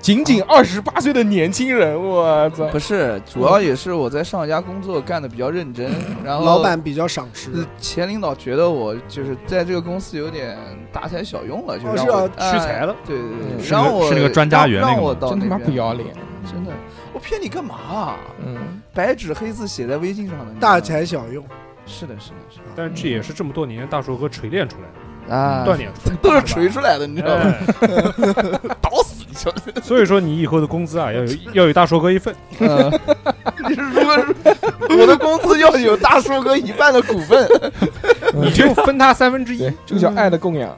S1: 仅仅二十八岁的年轻人，我操！
S3: 不是，主要也是我在上一家工作干的比较认
S1: (laughs)
S3: 真，然后
S2: 老板比较赏识，
S3: 呃前领导觉得我就是在这个公司有点大材小用了，就
S2: 哦
S3: 让
S2: 是啊
S3: 我
S4: 屈才了，
S3: 哎对对
S1: 嗯
S3: 对，
S1: 是
S3: 让
S8: 那个
S3: 我
S8: 是那个专家园
S3: 让
S8: 那
S3: 让
S8: 个
S3: 我
S8: 吗
S3: 到
S1: 真他
S3: 那
S1: 妈
S3: 边
S1: 不要脸， (laughs)
S3: 真的，我骗你干嘛啊？
S1: 嗯，
S3: 白纸黑字写在微信上的，你
S2: 大
S3: 知道吗
S2: 材小用。
S3: 是的，是的，是的
S4: 但是这也是这么多年大硕哥锤炼出来的，
S3: 啊
S4: 锻炼出来的，
S3: 都是锤出来的，你知道吗？
S4: 哎。
S3: (laughs) 打死你瞧！
S4: 所以说你以后的工资啊，
S3: (laughs)
S4: 要有要有大硕哥一份。
S3: 呃
S4: (laughs)
S3: 你如果是我的工资要有大叔哥一半的股
S1: (laughs)
S3: 份，
S1: 嗯
S4: 你就分他三分之一
S1: 对。，这个叫爱的供养，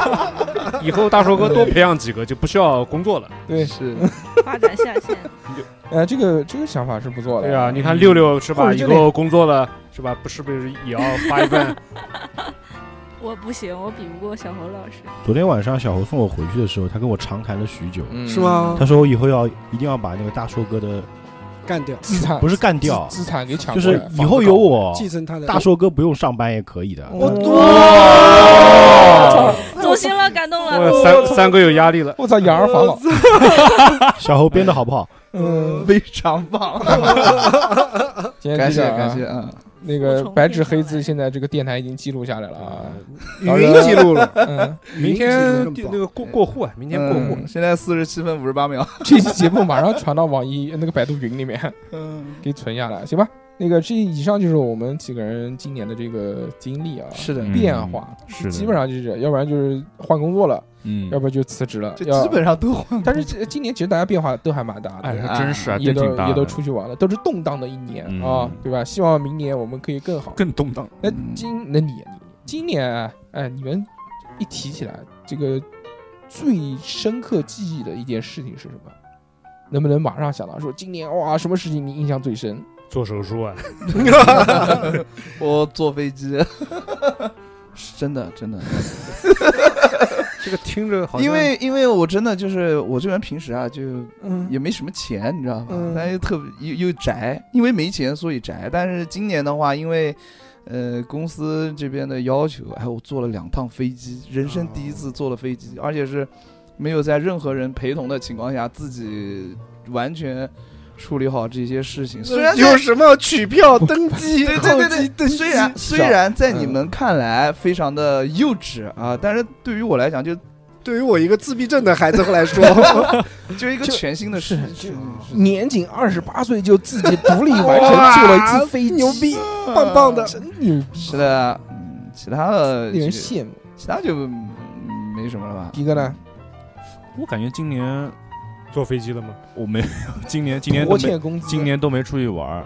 S1: (laughs)
S4: 以后大硕哥多培养几个，就不需要工作了。
S1: 对，
S3: 是
S7: 发展下线，
S1: 呃，这个这个想法是不错的。嗯
S4: 对啊，你看六六是
S1: 或
S4: 吧？
S1: 者
S4: 以
S1: 就
S4: 后工作了是吧？不是不是也要发一份？
S7: (laughs) 我不行，我比不过小侯老师。
S5: 昨天晚上小猴送我回去的时候，他跟我长谈了许久。
S1: 嗯
S2: 是？吗
S5: 他？说我以后要一定要把那个大硕哥的
S2: 干掉，
S1: 资产
S5: 不是干掉，
S1: 资资产给抢
S5: 就
S1: 过
S5: 是
S1: 来，
S5: 以后有我，
S2: 继承他的
S5: 大硕哥不用上班也可以的。
S1: 我
S4: 哇
S7: 走心了，感动了。
S4: 我三三哥有压力了。
S1: 我操，养儿防老，
S5: (laughs) 小猴编的好不
S4: (laughs)
S5: 好？
S1: 嗯，
S3: (laughs) 非常
S1: (laughs)
S3: 棒，
S1: 今天
S3: 感
S1: 就
S3: 谢
S1: 这样啊
S3: 感谢。啊！
S1: 那
S7: 我
S1: 个
S7: 重
S1: 白
S7: 听
S1: 纸
S7: 上
S1: 黑
S7: 来
S1: 字，现在这个电台已经记录下来了啊。
S2: 语音记录了，
S1: 嗯，
S4: 明天就那个过
S3: 嗯
S4: 过户啊，明天过户
S3: 嗯。现在四十七分五十八秒，
S1: 这期节目马上传到网易那个百度云里面，
S3: 嗯，
S1: 给存下来，行吧？那个这以上就是我们几个人今年的这个经历啊，
S3: 是的
S8: 嗯
S1: 变化，
S8: 是的
S1: 基本上就是这样，要不然就是换工作了，
S8: 嗯
S1: 要，不然就辞职了，
S3: 这
S1: 要
S3: 基本上都换
S1: 但是这今年其实大家变化都还蛮大的
S8: 哎，，
S3: 呀
S8: 还真是啊，
S1: 也
S8: 真
S1: 都
S8: 挺大
S1: 也都
S8: 的，
S1: 出去玩了，都是动荡的一年
S8: 嗯
S1: 啊，对吧？希望明年我们可以更好。
S8: 更动荡。
S1: 那今那你今年哎，你们一提起来，这个最深刻记忆的一件事情是什么？能不能马上想到说今年哇什么事情你印象最深？
S4: 做手
S3: (laughs)
S4: 术啊，
S3: 我坐飞机，是真的 (laughs) 真的，
S4: 这个听着好像
S3: 因为因为我真的就是我这人平时啊就
S1: 嗯
S3: 也没什么钱，你知道吧
S1: 嗯？
S3: 但又特别又又宅，因为没钱所以宅。但是今年的话，因为呃公司这边的要求，哎，我坐了两趟飞机，人生第一次坐了飞机，而且是没有在任何人陪同的情况下，自己完全处理好这些事情。虽然在
S2: 有什么取票登机、
S3: 对
S2: 候
S3: 对对
S2: 机
S3: 对，
S2: 登机
S3: 虽然虽然在你们看来非常的幼稚啊，但是对于我来讲，就
S2: 对于我一个自闭症的孩子来说，
S3: (laughs) 就是一个
S1: 就
S3: 全新的
S1: 是
S3: 事
S1: 是
S3: 情。
S1: (laughs) 年仅二十八岁就自己独立完成做了一次飞机，
S2: 牛逼，棒棒的。
S1: 真牛逼，
S3: 是的，嗯，其他的
S1: 令人
S3: 就
S1: 羡慕。
S3: 其他就嗯没什么了吧？
S1: 迪哥呢？
S8: 我感觉今年
S4: 坐飞机了吗？
S8: 我没有，今年今年都
S1: 拖
S8: 没
S1: 欠工资，
S8: 今年都没出去玩儿，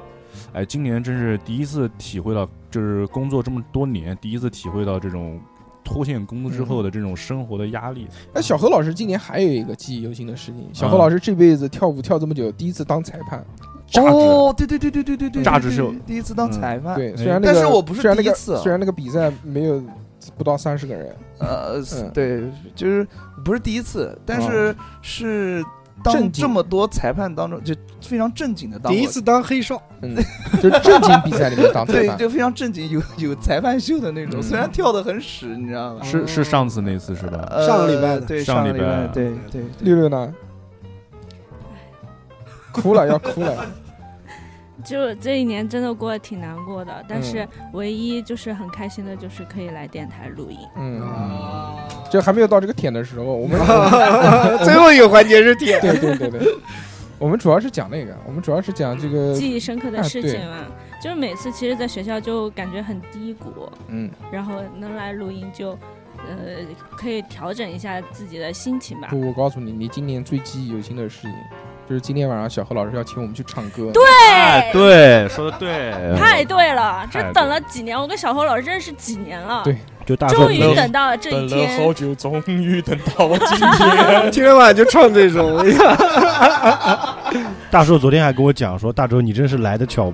S8: 哎，今年真是第一次体会到，就是工作这么多年，第一次体会到这种拖欠工资之后的这种生活的压力。
S1: 哎，小何老师今年还有一个记忆犹新的事情，
S8: 啊
S1: 小何老师这辈子跳舞跳这么久，第一次当裁判。
S8: 榨汁
S3: 哦，对对对对对对对，
S8: 榨汁
S3: 对
S8: 是
S3: 对第一次当
S8: 嗯
S3: 裁判，
S1: 对，
S8: 哎
S1: 虽然那个，
S3: 但是我不是
S1: 虽然那
S3: 第
S1: 个
S3: 一次啊
S1: 虽然那个比赛没有不到三十个人，
S3: 呃，是
S1: 嗯
S3: 对，就是不是第一次，但是是当
S1: 正经
S3: 这么多裁判当中，就非常正经的当
S2: 第
S3: 过
S2: 一次当黑哨，
S1: 嗯， (laughs) 就正经比赛里面当裁
S3: 对， (laughs)
S1: 判。
S3: 就非常正经，有有裁判秀的那种，
S1: 嗯
S3: 虽然跳的很屎，你知道吧？
S2: 哦
S8: 是是上次那次是吧？
S3: 呃
S2: 上个礼拜的
S3: 对，
S8: 上
S3: 上
S8: 个
S3: 个
S8: 礼
S3: 礼
S8: 拜啊
S3: 拜，对对对，
S1: 六六呢？哭了要哭了，
S7: 就这一年真的过得挺难过的，但是唯一就是很开心的，就是可以来电台录音。
S1: 嗯，
S3: 啊
S1: 就还没有到这个舔的时候，我
S3: (laughs)
S1: 们
S2: 最后一个环节是铁。
S1: 对对对对，我们主要是讲那个，我们主要是讲这个，
S7: 记忆深刻
S1: 啊
S7: 的事情嘛，就是每次其实，在学校就感觉很低谷，
S1: 嗯
S7: 然后能来录音就，呃，可以调整一下自己的心情吧。
S1: 不，我告诉你，你今年最记忆犹新的事情，就是今天晚上小何老师要请我们去唱歌。对，
S7: 哎
S8: 啊对，说的对，
S7: (laughs)
S8: 哎
S7: 太对了，这
S8: 太对
S7: 等了几年，我跟小侯老师认识几年了，
S1: 对
S5: 就大
S7: 终
S5: 顺
S7: 于
S5: 风
S7: 等到了这一天。
S1: 久，终于等到我今天。
S2: 今天晚上就唱这种，哎呀
S5: 大叔昨天还跟我讲说，大周你真是来的巧，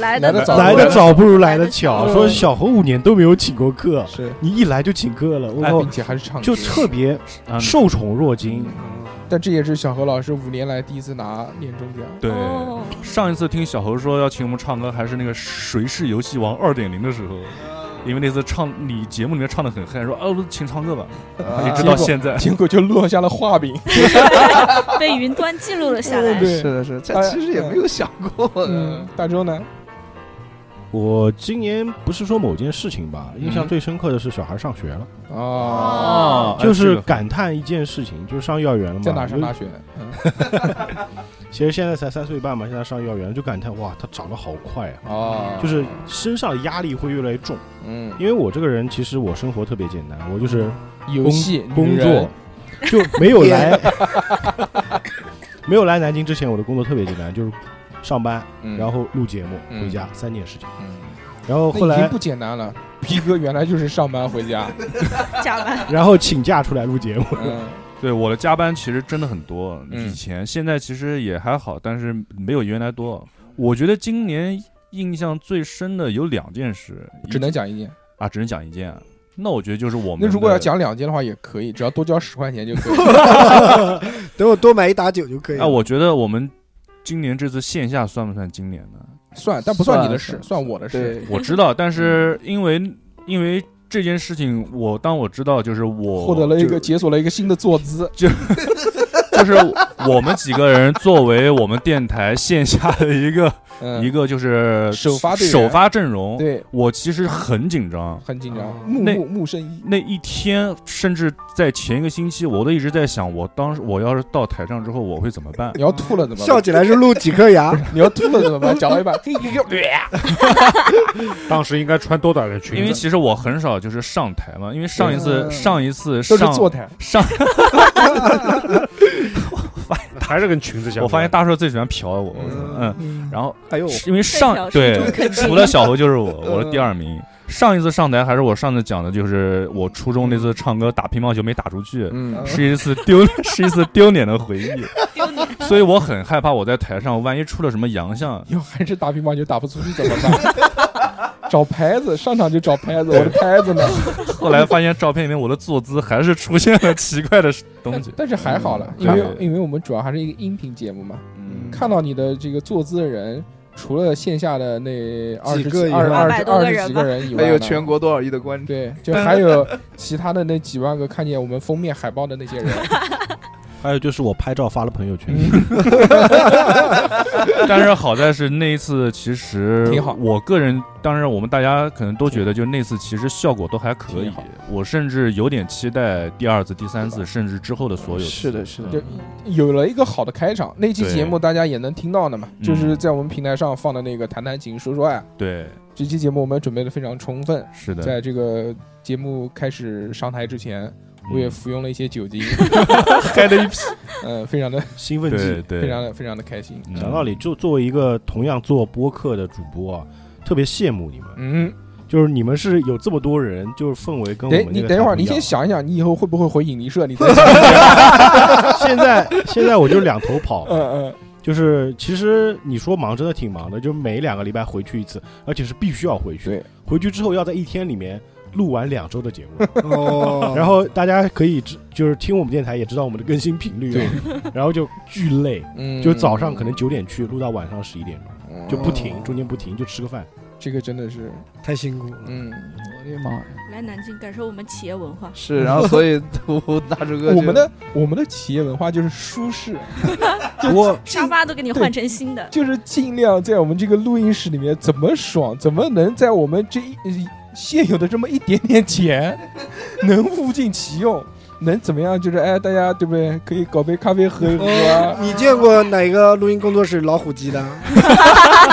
S7: 来
S1: 来得
S7: 的
S1: 早
S5: 来的早不如来的
S1: 来
S5: 巧。
S1: 得巧
S5: 说小何五年都没有请过客，
S1: 是，
S5: 你一来就请客了，我
S1: 哎
S5: 靠
S1: 并且还是唱歌，嗯
S5: 就特别
S8: 嗯
S5: 受宠若惊。
S1: 但这也是小何老师五年来第一次拿年终奖。
S8: 对。
S7: 哦，
S8: 上一次听小猴说要请我们唱歌，还是那个《谁是游戏王二点零》的时候，因为那次唱你节目里面唱的很嗨，说哦、请唱歌吧，一啊直到现在。
S1: 啊结果就落下了画饼。
S7: (laughs) 被云端记录了下
S5: 嗯
S7: 来。
S1: 对
S3: 是的，是的，这
S1: 哎
S3: 其实也没有想过
S1: (laughs) 嗯
S3: 的，，
S1: 大周呢？
S5: 我今年不是说某件事情吧，印象
S1: 嗯
S5: 最深刻的是小孩上学了，
S1: 哦，
S8: 哦哎
S5: 就是
S8: 这个
S5: 感叹一件事情，就是上幼儿园了嘛。
S1: 在哪上
S5: 就
S1: 大学？嗯
S5: 其实现在才三岁半嘛，现在上幼儿园就感叹哇，他长得好快啊！
S1: 哦，
S5: 就是身上的压力会越来越重，
S1: 嗯，
S5: 因为我这个人其实我生活特别简单，我就是
S1: 游戏、女
S5: 工
S1: 人
S5: 作，就没有来， (laughs) 没有来南京之前，我的工作特别简单，就是上班，
S1: 嗯
S5: 然后录节目，
S1: 嗯
S5: 回家三件事情。
S1: 嗯
S5: 然后后
S1: 那已经
S5: 来，
S1: 不简单了。皮哥原来就是上班回
S8: (laughs)
S1: 家，
S7: 加班，
S5: 然后请假出来录节目。
S1: 嗯，
S8: 对我的加班其实真的很多，
S1: 嗯
S8: 以前现在其实也还好，但是没有原来多。我觉得今年印象最深的有两件事，一
S1: 只能讲一件。
S8: 啊，只能讲一件。那我觉得就是我们
S1: 那如果
S8: 的
S1: 要讲两件的话，也可以，只要多交十块钱就可以。
S2: (laughs)
S8: (laughs)
S2: 等我多买一打酒就可以了。
S8: 啊，我觉得我们今年这次线下算不算今年呢？
S1: 算，但不算你的事，
S3: 算
S1: 算我的事。
S3: 对，
S8: 我知道，但是因为因为这件事情，我当我知道就是我
S1: (laughs) 获得了一
S8: 哦
S1: 个
S8: 就
S1: 解锁了一个新的坐姿，
S8: (laughs) 就是
S1: (laughs)
S8: 我们几个人作为我们电台线下的一个
S1: 嗯，
S8: 一个就是
S1: 首发队员
S8: 首发阵容，
S1: 对，
S8: 我其实很紧张。
S1: 很紧张
S2: 哦，
S1: 木
S8: 那
S1: 木木生一，
S8: 那一天，甚至在前一个星期，我都一直在想，我当时我要是到台上之后，我会怎么办？
S1: 你要吐了怎么
S2: 笑
S1: 办？
S2: 起来是露几颗牙，
S1: (laughs) 你要吐了怎么办？讲到一半，嘿， (laughs)
S4: 当时应该穿多短的裙子，
S8: 因为其实我很少就是上台嘛，因为上一次
S1: 嗯
S8: 上一次
S1: 都是
S8: 上
S1: 坐台，
S8: 上，
S4: (laughs) 还是跟裙子相关。
S8: 我发现大硕最喜欢瞟我，我
S1: 嗯
S8: 嗯，然后
S2: 哎呦，
S8: 是因为上
S7: 瞟是一种
S8: 对，除了小侯就是我，我
S1: 嗯
S8: 是第二名。上一次上台还是我上次讲的，就是我初中那次唱歌打乒乓球没打出去，
S1: 嗯，
S8: 是一次丢 (laughs) 是一次丢脸的回忆，所以我很害怕我在台上万一出了什么洋相。
S1: 以后还是打乒乓球打不出去怎么办？ (laughs) 找牌子，上场就找牌子，我的牌子呢？
S8: 后来发现照片里面我的坐姿还是出现了奇怪的东西
S1: (laughs) 。但是还好了，
S8: 嗯
S1: 因为
S8: 对
S1: 因为我们主要还是一个音频节目嘛，
S3: 嗯
S1: 看到你的这个坐姿的人，除了线下的那二十
S2: 几个以外
S1: 二二
S7: 200
S1: 十
S7: 多个
S1: 二
S7: 人
S1: 十几个人以
S3: 还
S1: 外呢，
S3: 有哎全国多少亿的观众，
S1: 对，就还有其他的那几万个看见我们封面海报的那些人，
S5: 还有就是我拍照发了朋友圈，
S8: 嗯
S1: (laughs)
S8: 但是好在是那一次，其实
S1: 挺好
S8: 我个人，当然我们大家可能都觉得，就那次其实效果都还可以
S1: 挺好。
S8: 我甚至有点期待第二次、第三次，甚至之后的所有。
S3: 是的，是
S1: 就
S3: 的，
S1: 有了一个好的开场。那期
S8: 对
S1: 节目大家也能听到的嘛，
S8: 嗯
S1: 就是在我们平台上放的那个《谈谈情说说爱》。
S8: 对，
S1: 这期节目我们准备的非常充分，
S8: 是的。
S1: 在这个节目开始上台之前，
S8: 嗯
S1: 我也服用了一些酒精， (laughs)
S8: 嗨了一屁，
S1: 呃，非常的、
S5: 兴奋剂
S8: 对。对，
S1: 非常的、非常的开心。
S8: 嗯
S5: 讲道理，就作为一个同样做播客的主播啊，特别羡慕你们，
S1: 嗯，
S5: 就是你们是有这么多人，就是氛围跟我
S1: 等
S5: 们
S1: 你
S5: 这个
S1: 等一会儿，
S5: 还不
S1: 你
S5: 一样
S1: 先。想一想，你以后会不会回引力
S5: (laughs)
S1: 社？你再想一想，
S5: 现在现在我就两头跑，
S1: 嗯嗯，
S5: 就是其实你说忙真的挺忙的，就是每两个礼拜回去一次，而且是必须要回去
S1: 对。
S5: 回去之后要在一天里面录完两周的节目，
S2: 哦，
S5: 然后大家可以知就是听我们电台也知道我们的更新频率啊，然后就巨累，
S1: 嗯，
S5: 就早上可能九点去录到晚上十一点钟，
S1: 嗯
S5: 就不停，中间不停就吃个饭。
S1: 这个真的是，
S2: 太辛苦了。
S1: 嗯，
S3: 我的妈呀！
S7: 来南京感受我们企业文化。
S3: 是，然后所以我大柱哥就，
S1: 我们的我们的企业文化就是舒
S7: (laughs)
S1: 适，
S5: 不过
S7: 沙发都给你换成新 (laughs) 的，
S1: 就是尽量在我们这个录音室里面怎么爽，怎么能在我们这一现有的这么一点点钱， (laughs) 能物尽其用，能怎么样？就是哎，大家对不对？可以搞杯咖啡喝一喝啊。
S2: 你见过哪个录音工作室老虎机的？ (laughs)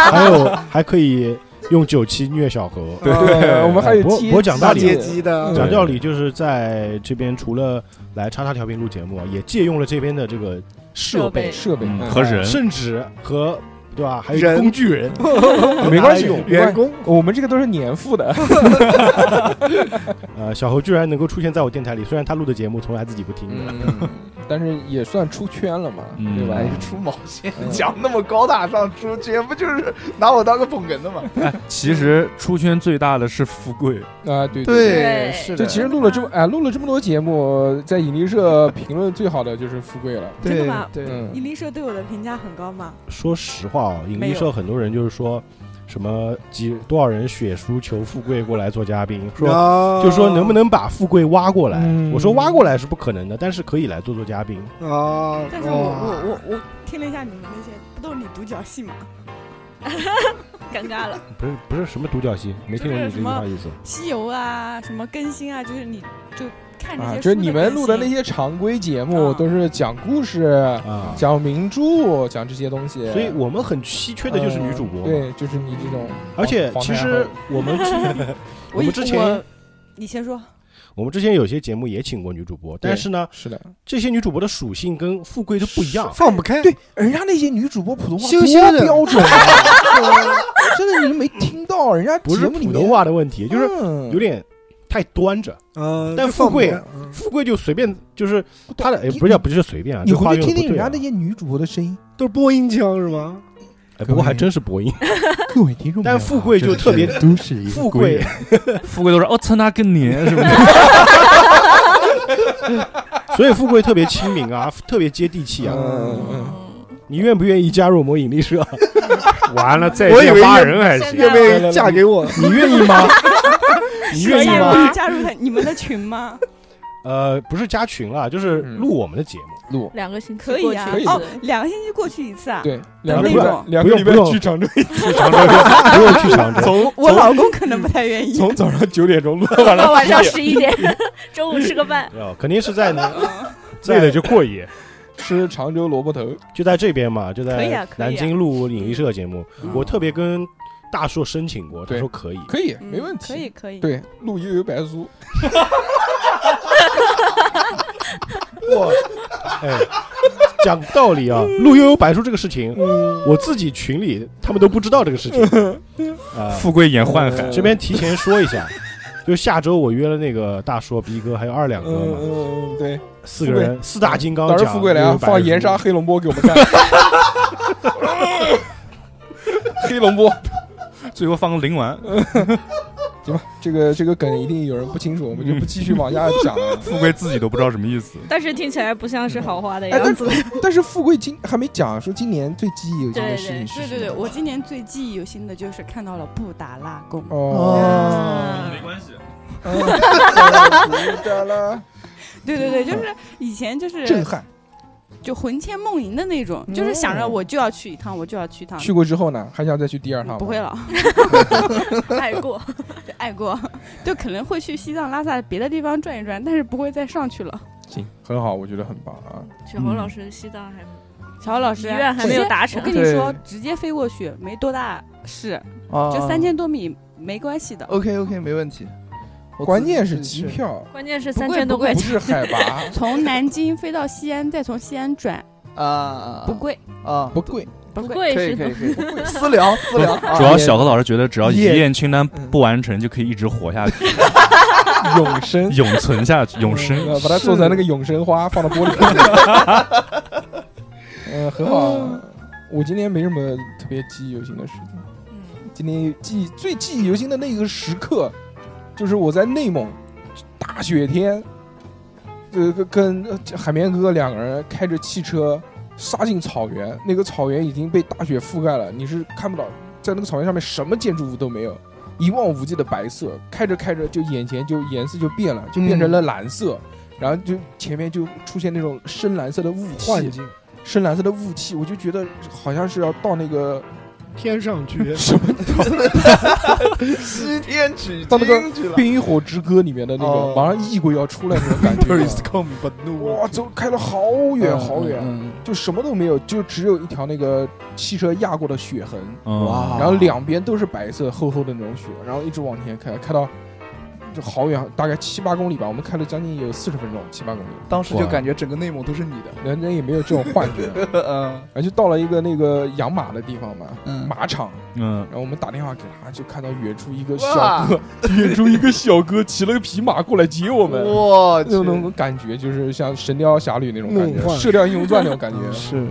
S5: 还有还可以用酒气虐小猴。
S1: 对哎
S2: 哦
S1: 我们还有
S5: 不过
S1: 贴
S5: 不过讲
S2: 大
S5: 道
S2: 街
S5: 理
S2: 机的
S1: 嗯，
S5: 讲道理，就是在这边除了来叉叉调频录节目啊，也借用了这边的这个设备，
S1: 设备
S8: 嗯
S1: 嗯
S8: 和人
S5: 甚至和对吧，还有
S2: 人
S5: 工具人，
S1: (laughs) 没关
S5: (laughs)
S1: 系
S5: 拿来用，
S1: 没关
S2: 员
S1: 系
S2: 工
S1: 我们这个都是年付的，
S5: (laughs) 呃，小猴居然能够出现在我电台里，虽然他录的节目从来自己不听的，
S1: 嗯，但是也算出圈了嘛，
S5: (laughs)
S8: 嗯
S1: 对吧
S3: 哎？出毛线
S1: 嗯，
S3: (laughs) 讲那么高大上，出街不就是拿我当个捧哏的吗？
S8: 其实出圈最大的是富贵，
S1: 啊，对
S7: 对
S3: 是
S1: 就
S3: 的，
S1: 其实录了这么哎，录了这么多节目，在引力社评论最好的就是富贵了。
S3: 对
S9: 真的吗
S3: 对，
S1: 嗯
S9: 引力社对我的评价很高吗？
S5: 说实话啊，引
S9: 没
S5: 力
S9: 有
S5: 社很多人就是说什么几多少人血书求富贵过来做嘉宾，说
S2: 啊，
S5: 就说能不能把富贵挖过来
S1: 嗯？
S5: 我说挖过来是不可能的，但是可以来做做嘉宾。
S2: 能
S1: 哦
S2: 啊？
S9: 但是我我我我听了一下你们那些，不都是你独角戏
S6: (laughs)
S9: 吗？
S7: 尴尬
S1: (laughs)
S7: 了。
S5: 不是不是什么独角戏，没听懂你这句话意思。
S9: 西游啊，什么更新啊，就是你就看这
S1: 啊，
S9: 些、
S1: 就是你们录的那，些常规节目
S9: 啊
S1: 都是讲故事、
S5: 啊，
S1: 讲名著、讲这些东西，
S5: 所以我们很稀缺的就是女主播
S1: 嗯
S5: 嘛，
S1: 对，就是你这种皇，
S5: 而且
S1: 皇
S5: 其
S1: 太后
S5: 实
S9: (laughs)
S5: 我们
S6: (laughs)
S5: 我们之前
S9: 你先说，
S5: 我们之前有些节目也请过女主播，但是呢，
S1: 是的，
S5: 这些女主播的属性跟富贵都不一样。
S2: 放不开，
S1: 对，人家那些女主播普通话
S2: 羞羞
S1: 多
S2: 的
S1: 标
S2: (laughs)
S1: 准啊，真的你没听到，人家
S5: 不
S1: 节
S5: 是
S1: 目里
S5: 普
S1: 面嗯
S5: 通话的问题，就是
S1: 是
S5: 有点太端着。
S2: 嗯，
S5: 但
S2: 就放
S5: 富贵
S2: 不开嗯
S5: 富贵就随便，就是他的，哎，
S1: 你
S5: 不叫不是随便啊，
S1: 你
S5: 这话
S1: 回
S5: 用
S1: 去
S5: 的
S1: 听
S5: 不
S1: 听人
S5: 对
S1: 家
S5: 啊
S1: 那。些女主播的声音，
S2: 都是播音腔是吗？
S5: 哎不过还真是播音，
S1: (laughs) 各位听众朋友
S5: 但
S1: 啊，
S5: 富贵就特别
S1: 都是一
S5: 富贵，
S8: 富贵都是我操那个年，是不是？
S4: (laughs)
S5: 所以富贵特别亲民啊， (laughs) 特别接地气啊。
S1: 嗯嗯。
S5: 你愿不愿意加入我们引力社？
S4: (laughs) 完了再
S2: 我以
S4: 见
S2: 为
S4: 八
S2: 也
S4: 人还行
S7: 现。
S2: 愿不
S1: 来来
S2: 愿
S1: 来
S2: 意嫁给我？
S5: 你愿意吗？ (laughs) 你
S9: 可
S5: 愿
S9: 以
S5: 意
S9: 吗
S5: 吗？？
S9: 加入他你们的群吗？
S5: 呃，不是加群了，就是
S4: 嗯
S5: 录我们的节目。
S1: 录，
S7: (laughs) 两个星期
S9: 可
S7: 过
S9: 以
S7: 去
S9: 啊
S1: 可以
S7: 一，次
S9: 哦，两个星期过去一次啊。
S1: 对，两个
S9: 那
S1: 礼拜
S9: 种，
S1: 两个礼拜
S5: 不用
S1: 去常州，
S5: 去常州，不用去常州。
S1: 从
S9: 我老公可能不太愿意。
S1: 从早上九点钟录到晚
S7: 到 (laughs)
S1: 上
S7: 晚上
S1: 10点
S7: 十一
S1: (laughs)
S7: 点，中午吃个饭，
S5: 没有，肯定是
S9: (laughs)
S5: 在
S9: 嗯
S4: 累
S5: 在
S4: 了就过夜。
S1: 吃常州萝卜头，
S5: 就在这边嘛，就
S9: 可以啊
S5: 在
S9: 可以啊
S5: 南京录引力社节目。
S1: 嗯
S5: 我特别跟大硕申请过，他
S1: 对
S5: 说可以。
S1: 可以，
S9: 嗯
S1: 没问题，
S9: 可以可以。
S1: 对，录悠悠白
S5: (laughs)
S1: 书，
S5: 我哎，讲道
S9: (laughs)
S5: 理啊，录悠悠白书这个事情，我自己群里他们都不知道这个事情
S9: (laughs)
S5: 啊。
S8: 富贵演幻海
S1: 嗯，
S5: 这边提前说一下，就下周我约了那个大硕、逼哥还有二两
S1: 嗯
S5: 哥嘛，
S1: 嗯嗯，对，
S5: 四个人四大金刚
S1: 到
S5: 讲，
S1: 时候富贵来啊，放盐沙黑龙波给我
S9: (laughs)
S1: 们看，黑龙波，
S8: 最后放个灵 (laughs) 丸，
S1: 行吧，这个这个梗一定有人不清楚，我们就不继续往下讲了。
S8: (laughs) 富贵自己都不知道什么意思。
S7: 但是听起来不像是好话的
S1: 哎，
S7: 样
S1: 但
S7: 子。
S1: (laughs) 但是富贵今还没讲，说今年最记忆犹新的
S7: 对
S1: 事情是
S9: 对
S1: 什
S9: 对
S1: 么
S9: 对，我今年最记忆犹新的就是看到了布达拉宫。
S1: 哦，
S7: 没
S8: 关系，
S1: 嗯哒啦哒啦
S9: (laughs) 对对对，就是以前就是
S1: 震撼，嗯
S6: 就魂牵梦萦的那种，就是想着我就要去一趟，我就要去
S8: 嗯
S6: 一趟，
S1: 去过之后呢，还想再去第二
S6: 嗯
S1: 趟？
S6: 不会。了，
S7: 爱
S6: (laughs)
S7: 过，
S6: 就爱过，就可能会去西藏、拉萨别的地方转一转，但是不会再上去了。
S1: 行，很好，我觉得很棒啊。
S7: 小侯老师西藏还
S6: 小欧老师
S7: 遗愿还没有达成
S6: 我跟你说
S3: 对，
S6: 直接飞过去没多大事，
S3: 啊，
S6: 就三。千多米没关系的。
S3: OK OK，没问题。我
S1: 关
S3: 自
S1: 键是
S3: 自己
S1: 机
S3: 去
S1: 票，
S7: 关键是
S6: 不
S7: 三
S6: 贵
S7: 千多
S6: 不贵
S7: 块
S1: 不
S7: 钱，
S1: 是海拔，
S6: (laughs) 从南京飞到西安，再从西安转，
S3: 啊啊，
S6: 不贵，
S3: 啊啊，
S1: 不贵。
S6: 不
S7: 不
S6: 贵。
S7: 贵
S3: 可
S7: 是
S3: 以
S7: 吧
S3: 可以可以，私聊私聊，啊
S8: 主要小何老师觉得，只要遗
S1: 也
S8: 愿清单
S1: 嗯
S8: 不完成，就可以一直活下去，
S1: 永
S8: (laughs)
S1: 生，
S8: 永存下去，永生。
S1: (laughs) 呃把它做成那个永生花，放到玻璃上。
S8: (laughs)
S1: 嗯，很好。我今天没什么特别记忆犹新的事情。
S7: 嗯
S1: 今天记忆最记忆犹新的那个时刻，就是我在内蒙大雪天，这个跟呃海绵哥两个人开着汽车杀进草原，那个草原已经被大雪覆盖了，你是看不到，在那个草原上面什么建筑物都没有，一望无际的白色，开着开着就眼前就颜色就变了，就变成了蓝
S3: 嗯
S1: 色。然后就前面就出现那种深蓝色的雾气，
S2: 幻境，
S1: 深蓝色的雾气，我就觉得好像是要到那个
S2: 天上去
S1: 什么
S3: (laughs)
S1: (laughs)
S3: 西天取
S1: 到那个
S3: 经去
S1: 《
S3: 了。
S1: 冰与火之歌》里面的那
S3: 哦
S1: 个，马上异鬼要出来那种感
S2: There
S1: 觉
S2: is。come but no
S1: 哇，
S2: one
S1: 走开了好远好远，
S3: 嗯，
S1: 就什么都没有，就只有一条那个汽车压过的雪痕，
S8: 嗯
S3: 哇
S1: 然后两边都是白色厚厚的那种雪，然后一直往前开，开到就好远，大概七八公里吧，我们开了将近有四十分钟，七八公里，
S3: 当时就感觉整个内蒙都是你的。
S1: 人家也没有这种幻觉，
S2: (laughs)
S3: 嗯
S1: 然后就到了一个那个养马的地方嘛，
S3: 嗯
S1: 马场，
S8: 嗯，
S1: 然后我们打电话给他，就看到远处一个
S3: 哇
S1: 小哥， (laughs) 远处一个小哥骑了个匹马过来接我们，
S3: 我去
S1: 那种那种感觉，就是像《神雕侠侣》那种感觉，
S2: 梦幻
S1: 《射雕英雄传》那种感
S2: (laughs)
S1: 觉。
S3: 是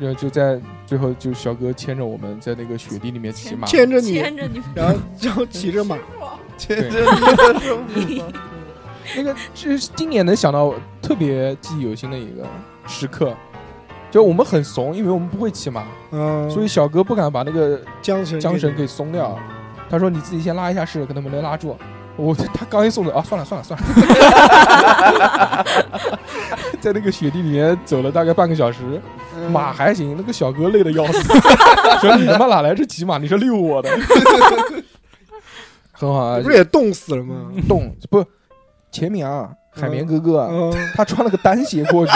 S1: 然后就在最后，就小哥牵着我们在那个雪地里面骑马，
S2: 牵着你，
S7: 牵着你
S2: 然后然后骑
S9: (laughs)
S2: 着马，
S3: 牵着你的手吗
S1: 那个就是今年能想到特别记忆犹新的一个时刻。就我们很怂，因为我们不会骑马，
S2: 嗯，
S1: 所以小哥不敢把那个
S2: 缰绳
S1: 缰绳
S2: 给
S1: 给松掉。他说：“你自己先拉一下试试，看能不能拉住。”我他刚一松手啊，算了算了算了，
S2: (laughs)
S1: 在那个雪地里面走了大概半个小时，
S2: 嗯
S1: 马还行，那个小哥累
S2: (laughs)
S1: 得要死，说你他妈哪来这骑马？你是遛我的，很好啊
S2: 你，不是也冻死了吗？
S1: 动不前面啊，海绵哥哥啊、
S2: 嗯，
S1: 他穿了个单鞋
S2: (laughs)
S1: 过去，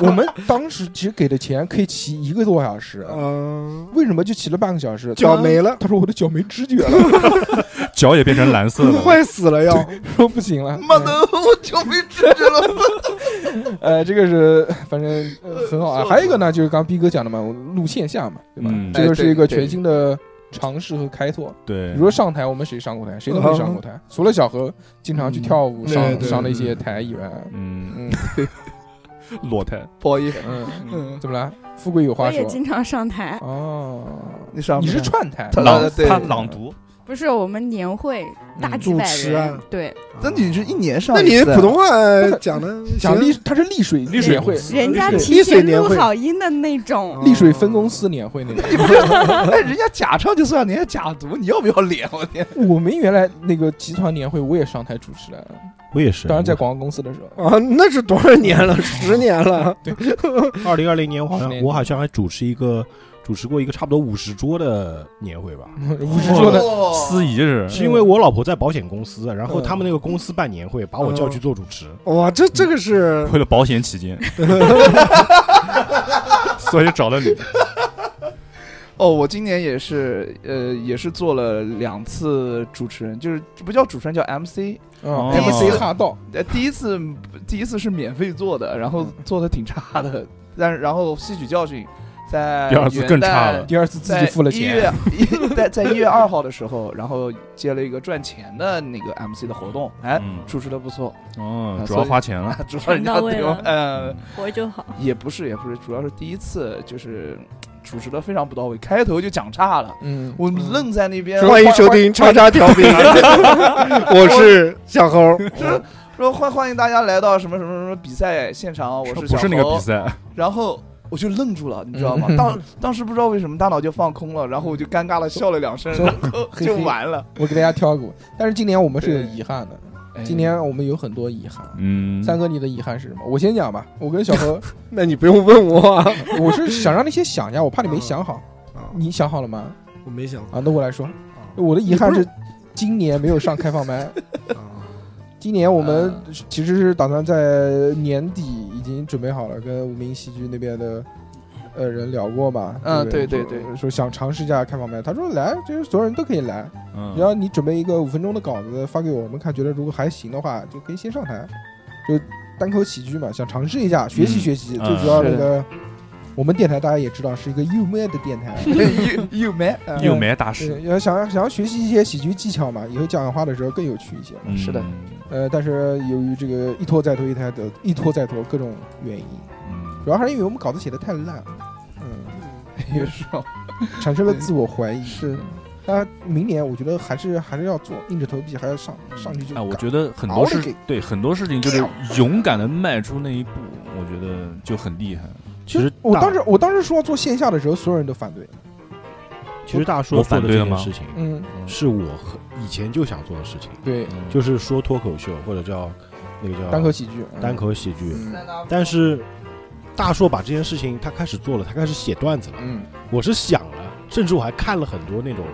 S1: 我们当时其实给的钱可以骑一个多小时，啊
S2: 嗯，
S1: 为什么就骑了半个小时？
S2: 脚没了，
S1: 他说我的脚没知觉了，
S8: 脚也变成蓝色了。
S2: 坏死了要，
S1: (laughs) 说不行了，嗯
S3: 妈的，我就没知觉了。
S1: (laughs) 呃，这个是反正、呃很好啊。还有一个呢，就是刚刚逼哥讲的嘛，我录线下嘛，对吧？
S8: 嗯
S1: 这个是一个
S3: 哎对对
S1: 全新的尝试和开拓。
S8: 对
S1: 你，说上台，我们谁上过台？谁都没上过台，除了小何经常去跳舞
S2: 嗯
S1: 上、
S2: 对对
S1: 上那些台嗯以外，
S8: 嗯，
S1: 嗯
S8: (laughs) 裸胎。
S3: 不好意思，
S1: 嗯，
S3: 嗯，
S1: 怎么了？富贵有
S6: 我
S1: 话
S6: 也
S1: 说
S6: 经常上台，
S1: 哦。
S3: 你上
S1: 你
S3: 不
S1: 是
S3: 上
S1: 串台，
S3: 他
S8: 朗
S3: 呃对
S8: 他朗读，
S6: 不是我们年会大
S1: 嗯
S6: 几百
S2: 主持
S6: 人
S2: 啊，
S6: 对，
S3: 那你是一年上
S2: 那
S3: 一次
S2: 你
S3: 啊？
S2: 普通话讲的
S1: 讲
S2: 行
S1: 丽，他是丽水丽水会，
S6: 人家
S2: 丽水
S6: 提前录
S2: 丽水年会
S6: 好音的那种，
S2: 哦
S1: 丽水分公司年会那种。
S3: 你不是，
S2: (laughs)
S3: 哎，人家假唱就算，了，人家假读，你要不要脸？我天！
S1: 我们原来那个集团年会，我也上台主持了，
S5: 我也是。
S1: 当然在广告公司的时候。
S2: 啊，那是多少年
S5: (laughs)
S2: 了？十年了，
S5: 二零二零年，我好
S1: 2020
S5: 像
S1: 年
S5: 我好像还主持一个主持过一个差不多五十桌的年会吧。
S1: 五十桌的
S3: 哇
S8: 司仪是
S5: 是因为我老婆在保险公司，啊然后
S1: 嗯
S5: 他们那个公司办年会，把我叫去做主持，嗯
S2: 哇，这这个是
S8: 为了保险
S5: (laughs)
S8: 起见，所以找了你。
S3: (laughs) 哦，我今年也是，呃，也是做了两次主持人，就是不叫主持人，叫 MC。
S1: 啊
S8: 哦
S1: ，MC 哈道，嗯
S3: 呃，第一次第一次是免费做的，然后做的挺差的，但是然后吸取教训，在
S8: 第二次更差了
S3: 元旦
S1: 第二次自己
S3: 在
S1: 付了
S3: 一
S1: 钱，
S3: 月一在在一月二号的时候，然后接了一个赚钱的那个 MC 的活动，哎，
S8: 嗯，
S3: 主持的不错，
S8: 哦
S3: 啊，
S8: 主
S3: 所
S8: 要
S3: 以
S8: 花钱了。
S3: 主要人家
S7: 到位
S3: 对我
S7: 了
S3: 呃，
S7: 活就好，
S3: 也不是也不是，主要是第一次就是主持的非常不到位，开头就讲差了，
S1: 嗯，
S3: 我愣在那边。
S2: 欢迎收听叉叉调频，我是小猴，
S3: 说欢欢迎大家来到什么什么什么比赛现场，啊我是
S8: 不
S3: 小
S8: 是那个
S3: 侯
S8: 比，赛，
S3: 然后我就愣住了，你知道 (laughs) 吗
S1: 嗯？
S3: 当当时不知道为什么大脑就放空了，然后我就尴尬的笑了两声，然后
S1: 嘿嘿
S3: 就完了。
S1: 我给大家挑个，但是今年我们是有遗憾的，今年我们有很多遗憾。
S8: 嗯，
S1: 三哥，你的遗憾是什么？我先讲吧。我跟小何，
S2: (laughs) 那你不用问我啊，
S1: (laughs) 我是想让你先想一下，我怕你没想好。
S2: 啊
S1: 你想好了吗？
S2: 我没想过
S1: 啊，那我来说，
S2: 啊
S1: 我的遗憾是今年没有上开放麦。 (laughs) 今年我们
S3: 啊
S1: 其实是打算在年底已经准备好了，跟无名喜剧那边的呃人聊过嘛。
S3: 嗯
S1: 对
S3: 对
S1: 不
S3: 对
S1: 说说想尝试一下开放麦，他说来，就是所有人都可以来，
S8: 嗯
S1: 只要你准备一个五分钟的稿子发给我，我们看觉得如果还行的话，就可以先上台，就单口喜剧嘛，想尝试一下，学习
S8: 嗯
S1: 学习。
S8: 嗯
S1: 最主要
S3: 是
S1: 那
S3: 的
S1: 个我们电台大家也知道是一个幽默的电
S3: (laughs)
S1: 台，
S3: 又又没，嗯
S8: 又没大师，
S1: 呃对要想要想要学习一些喜剧技巧嘛，以后讲讲话的时候更有趣一些嘛。
S8: 嗯
S3: 是的，
S1: 呃，但是由于这个一拖再拖，一拖再拖，一拖再拖各种原因，
S8: 嗯
S1: 主要还是因为我们稿子写的太烂，嗯，
S3: 有时候
S1: 产生了自我怀疑。
S3: 是
S1: 那明年我觉得还是还是要做，硬着头皮还要上上去就
S5: 嗯
S8: 哎，
S1: 搞。
S8: 我觉得很
S1: 熬
S8: 多
S1: 得
S8: 事
S1: 给
S8: 对很多事情就是勇敢的迈出那一步，我觉得就很厉害。
S5: 其实
S1: 我
S5: 大
S1: 当时我当时说要做线下的时候，所有人都反对。
S5: 其实大
S8: 我
S5: 叔做
S8: 反
S5: 的
S8: 对
S5: 这
S8: 了
S5: 件
S8: 吗
S5: 事情，
S1: 嗯，
S5: 是我很以前就想做的事情，
S1: 对，
S5: 就是说脱口秀或者叫那个叫
S1: 单口喜剧，嗯
S5: 单口喜剧。
S1: 嗯
S5: 但是大硕把这件事情他开始做了，他开始写段子了。
S1: 嗯，
S5: 我是想了，甚至我还看了很多那种，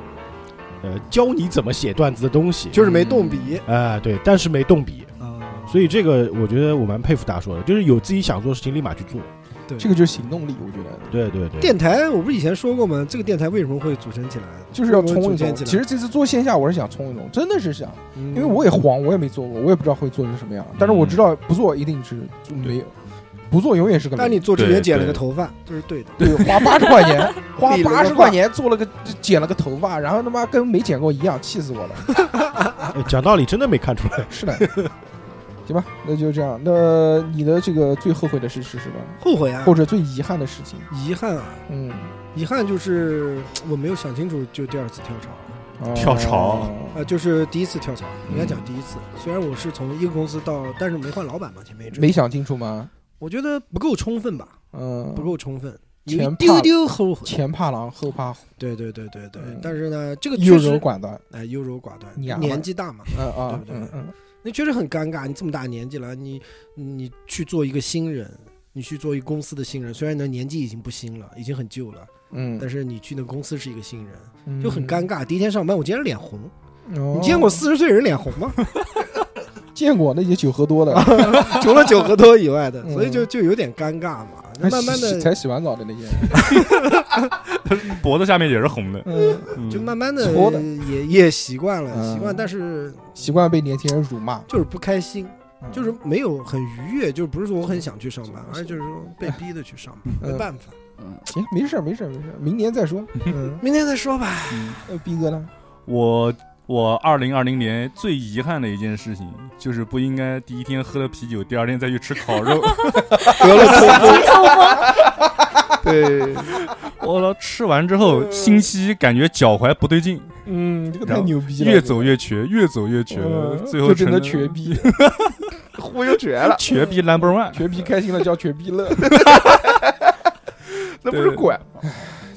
S5: 呃，教你怎么写段子的东西。
S2: 就是没动笔
S5: 哎、对，但是没动笔，
S2: 啊，
S5: 所以这个我觉得我蛮佩服大硕的，就是有自己想做的事情立马去做。
S2: 对
S1: 这个就是行动力，我觉得
S5: 对对对，
S2: 电台，我不是以前说过吗？这个电台为什么会组成起来？
S1: 就是要
S2: 为什么
S1: 冲
S2: 会
S1: 一
S2: 组
S1: 冲。
S2: 建起来，嗯
S1: 其实这次做线下，我是想冲一冲，真的是想，
S2: 因
S1: 因为我也慌，我也没做过，我也不知道会做成什么样。
S2: 嗯
S1: 但是我知道不做一定是就没有，不做永远是个零。
S2: 但你做之
S8: 对
S2: 前剪了个
S8: 对
S2: 头发，这是对的。
S1: 对，花八十块
S2: (laughs)
S1: 钱，花
S2: 理了个
S1: 八
S2: 发
S1: 十块钱做了个剪了个头发，然后他妈跟没剪过一样，气死我了。 (laughs)
S5: 哎讲道理真的没看出来。
S1: 是的，行吧，那就这样。那你的这个最后悔的事是什么？
S2: 后悔啊
S1: 或，者最遗憾的事情？
S2: 遗憾啊，
S1: 嗯，
S2: 遗憾就是我没有想清楚就第二次跳槽。
S1: 哦
S8: 跳槽
S2: 呃，就是第一次跳槽，应
S5: 嗯
S2: 该讲第一次。虽然我是从一个公司到，但是没换老板嘛，前面一阵
S1: 没，想清楚吗？
S2: 我觉得不够充分吧，
S1: 嗯，
S2: 不够充分，有
S1: 前
S2: 一
S1: 怕
S2: 丢丢后悔。
S1: 前怕狼后怕虎，
S2: 对对对对对
S1: 嗯，
S2: 但是呢，这个
S1: 优
S2: 确
S1: 柔
S2: 实
S1: 寡断。
S2: 哎优柔寡断，
S1: 娘们
S2: 年纪大嘛，
S1: 嗯啊，
S2: 对不
S1: 嗯
S2: 对
S1: 嗯，
S2: 那确实很尴尬。你这么大年纪了，你你去做一个新人，你去做一个公司的新人，虽然你的年纪已经不新了，已经很旧了，但
S1: 嗯
S2: 是你去那公司是一个新人，
S1: 嗯，
S2: 就很尴尬。第一天上班，我竟然脸红，
S1: 哦。
S2: 你见过四十岁人脸红吗？
S1: 见过那些酒喝多的，
S2: (laughs) 除了酒喝多以外的，
S1: 嗯
S2: 所以就就有点尴尬嘛。那慢慢
S1: 洗
S2: 的，
S1: 才洗完澡的那些人，
S8: 脖子下面也是红的，
S1: 嗯，
S8: 嗯
S2: 就慢慢的
S1: 搓的
S2: 也也习惯了，
S1: 嗯
S2: 习惯，但是
S1: 习惯被年轻人辱骂，
S2: 就是不开心，
S1: 嗯
S2: 就是没有很愉悦，就不是说我很想去上班，
S3: 哎
S2: 而就是说被逼的去上班，
S1: 嗯
S2: 没办法。
S1: 行，没事儿没事儿没事儿，明年再说。嗯，
S2: 明天再说吧。
S1: 那逼哥呢？
S8: 我我二零二零年最遗憾的一件事情，就是不应该第一天喝了啤酒，第二天再去吃烤肉。
S2: 得了痛风，
S1: (laughs)
S3: 对，
S8: 我操，吃完之后，星期一感觉脚踝不对劲，
S1: 嗯，这个
S8: 然
S1: 太
S8: 后
S1: 牛逼了，
S8: 越走越瘸，越走越瘸，
S1: 嗯
S8: 最后
S1: 就变
S8: 成了
S1: 成瘸逼，
S3: 忽悠绝
S1: (laughs)
S3: 了，
S8: 瘸 (laughs) 逼 number one。
S1: 瘸逼开心了叫瘸
S8: (laughs)
S1: 逼乐，
S3: 那不是拐吗？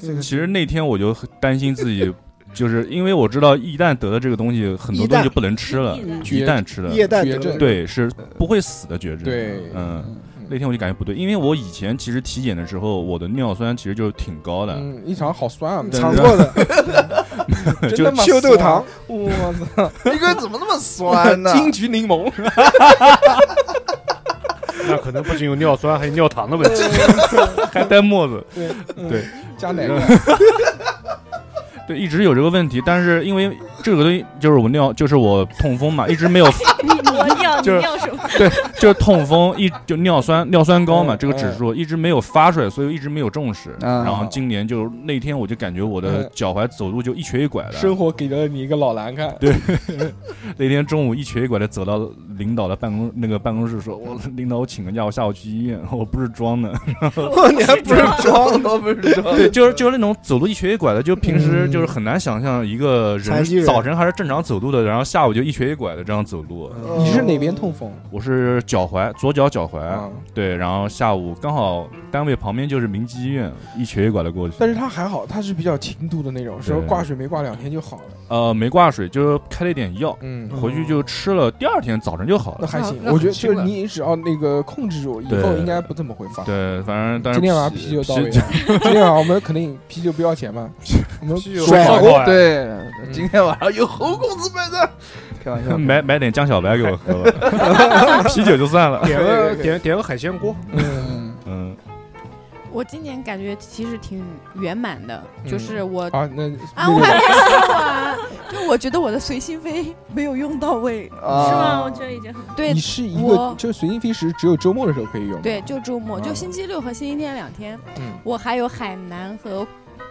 S1: 这个
S8: 嗯其实那天我就很担心自
S1: (laughs)
S8: 己，就是因为我知道一旦得了这个东西，很多
S2: 一旦
S8: 东西就不能吃了，
S7: 嗯
S8: 一旦吃了，
S2: 液氮
S1: 绝
S2: 得
S1: 症
S2: 了，
S8: 对，是不会死的绝症。
S1: 对
S8: 嗯，
S1: 嗯
S8: 那天我就感觉不对，因为我以前其实体检的时候，我的尿酸其实就挺高的，
S1: 嗯，一场好酸啊，
S8: 对
S2: 尝过的，
S1: 真
S2: 就
S1: 的吗？酸啊
S2: 秀豆糖，
S1: 我操，
S3: 一个人怎么那么酸呢？
S1: (laughs) 金桔柠檬，
S4: 那可能不仅有尿酸，还有尿糖的问题。
S8: (laughs) 还戴沫子。
S1: (laughs) 对嗯
S8: 对
S1: 加奶盖，
S8: (laughs) 对，一直有这个问题，但是因为这个东西就是我尿，就是我痛风嘛，一直没有，
S7: 我尿 (laughs) 你
S8: 就是
S7: 尿什么？
S8: 就是痛风一就尿酸尿酸高嘛，
S1: 嗯
S8: 这个指数一直没有发出来，所以一直没有重视。
S3: 啊
S8: 然后今年就那天我就感觉我的
S1: 嗯
S8: 脚踝走路就一瘸一拐的
S1: 生，活给了你一个老难看，
S8: 那天中午一瘸一拐的走到领导的办公那个办公室说，我领导我请个假，我下午去医院，我不是
S7: (laughs)
S8: 装的。
S2: 你还不是
S3: 装都不是装，
S8: 对，就是就是那种走路一瘸一拐的，就平时就是很难想象一个
S2: 残疾
S8: 人
S2: 人
S8: 早晨还是正常走路的，然后下午就一瘸一拐的这样走路。
S2: 嗯
S1: 你是哪边痛风？
S8: 我是脚踝，左脚脚踝，
S1: 啊，
S8: 对，然后下午刚好单位旁边就是明基医院，一瘸一拐的过去。
S1: 但是他还好，他是比较轻度的那种，说
S8: 对
S1: 挂水没挂两天就好了。
S8: 呃没挂水，就是开了一点药，
S1: 嗯，
S8: 回去就吃了，第二天早晨就好
S1: 那
S8: 了。
S1: 还行
S3: 那，那
S1: 我觉
S3: 很
S1: 得就
S3: 轻
S1: 是
S3: 了
S1: 你只要那个控制住，以后
S8: 对
S1: 应该不怎么会发。
S8: 对，反正但是
S1: 今天晚上啤酒到位了，今天晚上我们肯定啤酒不要钱嘛，我们
S4: 啤酒
S1: 说好
S4: 好过呀
S3: 对， (laughs) 今天晚上有猴公子买的，开玩
S8: (laughs)
S3: 笑，
S8: 买买点江小白给我喝吧，
S1: (laughs)
S8: 啤酒就算了。
S4: 点
S3: 可以
S4: 个
S3: 可以
S4: 点点个海鲜锅，
S1: 嗯
S8: 嗯，
S6: 我今年感觉其实挺圆满的，就是我
S1: 啊，那
S6: 啊，我还没
S1: (laughs)
S6: 说完，就我觉得我的随心飞没有用到位，
S3: 啊
S7: 是吗？我觉得已经很
S6: 对
S1: 你是一个
S6: 我
S1: 就随心飞时只有周末的时候可以用，，
S6: 对，就周末，就
S1: 嗯
S6: 星期六和星期天两天，
S1: 嗯，
S6: 我还有海南和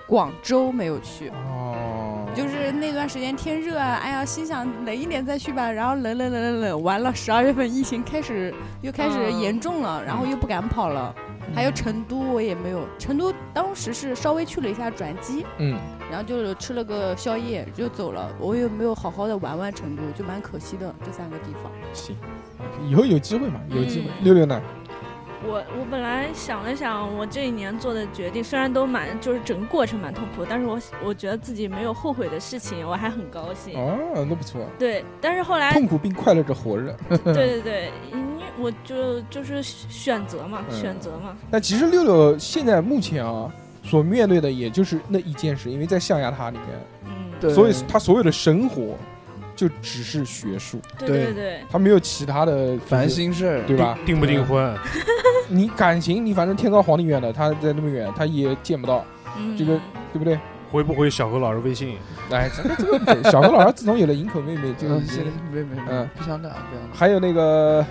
S6: 广州没有去。
S1: 哦，
S6: 就是那段时间天热啊，哎呀，心想冷一点再去吧，然后冷冷冷冷冷，完了十二月份疫情开始又开始
S7: 嗯
S6: 严重了，然后又不敢跑了。还有成都我也没有，成都当时是稍微去了一下转机，
S1: 嗯，
S6: 然后就吃了个宵夜就走了，我也没有好好的玩玩成都，就蛮可惜的这三个地方。
S1: 行，以后有机会嘛，有机会。
S7: 嗯
S1: 六六呢？
S7: 我我本来想了想，我这一年做的决定，虽然都蛮就是整个过程蛮痛苦，但是我我觉得自己没有后悔的事情，我还很高兴。
S1: 哦，那不错，
S7: 对，但是后来
S1: 痛苦嗯并快乐着活着。 (laughs)
S7: 对对对，因为我就就是选择嘛，
S1: 嗯
S7: 选择嘛，
S1: 但其实六六现在目前啊，所面对的也就是那一件事，因为在象牙塔里面，
S7: 嗯，
S3: 对
S1: 所以他所有的生活就只是学术，
S7: 对
S2: 对
S7: 对对，
S1: 他没有其他的就是
S3: 烦，心事儿，
S1: 对吧？
S4: 订不订婚？
S1: 你感情，你反正天高皇帝远的，他在那么远，他也见不到，
S7: 嗯，
S1: 这个对不对？
S4: 回不回小何老师微信？
S1: 哎，这个这个不对，小何老师自从有了营口妹妹，这个
S3: 嗯，现在没没没
S1: 嗯，
S3: 不想打，不想打。
S1: 还有那个，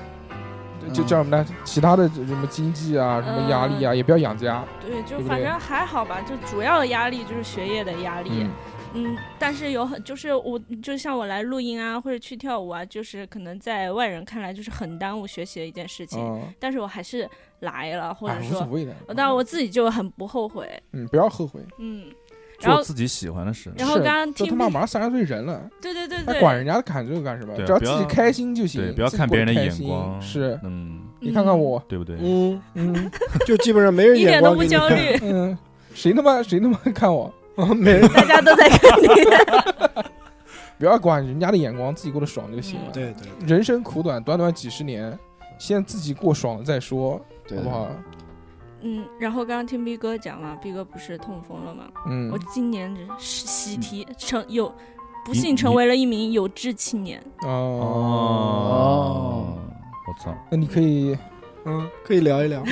S1: 就
S3: 嗯
S1: 叫什么呢？其他的什么经济啊，什么压力啊，也不要养家。
S7: 嗯对，就
S1: 对不
S7: 反
S1: 对
S7: 正还好吧，就主要的压力就是学业的压力，
S1: 嗯，
S7: 嗯，但是有很就是我就像我来录音啊，或者去跳舞啊，就是可能在外人看来就是很耽误学习的一件事情，
S1: 啊，
S7: 但是我还是来了，或者
S1: 哎，无
S7: 说，
S1: 所谓的。
S7: 但我自己就很不后悔，
S1: 嗯，不要后悔。
S7: 嗯，然
S8: 做
S7: 后
S8: 自己喜欢的事。
S7: 然后
S1: 是
S7: 刚刚
S1: 都他
S7: 听
S1: 妈马上三十岁人了，
S7: 对对对
S1: 还
S7: 对，
S1: 管人家看这个干什么？
S8: 对
S1: 只要
S8: 不
S1: 自
S8: 要
S1: 己开心就行。
S8: 对，不要
S1: 自己
S8: 看别人的
S1: 过得
S8: 眼
S1: 开心
S8: 光。
S1: 是，
S8: 嗯，
S1: 你看看我，
S8: 对不对？
S2: 嗯，
S1: 嗯，
S2: (laughs) 就基本上没人
S7: 一点
S2: 眼
S7: 都不
S2: 光给你
S7: 焦
S2: 看，
S7: 虑
S1: 嗯，谁他妈谁他妈看我？ (laughs)
S2: 没人
S7: 大家都在看你，
S1: 不要管人家的眼光，自己过得爽就行了。
S7: 嗯
S2: 对对
S1: 人生苦短，短短几十年，先自己过爽了再说，
S3: 对
S1: 好不好？
S7: 嗯，然后刚刚听逼哥讲嘛，逼哥不是痛风了吗？
S1: 嗯
S7: 我今年只是喜提成有。不
S8: 你
S7: 幸成
S8: 你
S7: 为了一名有志青年，
S1: 哦，
S8: 我操！
S1: 那你可以，
S2: 嗯，可以聊一聊。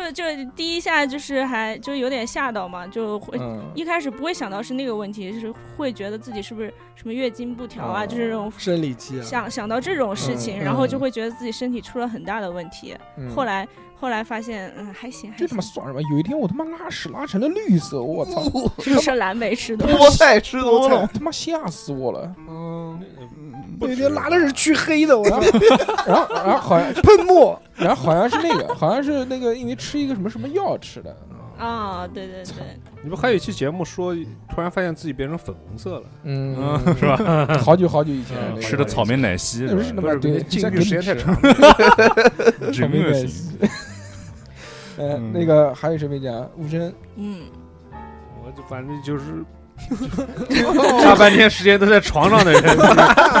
S7: 就就第一下就是还就有点吓到嘛，就会
S1: 嗯，
S7: 一开始不会想到是那个问题，就是会觉得自己是不是什么月经不 (laughs) 调啊，
S1: 哦
S7: 就是这种
S2: 生理期啊， (laughs)
S7: 想想到这种事情，
S1: 嗯
S7: 然后
S1: 嗯
S7: 就会觉得自己身体出了很大的问题。
S1: 嗯
S7: 后来后来发现，嗯，还行，还
S1: (laughs) 这他妈
S7: 行，
S1: 算什么？有一天我他妈拉屎拉成了绿色，我操！
S7: 吃蓝莓吃的。
S3: 菠菜吃多
S1: 我
S3: 了，
S1: 他妈吓死我了！
S2: 我觉得拉的是黢黑的，我
S4: (laughs)
S1: 然后，然后，然后好像
S2: 喷墨，
S1: 然后好像是那个，好像是那个，因为吃一个什么什么药吃的。
S7: 啊、对对
S1: (laughs)
S7: 对，
S4: 你不还有一期节目说，突然发现自己变成粉红色了？
S1: 嗯，
S8: 是吧？
S1: 好久好久以前
S8: 嗯
S1: 那个
S8: 吃的草莓奶昔
S1: 那不是
S8: 是
S1: 他
S8: 吧，
S1: 妈对，
S4: 禁
S1: 再
S4: 欲
S1: 给
S4: 时
S1: 你
S4: 间太 (laughs)
S1: 吃
S4: 长，
S1: 草
S8: 真
S1: 莓
S8: 恶
S1: 奶
S8: 心。
S1: 昔。呃，
S4: 嗯
S1: 那个还有谁没讲？吴声，
S4: (laughs)
S7: 嗯，
S4: 我就反正就是。大半天时间都在床上的人，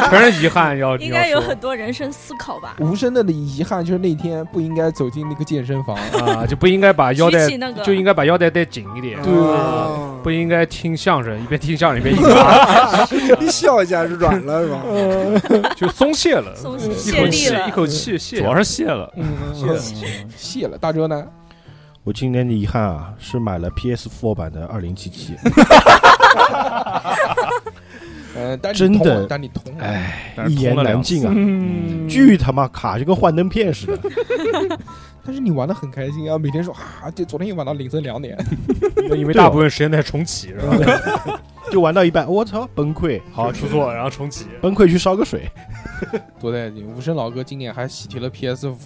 S4: 全是遗憾。要
S7: 应该有很
S4: 你
S7: 多人生思考吧。
S1: 无声的遗憾就是那天不应该走进那个健身房。
S4: 要说啊，
S7: (laughs)
S4: 就不应该把腰带
S7: 举起那个，
S4: 就应该把腰带带紧一点，
S1: 对
S4: 啊不应该听相声，一边听相
S3: (laughs)
S4: 声一边硬拉，
S2: 一笑一下就软
S7: (laughs)
S2: 了是吧？
S4: 就松懈了，
S7: 嗯
S4: 嗯
S7: 松懈
S4: 一口气
S7: 泄力了
S4: 一口气
S8: 主
S4: 泄
S8: 要。是谢了。
S1: 嗯，
S4: (laughs)
S8: 嗯
S1: 谢了。大周呢？
S5: 我今年的遗憾啊，是买了 PS4 版的二零七七，
S1: 呃，但你
S5: 真
S1: 捅我
S5: 的
S1: 但你捅我，
S5: 哎，
S8: 但是
S5: 一言
S8: 通了
S5: 难
S8: 两次
S5: 尽啊，
S1: 嗯
S5: 巨他妈卡，就跟幻灯片似的。
S1: (laughs) 但是你玩的很开心啊，每天说啊，就昨天一晚到凌晨两点，
S4: 因为大部分时间在重启，是吧？
S1: (laughs)
S5: 就玩到一半，我操，崩溃，
S4: 好出错，然后重启。
S5: 崩溃去烧个水。
S1: 多带劲！无声老哥今年还喜提了 PS 五，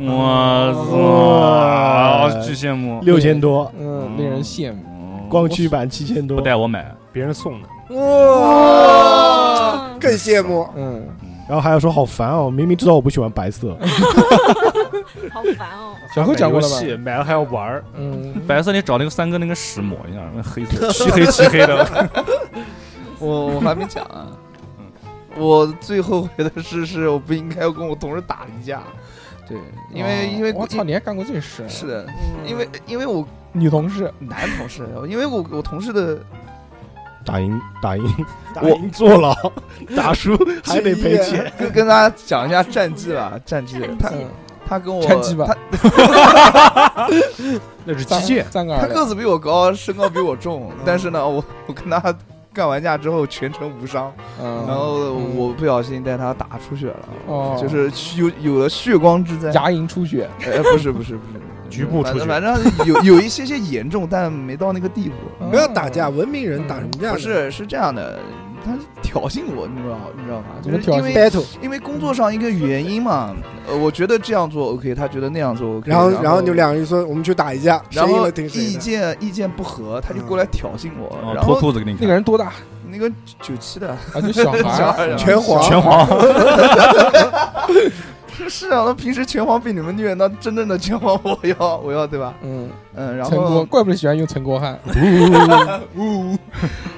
S8: 我操，巨羡慕！
S5: 六千多，
S1: 嗯，令人羡慕。
S8: 嗯
S5: 光驱版七千
S8: 不
S5: 多，
S8: 带我买，
S4: 别人送的，
S2: 哇，更羡慕。
S1: 嗯，
S5: 然后还要说好烦哦，明明知道我不喜欢白
S1: (laughs)
S5: 色，
S9: 好烦哦！
S1: 小何讲过了吧？
S4: 戏买了还要玩儿，
S1: 嗯，
S8: 白色你找那个三哥那个屎抹
S1: (laughs)
S8: 一样，那黑色漆黑漆黑的，
S3: (laughs) 我我还没讲啊。我最后悔的事是，我不应该跟我同事打一架。对，因为因为
S1: 哦我操，你还干过这事？啊嗯
S3: 是的，因为因为我
S1: 女同事，
S3: 男同事，因为我我同事的
S5: 打赢打赢打赢坐
S3: (laughs)
S2: (laughs)
S5: 牢，打输还得赔钱。
S3: 啊跟跟大家讲一下战绩吧，战绩。他
S1: 嗯，
S3: 他跟我
S1: 战绩吧
S3: 他
S5: (laughs)
S4: 那是机
S1: 三
S4: 械，
S1: 三个嗯
S3: 他
S1: 耳
S3: 个
S1: 的，
S3: 子比我高，身高比我重， (laughs) 但是呢，我我跟他干完架之后全程无伤，
S1: 嗯，
S3: 然后
S1: 嗯
S3: 我不小心带他打出血了，
S1: 哦
S3: 就是有有了血光之灾。
S1: 牙龈出血，
S3: 哎，不是不是不是，
S5: 局部
S3: 反
S5: 出血
S3: 反正有 (laughs) 有一些些严重，但没到那个地步。
S1: 嗯
S2: 不要打架，文明人打什么架呢？
S3: 不是是这样的，他挑衅我，你知道你知道吗？
S1: 怎
S3: 就
S1: 么
S3: 是
S1: 挑
S3: 因
S1: 衅
S3: 为
S2: battle，
S3: 因为工作上一个原因嘛，呃，我觉得这样做 OK，他觉得那样做 OK，
S2: 然后
S3: 然
S2: 然后你们两个人说我们去打一架，谁
S3: 然
S2: 赢
S3: 后
S2: 了听谁
S3: 意
S2: 的。
S3: 见意见不合，他就过来挑衅我，
S8: 哦
S3: 然
S8: 脱
S3: 后
S8: 裤子给你
S1: 嗯那
S8: 看
S1: 个。人多大
S3: 那个九七的，
S1: 啊？就小
S3: (laughs) 小
S1: 孩
S3: 孩
S1: 儿，
S3: 儿
S2: 拳皇
S8: 拳皇，
S3: (laughs) 是啊，他平时拳皇被你们虐，那真正的拳皇我要我要对吧？
S1: 嗯，
S3: 嗯，然
S1: 陈国，
S3: 后
S1: 怪不得喜欢用陈国汉， (laughs)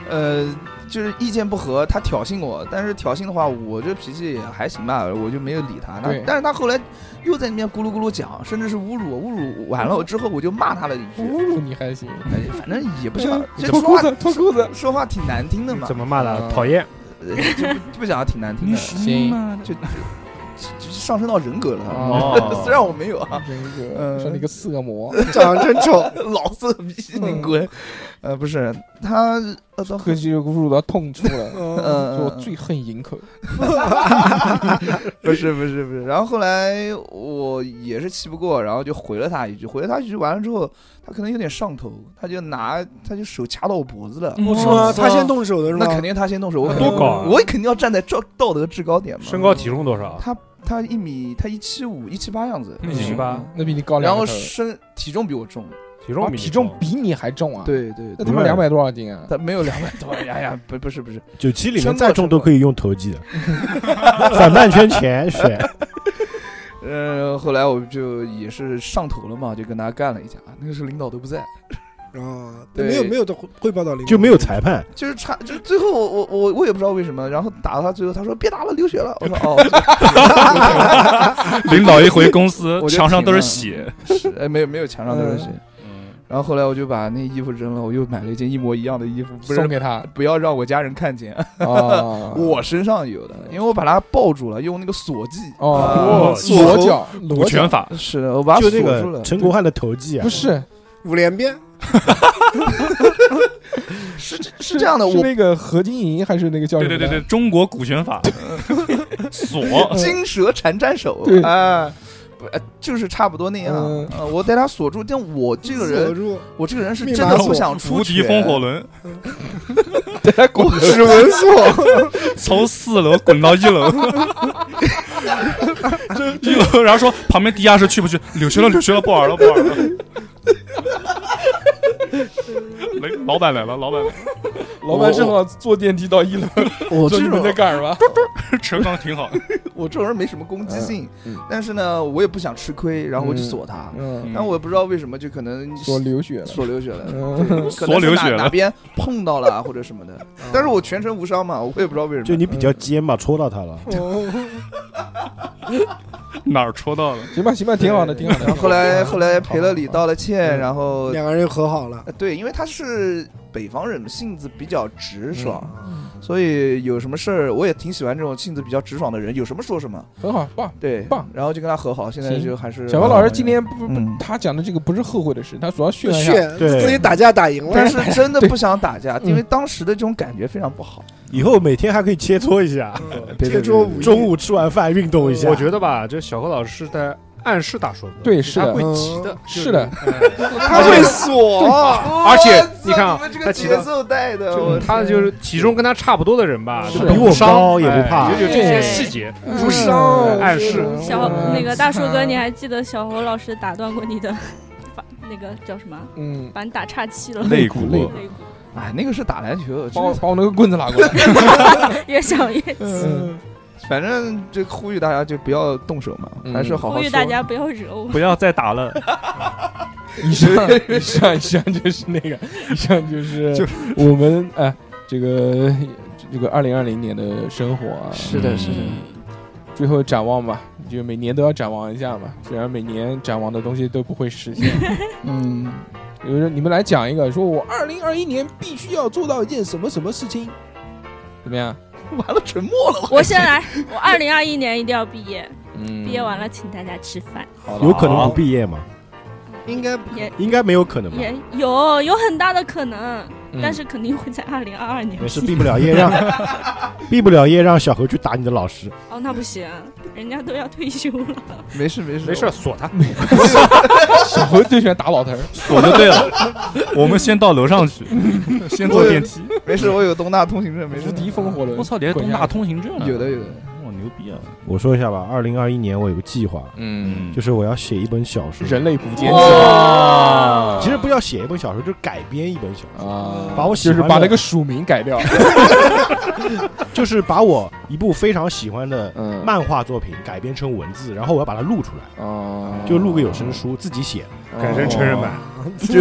S3: 呃，就是意见不合，他挑衅我，但是挑衅的话，我这脾气也还行吧，我就没有理他。那
S1: 对
S3: 但是他后来又在那边咕噜咕噜讲，甚至是侮辱我，侮辱完了之后，我就骂他了一句，
S1: 侮辱你还行，
S3: 哎，反正也不像，这
S1: 脱
S3: 说
S1: 裤
S3: 话
S1: 子，脱裤子，
S3: 说话挺难听的嘛，
S4: 怎么骂的？
S1: 嗯
S4: 讨厌，
S3: 呃就 (laughs) 不不讲挺难听的，
S1: 行，
S3: 就就就上升到人格了。
S8: 哦
S3: (laughs) 虽然我没有啊，
S1: 这个
S3: 嗯
S1: 说你个色魔，嗯
S2: 长得真丑，
S3: 老色批，你滚！呃，不是他，呃，到
S1: 可惜侮辱到痛处
S3: (laughs)
S1: 了。
S3: 呃，
S1: 我最恨营
S3: (laughs)
S1: 口， (laughs)
S3: 不是不是不是。然后后来我也是气不过，然后就回了他一句，回了他一句完了之后，他可能有点上头，他就拿他就手掐到我脖子了。
S5: 嗯
S1: 哦
S2: 我是吗？他先动手的是
S3: 那肯
S2: 吗？
S3: 定他先动手，我肯
S4: 多高啊
S3: 我也肯定要站在道道德制高点嘛。
S4: 身高体重多少？
S3: 他他一米他一七五一七八样子，
S4: 一
S5: 嗯
S4: 七八，
S1: 嗯那比你高
S3: 然
S1: 两
S3: 后
S1: 个头，
S3: 身体重比我重，
S4: 体重
S1: 啊
S4: 比你
S1: 体重
S4: 重
S1: 比你还重啊？，
S3: 对对
S1: 那
S3: 对，
S1: 他妈两百多少斤啊？
S3: 他没有两百多，哎呀，不不是不是，
S5: 九七里面再重都可以用投技
S3: (laughs)
S5: 的，反半圈前选。
S3: 呃，后来我就也是上头了嘛，就跟他干了一架。那个时候领导都不在，
S2: 啊，
S3: 对
S2: 没有没有的汇汇报到领导
S5: 就没有裁判，
S3: 就是差，就是最后我我我我也不知道为什么，然后打到他最后，他说别打了，流血了。我说哦，
S8: (laughs) 领导一回公司
S3: 我，就
S8: 墙上都是
S3: 挺
S8: 血。
S3: 是哎，没有没有墙上都是血。
S8: 嗯，
S3: 然后后来我就把那衣服扔了，我又买了一件一模一样的衣服，不
S1: 送
S3: 是
S1: 给他
S3: 不要让我家人看见，！
S1: 啊
S3: (laughs) 我身上有的，因为我把它抱住了，用那个锁技。啊
S1: 哦，
S2: 锁
S1: 裸脚，
S8: 股
S1: 裸
S8: 权
S1: 脚
S8: 法，
S3: 是的，我把它
S5: 就
S3: 锁
S5: 那个
S3: 住了。
S5: 陈国汉的投技啊
S1: 不，是
S2: 五连鞭，
S3: 是是是这样的，
S1: 是
S3: 我
S1: 那个何金银还是那个叫
S8: (laughs) 对
S1: 什
S8: 对
S1: 么的？
S8: 对对，中国股权
S1: (laughs)
S8: 法，锁
S3: (laughs) 金蛇缠战手
S1: 对，
S3: 哎，不，呃就是差不多那样。
S1: 嗯
S3: 呃我带他锁住，但我这个
S2: 锁
S3: 人，
S2: 住
S3: 我这个人是
S2: 密
S3: 真
S2: 码
S3: 的
S2: 锁
S3: 不想出
S8: 无
S3: 去
S8: 敌。风火轮，
S1: 对，他滚
S3: 我指纹锁，
S8: (laughs) 从四楼滚到一楼，一楼，然后说旁边地下室去不去？柳学了，柳学了，不玩了，不玩了。来，老板来了，老板来
S1: 老板正好坐电梯到一楼，
S3: 我这
S1: 说你们
S3: 种
S1: 在干什么？
S8: 了，陈刚挺好。
S3: (laughs) 我这种人没什么攻击性
S1: 嗯嗯，
S3: 但是呢，我也不想吃亏，然后我就锁他。
S1: 嗯，
S3: 但我也不知道为什么，就可能
S1: 说流血了。
S3: 锁流血
S1: (laughs)
S3: 了，
S1: 嗯，
S3: 可能是
S8: 锁流血
S3: 哪
S8: 了
S3: 哪边碰到了啊或者什么的。但是我全程无伤嘛，我也不知道为什么。
S5: 就
S3: (laughs)
S5: 你比较尖嘛，戳到他了。
S1: 嗯
S8: 哪儿戳到了？
S1: 行吧，行吧，挺好的，挺好的。
S3: 然后后来后来赔了礼，
S1: 好好好
S3: 道了歉，
S1: 嗯
S3: 然后
S2: 两个人又和好了。
S3: 呃对，因为他是北方人，性子比较直爽，
S1: 嗯
S3: 所以有什么事儿我也挺喜欢这种性子比较直爽的人，有什么说什么。
S1: 很好，棒。
S3: 对，
S1: 棒
S3: 然后就跟他和好，现在
S1: 行
S3: 就还是
S1: 小
S3: 很
S1: 王
S3: 好
S1: 老师
S3: 的
S1: 今
S3: 人
S1: 天不不，
S3: 嗯
S1: 他讲的这个不是后悔的事，他主要炫一下。
S2: 炫，
S5: 对
S2: 自己打架打赢了
S3: 但，是真的
S1: 对
S3: 不想打架，
S1: 嗯
S3: 啊因为当时的这种感
S1: (laughs)
S3: 觉非常不好。
S5: 以后每天还可以切磋一下，
S3: 别
S2: 这
S3: 别
S2: 桌
S3: 别
S2: 五一
S5: 中午吃完饭运动一下。
S4: 我觉得吧，这小何老师是在暗示大硕哥，
S1: 对是的
S4: 他会急的，就是
S1: 的，
S4: 哎
S3: 他
S4: (laughs)
S3: 会锁，
S4: 而且
S3: 我操
S4: 你看啊
S3: 们这
S4: 他
S3: 个
S4: 提
S3: 节
S4: 到
S3: 奏带的，
S4: 就
S3: 我
S4: 他就是体重跟他差不多的人吧，
S1: 是
S4: 他
S1: 比
S5: 我
S4: 伤
S5: 高也不怕
S4: 哎就有这些
S7: 对
S4: 细节，
S3: 嗯
S5: 嗯
S1: 无
S2: 伤
S4: 暗示
S7: 小那个大树哥，你
S1: 还
S7: 还记得小侯老师打断过你的，把那个叫什么？
S1: 嗯
S7: 把你打岔气了。
S8: 肋
S1: 骨肋骨
S8: 骨，
S7: 肋骨
S3: 哎，那个是打篮球，
S1: 把我
S3: 这
S1: 把我啊那个棍子拿过
S7: (laughs)
S1: 来。
S7: 越想越气。
S1: 嗯，
S3: (laughs) 反正这呼吁大家就不要动手嘛，
S1: 嗯
S3: 还是好好
S7: 呼吁
S3: 说
S7: 大家不要惹我。
S8: 不要再打
S3: (laughs)
S8: 了。
S1: 以上以上以上就是那个，以上 (laughs) 就是
S3: 就
S1: 我们哎这个这个二零二零年的生活啊，
S3: 是
S5: 嗯
S3: 的，是的，
S1: 最后展望吧，就每年都要展望一下嘛。虽然每年展望的东西都不会实现，
S3: (laughs) 嗯，
S1: 比如说你们来讲一个，说我二零二一年必须要做到一件什么什么事情，怎么样？
S3: 完了，沉默了，
S7: 我先来，我二零二一年一定要毕业，
S1: 嗯，
S7: 毕业完了请大家吃饭，
S5: 有可能不毕业吗？
S2: 应该
S7: 也
S5: 应该没有可能吧？
S7: 也有有很大的可能，
S1: 嗯，
S7: 但是肯定会在二零二二年
S5: 没事，
S7: 毕业
S5: 毕不了业让毕不了业让小何去打你的老师，
S7: (laughs) 哦，那不行，人家都要退休了。 (laughs)
S1: (laughs)
S3: 没事没事
S4: 没事，锁他。
S1: 小何最喜欢打老头儿，
S8: 锁就对了。我们先到楼上
S1: (laughs)
S8: 去，先坐电梯。
S3: 我没事，我有东大通行证，没事
S1: 无。敌风火轮
S8: 我。操，你还东大通行证呢？啊
S3: 有的有的，
S8: 哇，牛逼啊！
S5: 我说一下吧，二零二一年我有个计划，
S1: 嗯，
S5: 就是我要写一本小说。
S1: 人类古剑
S7: 哇
S5: 其实不要写一本小说，就是改编一本小说，
S1: 啊，
S5: 把我喜
S1: 就
S5: 欢
S1: 是
S5: 的
S1: 把那
S5: (laughs)
S1: 个署名改掉。
S5: 就是把我一部非常喜欢的
S1: 嗯，
S5: 漫画作品改编成文字，然后我要把它录出来，
S1: 哦，
S5: 就录个有声书，自己写。
S4: 改成
S3: (laughs)
S4: 成人版，
S3: 就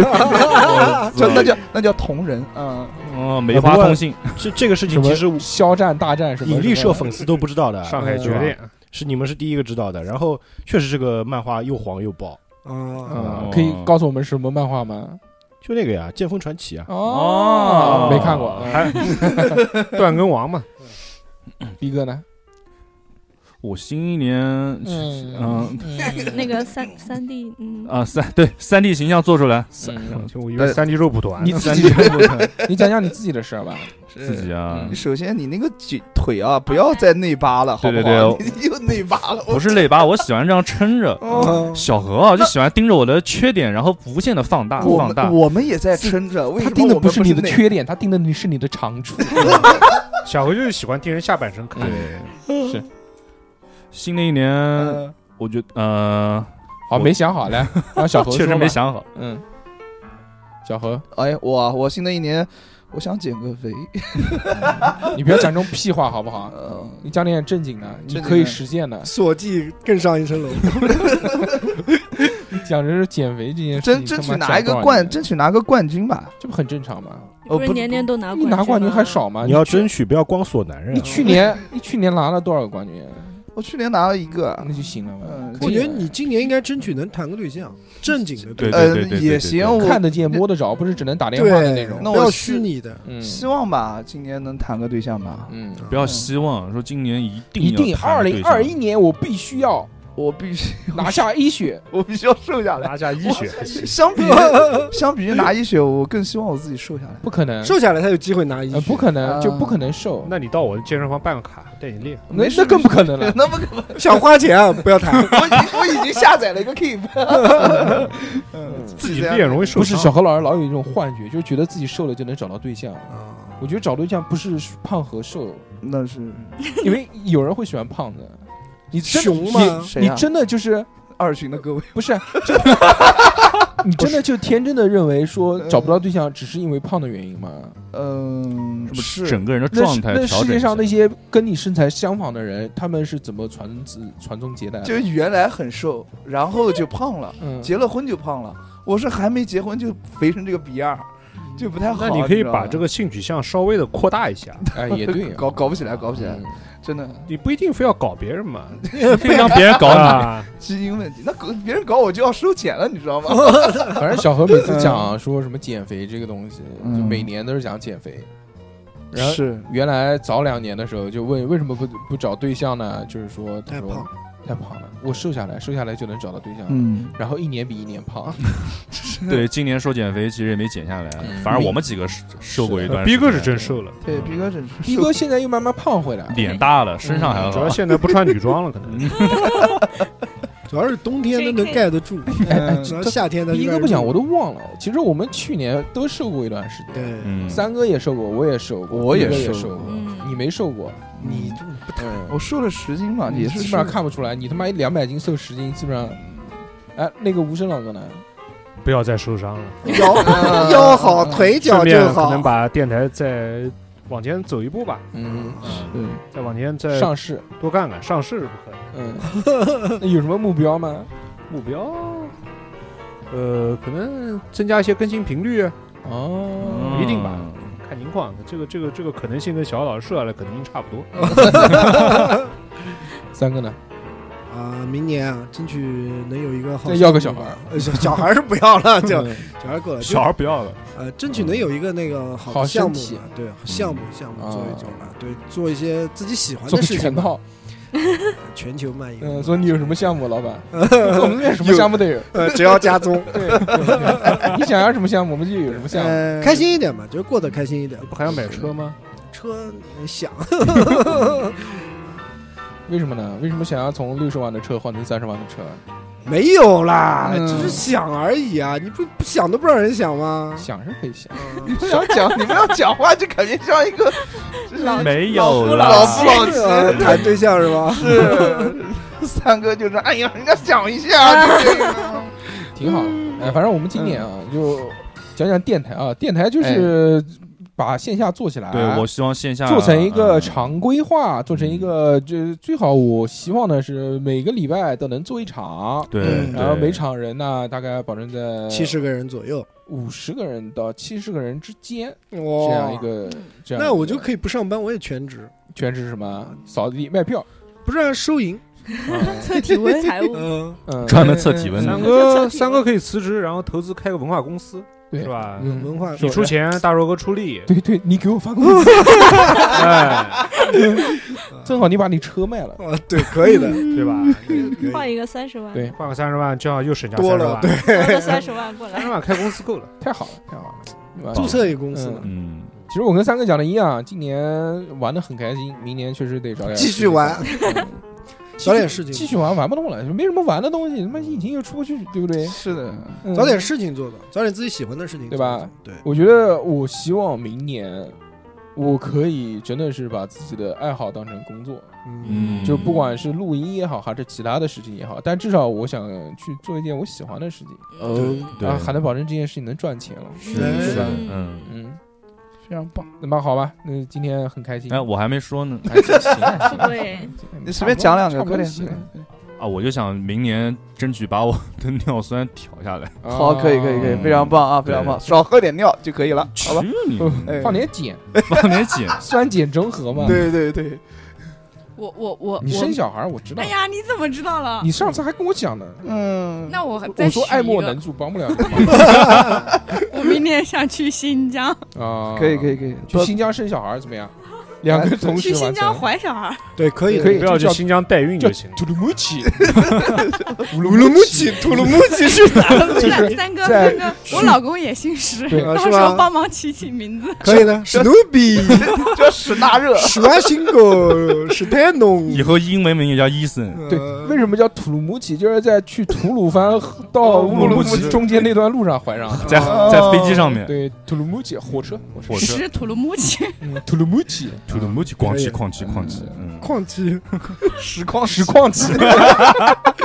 S5: (laughs)
S3: 叫哦那叫那叫同人，嗯，
S8: 哦，梅花通信，
S5: 这这个事
S1: 什
S5: 情
S1: 么
S5: 其实
S1: 肖战大战什么
S5: 引力社
S1: 什么
S5: 粉丝都不知道的，
S4: 上海
S5: 是
S4: 绝
S5: 吧
S4: 恋，
S5: 是你们是第一个知道的。然后确实这个漫画又黄又爆，
S2: 啊，
S4: 哦
S1: 嗯，可以告诉我们什么漫画吗？
S5: 就那个呀，《剑锋传奇》啊，
S1: 哦没看过。嗯
S4: 还 (laughs) 断更王嘛，
S1: 逼哥呢？
S8: 我新一年，嗯
S7: 那个三三 D，嗯，
S8: 啊三对三 D 形象做出来，
S1: 嗯
S4: 就我以为三 D 肉蒲团呢，
S1: 你自己， (laughs) 你讲讲你自己的事
S3: (laughs)
S1: 儿吧。
S8: 自己
S3: 啊。
S8: 啊
S1: 嗯，
S3: 首先，你那个腿腿啊，不要再内八了，好不好？
S8: 对对对
S3: 你 (laughs) 又内八了，我
S8: 不是内八，我喜欢这样撑着。
S3: 哦
S8: 小何啊，就喜欢盯着我的缺点，然后无限的放大
S3: 我
S8: 放大
S3: 们。我们也在撑着，为什
S1: 他
S3: 么
S1: 盯的
S3: 我们不
S1: 是你的
S3: 内
S1: 缺点，他盯的你是你的
S3: (laughs)
S1: 长处。
S4: 小何就是喜欢盯人下半身看。
S1: 对， (laughs) 是
S8: 新的一年，
S3: 嗯
S8: 我觉得呃，
S1: 好，
S8: 我
S1: 没想
S8: (laughs)
S1: 好，来让小何
S8: 确
S1: 说
S8: 实
S1: 吧
S8: 没。想好。
S1: 嗯，小何，
S3: 哎，我啊我新的一年，我想减个肥。 (laughs)
S1: 你不要讲这种屁话好不好？
S3: 呃，
S1: 啊你讲点正经的，你
S3: 正经的
S1: 可以实践的。
S2: 所技更上一层
S3: (laughs)
S2: 楼。
S1: 讲的是减肥这件
S3: (laughs)
S1: 事
S3: 争
S1: 情，
S3: 争取
S1: 他妈
S3: 拿一
S1: 讲
S3: 个
S1: 多少
S3: 冠，哦
S1: 年
S3: 争取拿个冠军吧。
S1: 这不很正常吗？
S7: 你不是年年都拿
S1: 你
S7: 冠
S1: 拿冠军
S7: 吗
S1: 还？少吗？
S5: 你要
S1: 去
S5: 争取不要光锁男人
S1: 你
S5: 啊。
S1: 去年你去年拿了多少个冠军？啊
S3: 我去年拿了一个，
S1: 那就行了嘛
S3: 嗯。
S1: 可
S2: 我
S1: 以
S2: 觉
S1: 的
S2: 得你今年应该争取能谈个对象，正经的
S8: 对
S2: 象，
S8: 对对
S3: 嗯
S8: 对对
S3: 也
S8: 对
S3: 行
S8: 对
S3: 我
S1: 看得见摸得着，不是只能打电话的那
S2: 对，
S1: 种。
S3: 那
S2: 不要
S3: 我
S2: 虚
S3: 是
S2: 拟的。
S1: 嗯
S3: 希望吧，今年能谈个对象吧。
S1: 嗯，
S8: 不要希望说今年一定
S1: 一定
S8: 要
S1: 二
S8: 谈个对
S1: 零
S8: 象
S1: 二一年我必须要
S3: (laughs) 我必须，
S1: 拿下一血。
S3: 我必须要瘦下来。
S4: 拿下医学，
S3: 相
S1: (laughs)
S2: (laughs)
S3: 比相比于拿一血，我更希望我自己瘦下来。
S1: 不可能，
S2: 瘦下来才有机会拿一
S1: 呃，
S2: 局。
S1: 不可能，
S3: 啊
S1: 就不可能瘦，
S4: 那你到我健身房办个卡，带你练。
S1: 那
S3: 没事。
S1: 那更不可能了
S3: (laughs) 那不可能，
S2: 想花
S3: (laughs)
S2: 钱啊，不要谈。
S3: 我已经我已经下载了一个 (laughs) Keep，嗯，
S4: 自己
S3: 这样
S4: 练容易受
S1: 不是
S4: 伤。
S1: 小何老师老有一种幻觉，就觉得自己瘦了就能找到对象。
S3: 嗯
S2: 啊
S1: 我觉得找对象不是胖和瘦，
S3: 那是
S1: 因为有人会喜欢胖的。你真的
S2: 熊吗
S1: 你
S3: 谁
S1: 你
S3: 啊
S1: 真的就是
S3: 二群的各位，(laughs)
S1: 不是？就你真的就天真的认为说
S3: 呃
S1: 找不到对象只是因为胖的原因吗？
S3: 嗯，是
S8: 整个人的
S1: 那
S8: 状
S1: 是
S8: 态
S1: 那
S8: 调
S1: 世
S8: 整
S1: 界
S8: 一下
S1: 上那些跟你身材相仿的人，他们是怎么传子传宗接代的？
S3: 就原来很瘦，然后就胖了，
S1: 嗯，
S3: 结了婚就胖了。我是还没结婚就肥成这个逼样儿，就不太好。
S4: 那你可以
S3: 知道吧，
S4: 把这个性取向稍微的扩大一下，
S1: 哎，也对
S3: 搞搞不起来，搞不起来
S1: 嗯，
S3: 真的
S4: 你不一定非要搞别
S3: (laughs)
S4: 人嘛，
S8: 可以让别人搞你。
S4: 啊，
S3: 基因问题。那搞别人搞我就要收钱了，你知道吗？
S1: (laughs)
S3: (laughs)
S1: 反正小何每次讲说什么减肥这个东西，就
S3: 嗯
S1: 每年都是讲减肥。然后
S3: 是
S1: 原来早两年的时候就问为什么不不找对象呢？就是说他
S2: 太
S1: 说
S2: 胖
S1: 太胖了，我瘦下来，瘦下来就能找到对象。
S3: 嗯，
S1: 然后一年比一年
S2: (laughs)
S1: 胖，
S8: 对，今年说减肥其实也没减下来
S1: 嗯，
S8: 反正我们几个是瘦过一段时间。
S4: 逼哥是真瘦了，
S3: 对，逼哥真是
S1: 逼哥现在又慢慢胖回来了。
S8: 脸大了，身上还
S4: 主
S8: (laughs)
S4: 要
S8: 好。嗯
S4: 现在不穿女装了，可能。
S2: 主要是冬天它能盖得
S1: (laughs)
S2: 住， (laughs)
S1: 哎
S2: 主要
S1: 这
S2: 夏天它
S1: 逼哥不讲我都忘了，其实我们去年都瘦过一段时间，
S2: 对，
S8: 嗯，
S1: 三哥也瘦过，我也瘦过，
S3: 我也
S1: 逼哥也
S3: 瘦
S1: 瘦
S3: 过
S1: 过，
S7: 嗯
S1: 你没瘦过，
S2: 你
S1: 嗯
S3: 我瘦了十斤嘛，也是
S1: 基本上
S3: 瘦
S1: 看不出来。你他妈两百斤瘦十斤，基本上，哎，那个吴声老哥呢？
S4: 不要再受伤了，
S2: 腰腰好，腿脚就
S4: 顺便可能
S2: 好。
S4: 把电台再往前走一步吧，
S1: 嗯，是
S4: 再往前再
S1: 上市，
S4: 多干干，上市是不可能，
S1: 嗯，那有什么目标吗？
S4: 目标，呃，可能增加一些更新频率，
S1: 哦，
S4: 不一定吧看情况，这个这个这个可能性跟小老师说来可能性差不多。
S1: 三个呢？
S2: 啊，明年啊，争取能有一个好。
S1: 再要个小孩儿
S2: 呃，小小孩儿是不要了，就
S1: 嗯
S2: 小孩儿够了。就
S8: 小孩不要了，
S2: 呃，争取能有一个那个好
S1: 好
S2: 的项
S1: 身
S2: 目
S1: 体
S2: 吧，对，项目项目
S1: 啊
S2: 做一做吧，对，做一些自己喜欢
S1: 做
S2: 的
S1: 个
S2: 事情
S1: 全
S2: 吧，哎
S1: 套。
S2: 全球漫游
S1: 嗯，
S2: 嘛，
S1: 说你有什么项目，
S2: (laughs)
S1: 老板？ (laughs) 我们这边什么项目都有。
S2: 呃，只要加宗，
S1: (laughs) 对，你 (laughs) 想要什么项目，我们就有什么项目。
S2: 呃，开心一点嘛，就是过得开心一点
S4: 你。不还要买车吗？
S2: 车呃想， (laughs)
S1: 为什么呢？为什么想要从六十万的车换成三十万的车？
S2: 没有啦，
S1: 嗯
S2: 只是想而已啊！你不不想都不让人想吗？
S1: 想是可以想，
S3: 你们要讲，你们要讲话就感觉像一个
S7: 老
S8: 没有啦，
S3: 老夫老
S2: 是啊
S3: (laughs) 妻，
S2: 谈对象是吧？
S3: 是 (laughs) 三哥就是哎呀，人家想一下，啊
S1: (laughs)
S3: 就这个
S1: 挺好的。
S2: 嗯
S1: 哎，反正我们今年啊，就讲讲电台
S2: 哎
S1: 啊，电台就是把线下做起来。啊
S8: 对我希望线下
S1: 做成一个
S8: 嗯
S1: 常规化，做成一个，就最好我希望呢是每个礼拜都能做一场，
S8: 对
S2: 嗯，
S8: 对
S1: 然后每场人呢大概保证在
S2: (laughs) 七十个人左右，
S1: 五十个人到七十个人之间这样一
S2: 哇，
S1: 个这样一个。
S2: 那我就可以不上班，我也全职，
S1: 全职什么扫地卖票，
S2: 不是啊收银，
S7: 测体温、
S2: (laughs)
S7: 财务，
S2: 嗯，
S1: 嗯，
S8: 专门测体温
S4: 三
S8: 的，
S4: 哥，三哥可以辞职，然后投资开个文化公司，
S1: 对
S4: 是吧？
S1: 嗯，
S2: 文化
S4: 你出钱，大肉哥
S7: (laughs)
S4: 出力
S1: 对对，你给我发工
S8: (laughs)
S1: 资，
S4: 哎，
S1: (laughs) 正好你把你车卖了，
S2: 啊，对，可以的，
S7: 嗯
S4: 对吧？
S2: 可以
S7: 换一个三十万，
S1: 对
S4: 换个三十万，这样又省
S2: (laughs)
S4: 下
S2: 多
S4: 三十
S2: 了
S4: 万，，
S2: 对，
S7: 拿个三十万过
S4: 三
S7: 来
S4: 十。 (laughs) 万开公司够了。
S1: (laughs) 太好了，太好了。对
S4: (laughs)
S1: 吧
S2: 注册一个公司
S1: 嗯
S2: 嘛，
S8: 嗯，
S1: 其实我跟三哥讲的一样，今年玩的很开心，明年确实得找点
S2: 继续
S1: (laughs)
S2: 玩，
S1: 嗯
S2: 找点事情
S1: 继续玩玩不动了，没什么玩的东西，他妈疫情又出不去，对不对？
S3: 是的，
S1: 嗯
S2: 找点事情做吧，找点自己喜欢的事情，
S1: 对吧？
S2: 对，
S1: 我觉得我希望明年我可以真的是把自己的爱好当成工作，
S8: 嗯
S1: 就不管是录音也好，还是其他的事情也好，但至少我想去做一件我喜欢的事情，
S9: 嗯
S8: 呃对
S1: 然后还能保证这件事情能赚钱了。
S8: 是
S2: 嗯
S8: 是的，
S7: 嗯
S8: 嗯。
S1: 嗯，
S3: 非常棒。
S1: 那么好吧，那今天很开心。
S8: 哎，我还没说
S1: (laughs)
S8: 呢
S9: (laughs)
S1: 哎行啊行啊
S7: 对
S1: 行啊
S3: 你随便讲两个，
S1: 差不
S3: 快
S1: 多
S3: 点，
S1: 行
S3: 快点
S8: 啊！我就想明年争取把我的 (laughs) 尿酸调下来。
S1: 啊
S3: 好，可以，可以，可以，
S8: 嗯
S3: 非常棒啊，非常棒，少喝点尿就可以了，好吧？
S8: 你
S3: 哎
S1: 放点碱，
S8: (laughs)
S3: (laughs)
S8: 放点
S1: (laughs)
S8: 碱，
S1: 酸碱中和嘛。
S3: 对对对，
S6: 我我我
S1: 你生
S6: 我，
S1: 小孩儿我知道
S9: 哎，呀，你怎么知道了？
S1: 你上次还跟我讲呢。
S3: 嗯，
S9: 那我再
S1: 我说
S9: 许
S1: 爱
S9: 一
S6: (laughs)
S1: 莫
S9: 个
S1: 能助，帮不了
S3: (laughs)
S1: 你 (laughs)
S9: 我明年想去新疆，
S1: 啊。
S3: 可以，可以，，可以，
S1: 去
S3: 多
S1: 新疆生小孩儿怎
S3: (laughs)
S1: 么样？两个同时
S9: 去新
S1: 完
S9: 疆
S1: 成。
S9: 怀小孩。
S2: 对，可以，
S1: 可以
S4: 不要去新疆代孕就行了。
S1: 图鲁木
S9: (laughs)
S1: 齐，
S2: 鲁鲁木齐，土鲁木齐是哪？
S9: (laughs)
S1: 就是
S9: 三哥，
S1: 在
S9: 三哥，我老公也姓石，
S1: 对
S9: 到
S2: 是
S9: 时候
S2: 吧？
S9: 帮忙起起名字。
S2: 可以的，史
S1: (laughs)
S2: 努比，
S3: 叫史大热，
S2: 史瓦辛格，史泰农，
S8: 以后英文名也叫伊森。
S1: 对
S2: 呃，
S1: 为什么叫土鲁木齐？就是在去吐鲁番到乌鲁木齐中间那段路上怀上的。
S8: 在
S3: 哦
S8: 在飞机上面，
S1: 对，土鲁木齐火车，火车，
S8: 火车
S9: 石土鲁木齐，
S1: 嗯，土鲁木齐，
S8: 土的木去逛
S2: 可
S8: 起
S2: 以
S8: 逛起逛起，嗯，
S2: (laughs) 矿机，
S3: 实况
S1: 实况机，
S3: (laughs)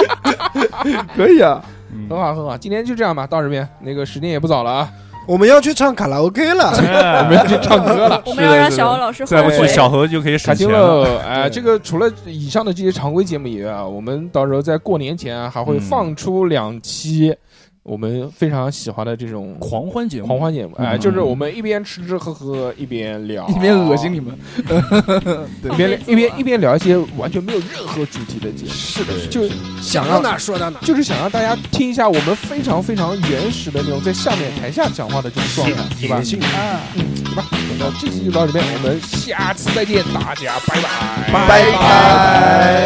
S3: 可以啊，
S8: 嗯
S1: 很好很好。今天就这样吧，到这边，那个时间也不早了啊，
S2: (laughs) 我们要去唱卡拉 OK 了。
S8: 哎
S1: 我们要去唱歌了。
S7: 我们要让小欧老师
S8: 再
S7: 后
S8: 不去
S7: 悔。
S8: 小何就可以
S1: 开
S8: 省
S1: 心
S8: 钱了。
S1: 喽！哎，
S2: 对
S1: 这个除了以上的这些常规节目以外啊，我们到时候在过年前啊还会
S8: 嗯
S1: 放出两期我们非常喜欢的这种
S8: 狂欢节目，
S1: 狂欢节目，哎，
S8: 嗯
S1: 就是
S8: (laughs)
S1: 我们一边吃吃喝喝，一边聊，
S3: 一边恶心你
S1: (laughs)
S3: 们，
S1: 一边一边一边聊一些完全没有任何主题的节目，
S3: 是的，
S8: 对
S1: 就想
S2: 想到
S1: 让
S2: 哪说到哪，
S1: 就是想让大家听一下我们非常非常原始的那种在下面台下讲话的这种状态，对吧？对吧？那这期就到这边，我们下次再见，大家拜拜，
S3: 拜拜。